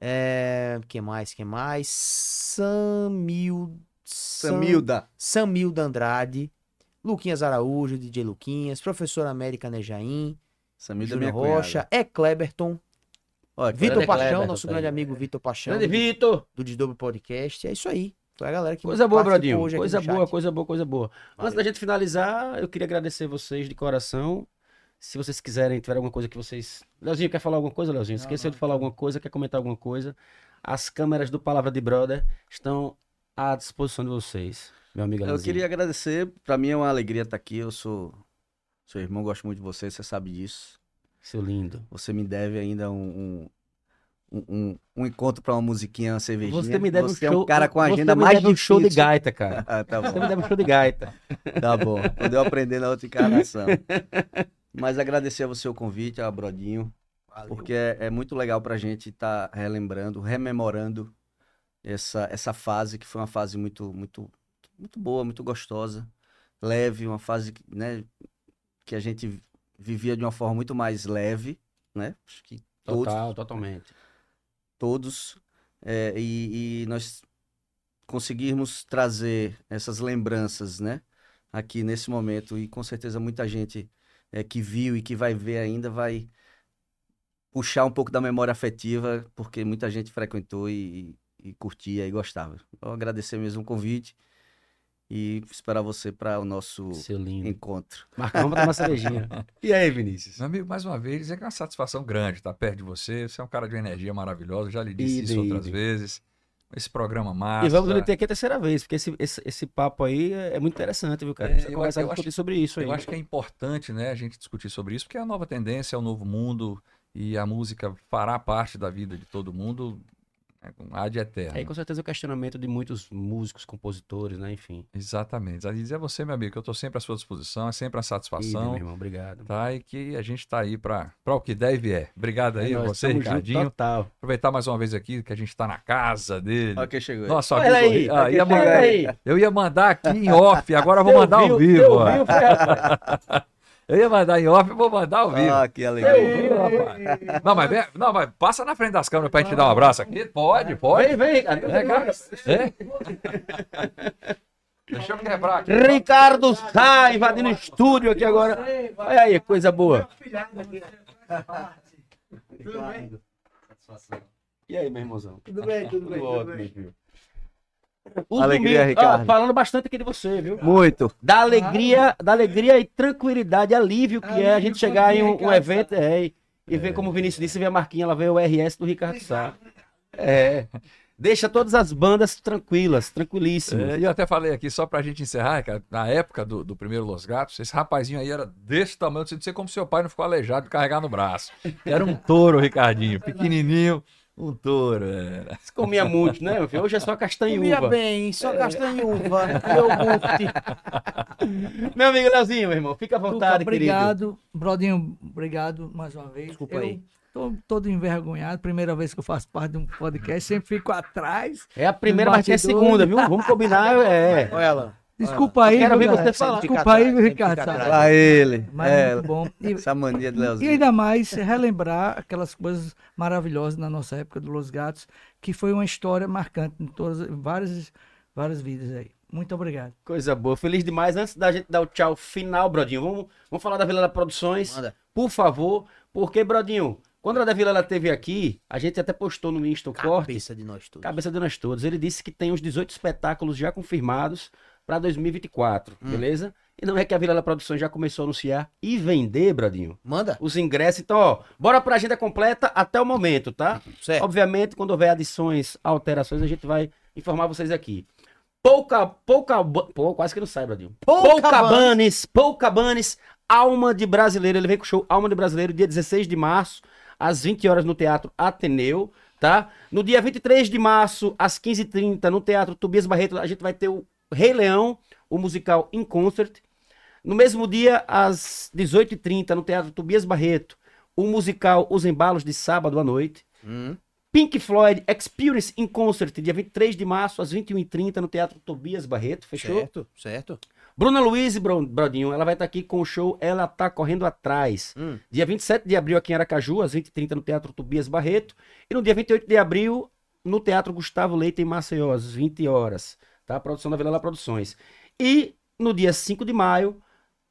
B: É, que mais, que mais? Samil... Sam-
D: Samilda.
B: Samilda Andrade, Luquinhas Araújo, DJ Luquinhas, Professor América Nejaim,
D: Samilda é minha
B: Júnior
D: cunhada.
B: Rocha, é Kleberton,
D: Olha,
B: Vitor
A: grande
B: Paixão,
A: Kleberton
B: nosso
A: tá aí.
B: grande amigo Vitor Paixão,
A: Grande
B: do-
A: Vitor!
B: do Desdobro Podcast. É isso aí. Foi a galera que
A: Coisa boa,
B: participou
A: Brodinho.
B: hoje aqui
A: Coisa
B: no
A: boa,
B: chat.
A: coisa boa, coisa boa. Antes
B: Valeu.
A: da gente finalizar, eu queria agradecer vocês de coração. Se vocês quiserem, tiver alguma coisa que vocês. Leozinho, quer falar alguma coisa, Leozinho?
E: Não,
A: Esqueceu
E: não,
A: de falar alguma coisa, quer comentar alguma coisa? As câmeras do Palavra de Brother estão à disposição de vocês, meu amigo
D: Eu
A: Leozinho.
D: queria agradecer, pra mim é uma alegria estar aqui. Eu sou seu irmão, gosto muito de você, você sabe disso.
A: Seu lindo.
D: Você me deve ainda um, um, um, um encontro pra uma musiquinha, uma cervejinha.
A: Você me deve
D: você
A: um
D: é
A: show.
D: um cara com a
A: você
D: agenda
A: me
D: mais
A: deve um show de
D: difícil.
A: gaita, cara.
D: Ah, tá
A: Você me
D: bom,
A: deve um show de gaita.
D: tá bom. Quando eu aprender na
A: (laughs)
D: outra encarnação. Mas agradecer a você o convite, a Brodinho,
B: Valeu.
D: porque é, é muito legal pra gente estar relembrando, rememorando essa, essa fase, que foi uma fase muito, muito, muito boa, muito gostosa, leve, uma fase que, né, que a gente vivia de uma forma muito mais leve, né? Acho que todos,
A: Total, totalmente.
D: todos é, e, e nós conseguirmos trazer essas lembranças, né? Aqui nesse momento e com certeza muita gente é, que viu e que vai ver ainda vai puxar um pouco da memória afetiva porque muita gente frequentou e, e e curtia e gostava. Eu agradecer mesmo o convite e esperar você para o nosso
A: Seu lindo.
D: encontro.
A: Marcar uma pra tomar cervejinha. E aí, Vinícius?
C: Meu amigo, mais uma vez, dizer que é uma satisfação grande estar perto de você. Você é um cara de uma energia maravilhosa, já lhe disse
A: Idem,
C: isso outras
A: idem.
C: vezes. Esse programa massa.
A: E vamos meter aqui a terceira vez, porque esse, esse, esse papo aí é é muito interessante, viu, cara?
C: É,
A: Precisa
C: eu
A: conversar
C: acho- eu
A: com
C: acho-
A: você sobre isso aí.
C: Eu acho que é importante né, a gente discutir sobre isso, porque é a nova tendência, é o novo mundo, e a música fará parte da vida de todo mundo. É, um há de eterno.
A: Aí, com certeza, o questionamento de muitos músicos, compositores, né? Enfim.
C: Exatamente. A dizer a você, meu amigo, que eu estou sempre à sua disposição, é sempre
A: Idem,
C: a
A: meu
C: satisfação.
A: irmão, obrigado.
C: Tá, e que a gente está aí para o que deve é. Obrigado aí
A: É
C: a
A: nóis,
C: você,
A: tamo junto,
C: Ricardinho.
A: total.
C: Aproveitar mais uma vez aqui que a gente está na casa dele.
D: Olha quem chegou aí.
C: Nossa,
A: Olha
C: amigo,
A: aí,
C: ah,
A: olha
C: ia
A: quem
C: mandar-
A: chegou aí.
C: eu ia mandar aqui
A: (laughs)
C: em off, agora eu vou
A: Você
C: mandar ao
A: ouviu? Você
C: vivo. ó.
A: ouviu, foi, rapaz?
C: Eu ia mandar em off, eu vou mandar ao vivo.
D: Ah, que alegria.
C: Viu, rapaz? Não, mas, vem- não, mas passa na frente das câmeras pra gente dar um abraço aqui. Pode, pode.
A: Vem, vem, cara.
C: É, cara. É? (laughs) Deixa eu quebrar aqui.
A: Ricardo Sá invadindo o estúdio aqui agora. Olha aí, coisa boa. E aí, meu irmãozão?
E: Tudo bem, tudo bem, tudo bem.
A: Os
D: Alegria,
A: domingos-
D: Ricardo.
A: Ó, falando bastante aqui de você, viu?
D: Muito.
A: Da alegria, da alegria e tranquilidade, alívio que é a
E: Alívio
A: gente chegar em um,
E: quando
A: um
E: vem,
A: evento é, e, e ver, como o Vinícius disse, ver a marquinha, ela vê o RS do Ricardo Sá. É. Deixa todas as bandas tranquilas, tranquilíssimas.
C: É, e eu até falei aqui, só pra gente encerrar, cara, na época do, do primeiro Los Gatos, esse rapazinho aí era desse tamanho, não sei como seu pai não ficou aleijado de carregar no braço. Era um touro,
A: (laughs) É
C: Ricardinho, pequenininho, um touro. Era.
A: Você Comia muito, né? meu filho? Hoje é só
B: Comia
A: castanhuva.
B: bem, só
A: (laughs)
B: castanhuva, iogurte.
A: Meu amigo Leozinho, meu irmão, fica à
E: Tuca,
A: vontade, querido.
E: obrigado. Brodinho, obrigado mais uma vez.
B: Desculpa
E: eu
B: aí.
E: Tô todo envergonhado. Primeira vez que eu faço parte de um podcast, sempre fico atrás.
A: É a primeira, mas que é a
E: Bastidores.
A: segunda, viu? Vamos combinar,
E: (laughs)
A: é.
B: Olha ela.
E: Desculpa aí,
A: quero ver
E: viu,
A: você
E: galera?
A: falar.
E: Desculpa aí, viu,
B: Sempre fica
E: Ricardo.
B: atrás.
E: sabe?
D: Lá ele.
E: Mas
D: É,
E: muito bom. E,
D: essa mania do
E: e
D: Leozinho.
E: ainda mais relembrar aquelas coisas maravilhosas na nossa época do Los Gatos, que foi uma história marcante em todas, várias, várias vidas aí. Muito obrigado.
A: Coisa boa, feliz demais. Antes da gente dar o tchau final, Brodinho, vamos, vamos falar da Vilela Produções,
B: Manda.
A: por favor, porque, Brodinho, quando a da Vilela teve aqui, a gente até postou no Insta o corte,
B: Cabeça de nós todos.
A: cabeça de nós todos, ele disse que tem uns 18 espetáculos já confirmados para 2024, beleza? E não é que a Vilela Produções já começou a anunciar e vender, Brodinho,
B: Manda.
A: os ingressos. Então, ó, bora pra agenda completa até o momento, tá?
B: Certo.
A: Obviamente, quando houver adições, alterações, a gente vai informar vocês aqui. Pouca, pouca, Ba- pô, quase que não sai, Bradinho.
B: Pouca
A: Pouca Banes, Pouca Banes, Alma de Brasileiro. Ele vem com o show Alma de Brasileiro, dia 16 de março, às 20 horas no Teatro Ateneu, tá? No dia 23 de março, às 15h30, no Teatro Tobias Barreto, a gente vai ter o Rei Leão, o musical In Concert. No mesmo dia, às 18h30, no Teatro Tobias Barreto, o musical Os Embalos de Sábado à Noite.
B: Hum.
A: Pink Floyd Experience in Concert, dia 23 de março, às 21h30, no Teatro Tobias Barreto, fechou?
B: Certo, certo.
A: Bruna Luiz, Bro- Brodinho, ela vai estar aqui com o show Ela Tá Correndo Atrás.
B: Hum.
A: Dia 27 de abril aqui em Aracaju, às 20h30, no Teatro Tobias Barreto. E no dia 28 de abril, no Teatro Gustavo Leite, em Maceió, às 20 horas. Tá? Produção da Vilela Produções. E no dia 5 de maio,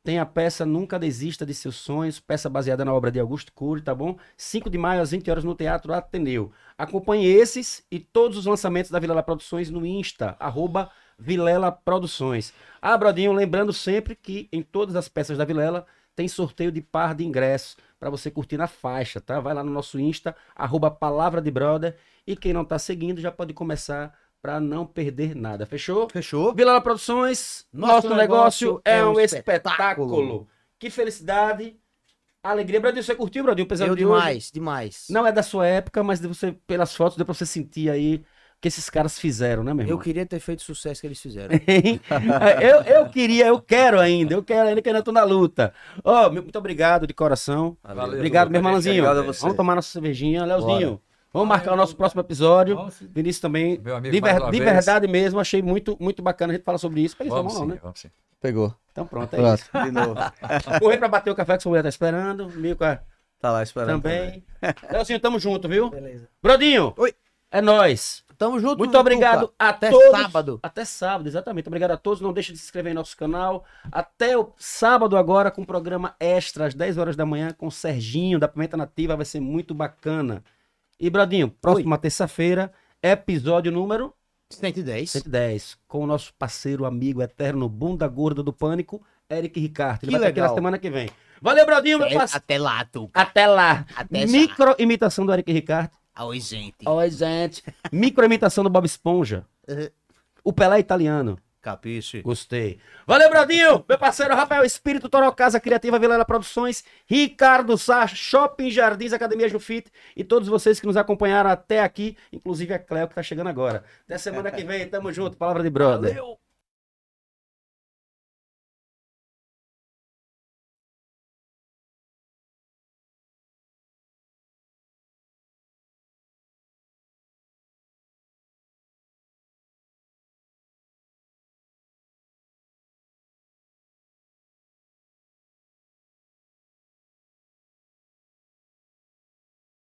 A: tem a peça Nunca Desista de Seus Sonhos, peça baseada na obra de Augusto Cury, tá bom? 5 de maio, às 20 horas, no Teatro Ateneu. Acompanhe esses e todos os lançamentos da Vilela Produções no Insta, arroba Vilela Produções. Ah, Brodinho, lembrando sempre que em todas as peças da Vilela tem sorteio de par de ingressos para você curtir na faixa, tá? Vai lá no nosso Insta, arroba Palavra de Brother. E quem não tá seguindo já pode começar para não perder nada, fechou?
B: Fechou?
A: Vilela Produções, nosso, negócio, é um espetáculo. Que felicidade, alegria. Brodinho, você curtiu, Brodinho? o Pesadelo
B: Eu
A: de hoje?
B: demais, demais.
A: Não é da sua época, mas você, pelas fotos deu pra você sentir aí o que esses caras fizeram, né, meu irmão?
B: Eu queria ter feito o sucesso que eles fizeram.
A: Hein? (laughs) eu, eu queria, eu quero ainda, eu quero ainda que ainda tô na luta. Ó, meu- muito obrigado de coração.
C: Valeu,
A: obrigado, meu
C: Dudu, pra gente,
A: irmãozinho.
D: obrigado a você.
A: Vamos tomar nossa cervejinha, Leozinho. Vamos marcar o nosso próximo episódio.
E: Vamos se-
A: Vinícius também,
C: Meu amigo,
A: de, ver-
C: mais uma
A: de
C: vez.
A: verdade mesmo, achei muito, muito bacana a gente falar sobre isso. Peraí,
C: Vamos
A: vamos lá,
C: sim,
A: né?
C: vamos sim.
D: Pegou.
A: Então pronto, é
D: Pronto, de novo.
A: isso. Correr pra bater o café que sua mulher tá esperando. Mica
D: Tá lá esperando.
A: também. (laughs) Leozinho, tamo junto, viu?
E: Beleza.
A: Brodinho,
B: Oi.
A: é nóis.
B: Tamo junto,
A: Muito
B: Tuca.
A: obrigado a
B: Até
A: todos.
B: sábado.
A: Até sábado, exatamente. Obrigado a todos. Não deixe de se inscrever em nosso canal. Até o sábado agora com o programa extra às 10 horas da manhã com o Serginho da Pimenta Nativa. Vai ser muito bacana. E, Bradinho, próxima terça-feira Episódio número
B: 110.
A: 110, com o nosso parceiro, amigo, eterno, bunda gorda do pânico, Eric Ricardo. Ele
B: Que
A: vai estar aqui
B: legal. É,
A: na semana que vem. Valeu, Brodinho, meu
B: Até,
A: parceiro.
B: até lá, Tuca.
A: Até lá.
B: Até já.
A: Micro imitação do Eric Ricardo.
B: Oi, gente.
A: Oi, gente. Micro imitação do Bob Esponja.
B: Uhum.
A: O Pelé é italiano.
B: Capiche.
A: Gostei. Valeu, Bradinho! Meu parceiro Rafael Espírito, Toral Casa Criativa, Vilela Produções, Ricardo Sá, Shopping Jardins, Academia Jufit e todos vocês que nos acompanharam até aqui, inclusive a Cleo que tá chegando agora. Até semana que vem, tamo junto. Palavra de brother.
E: Valeu!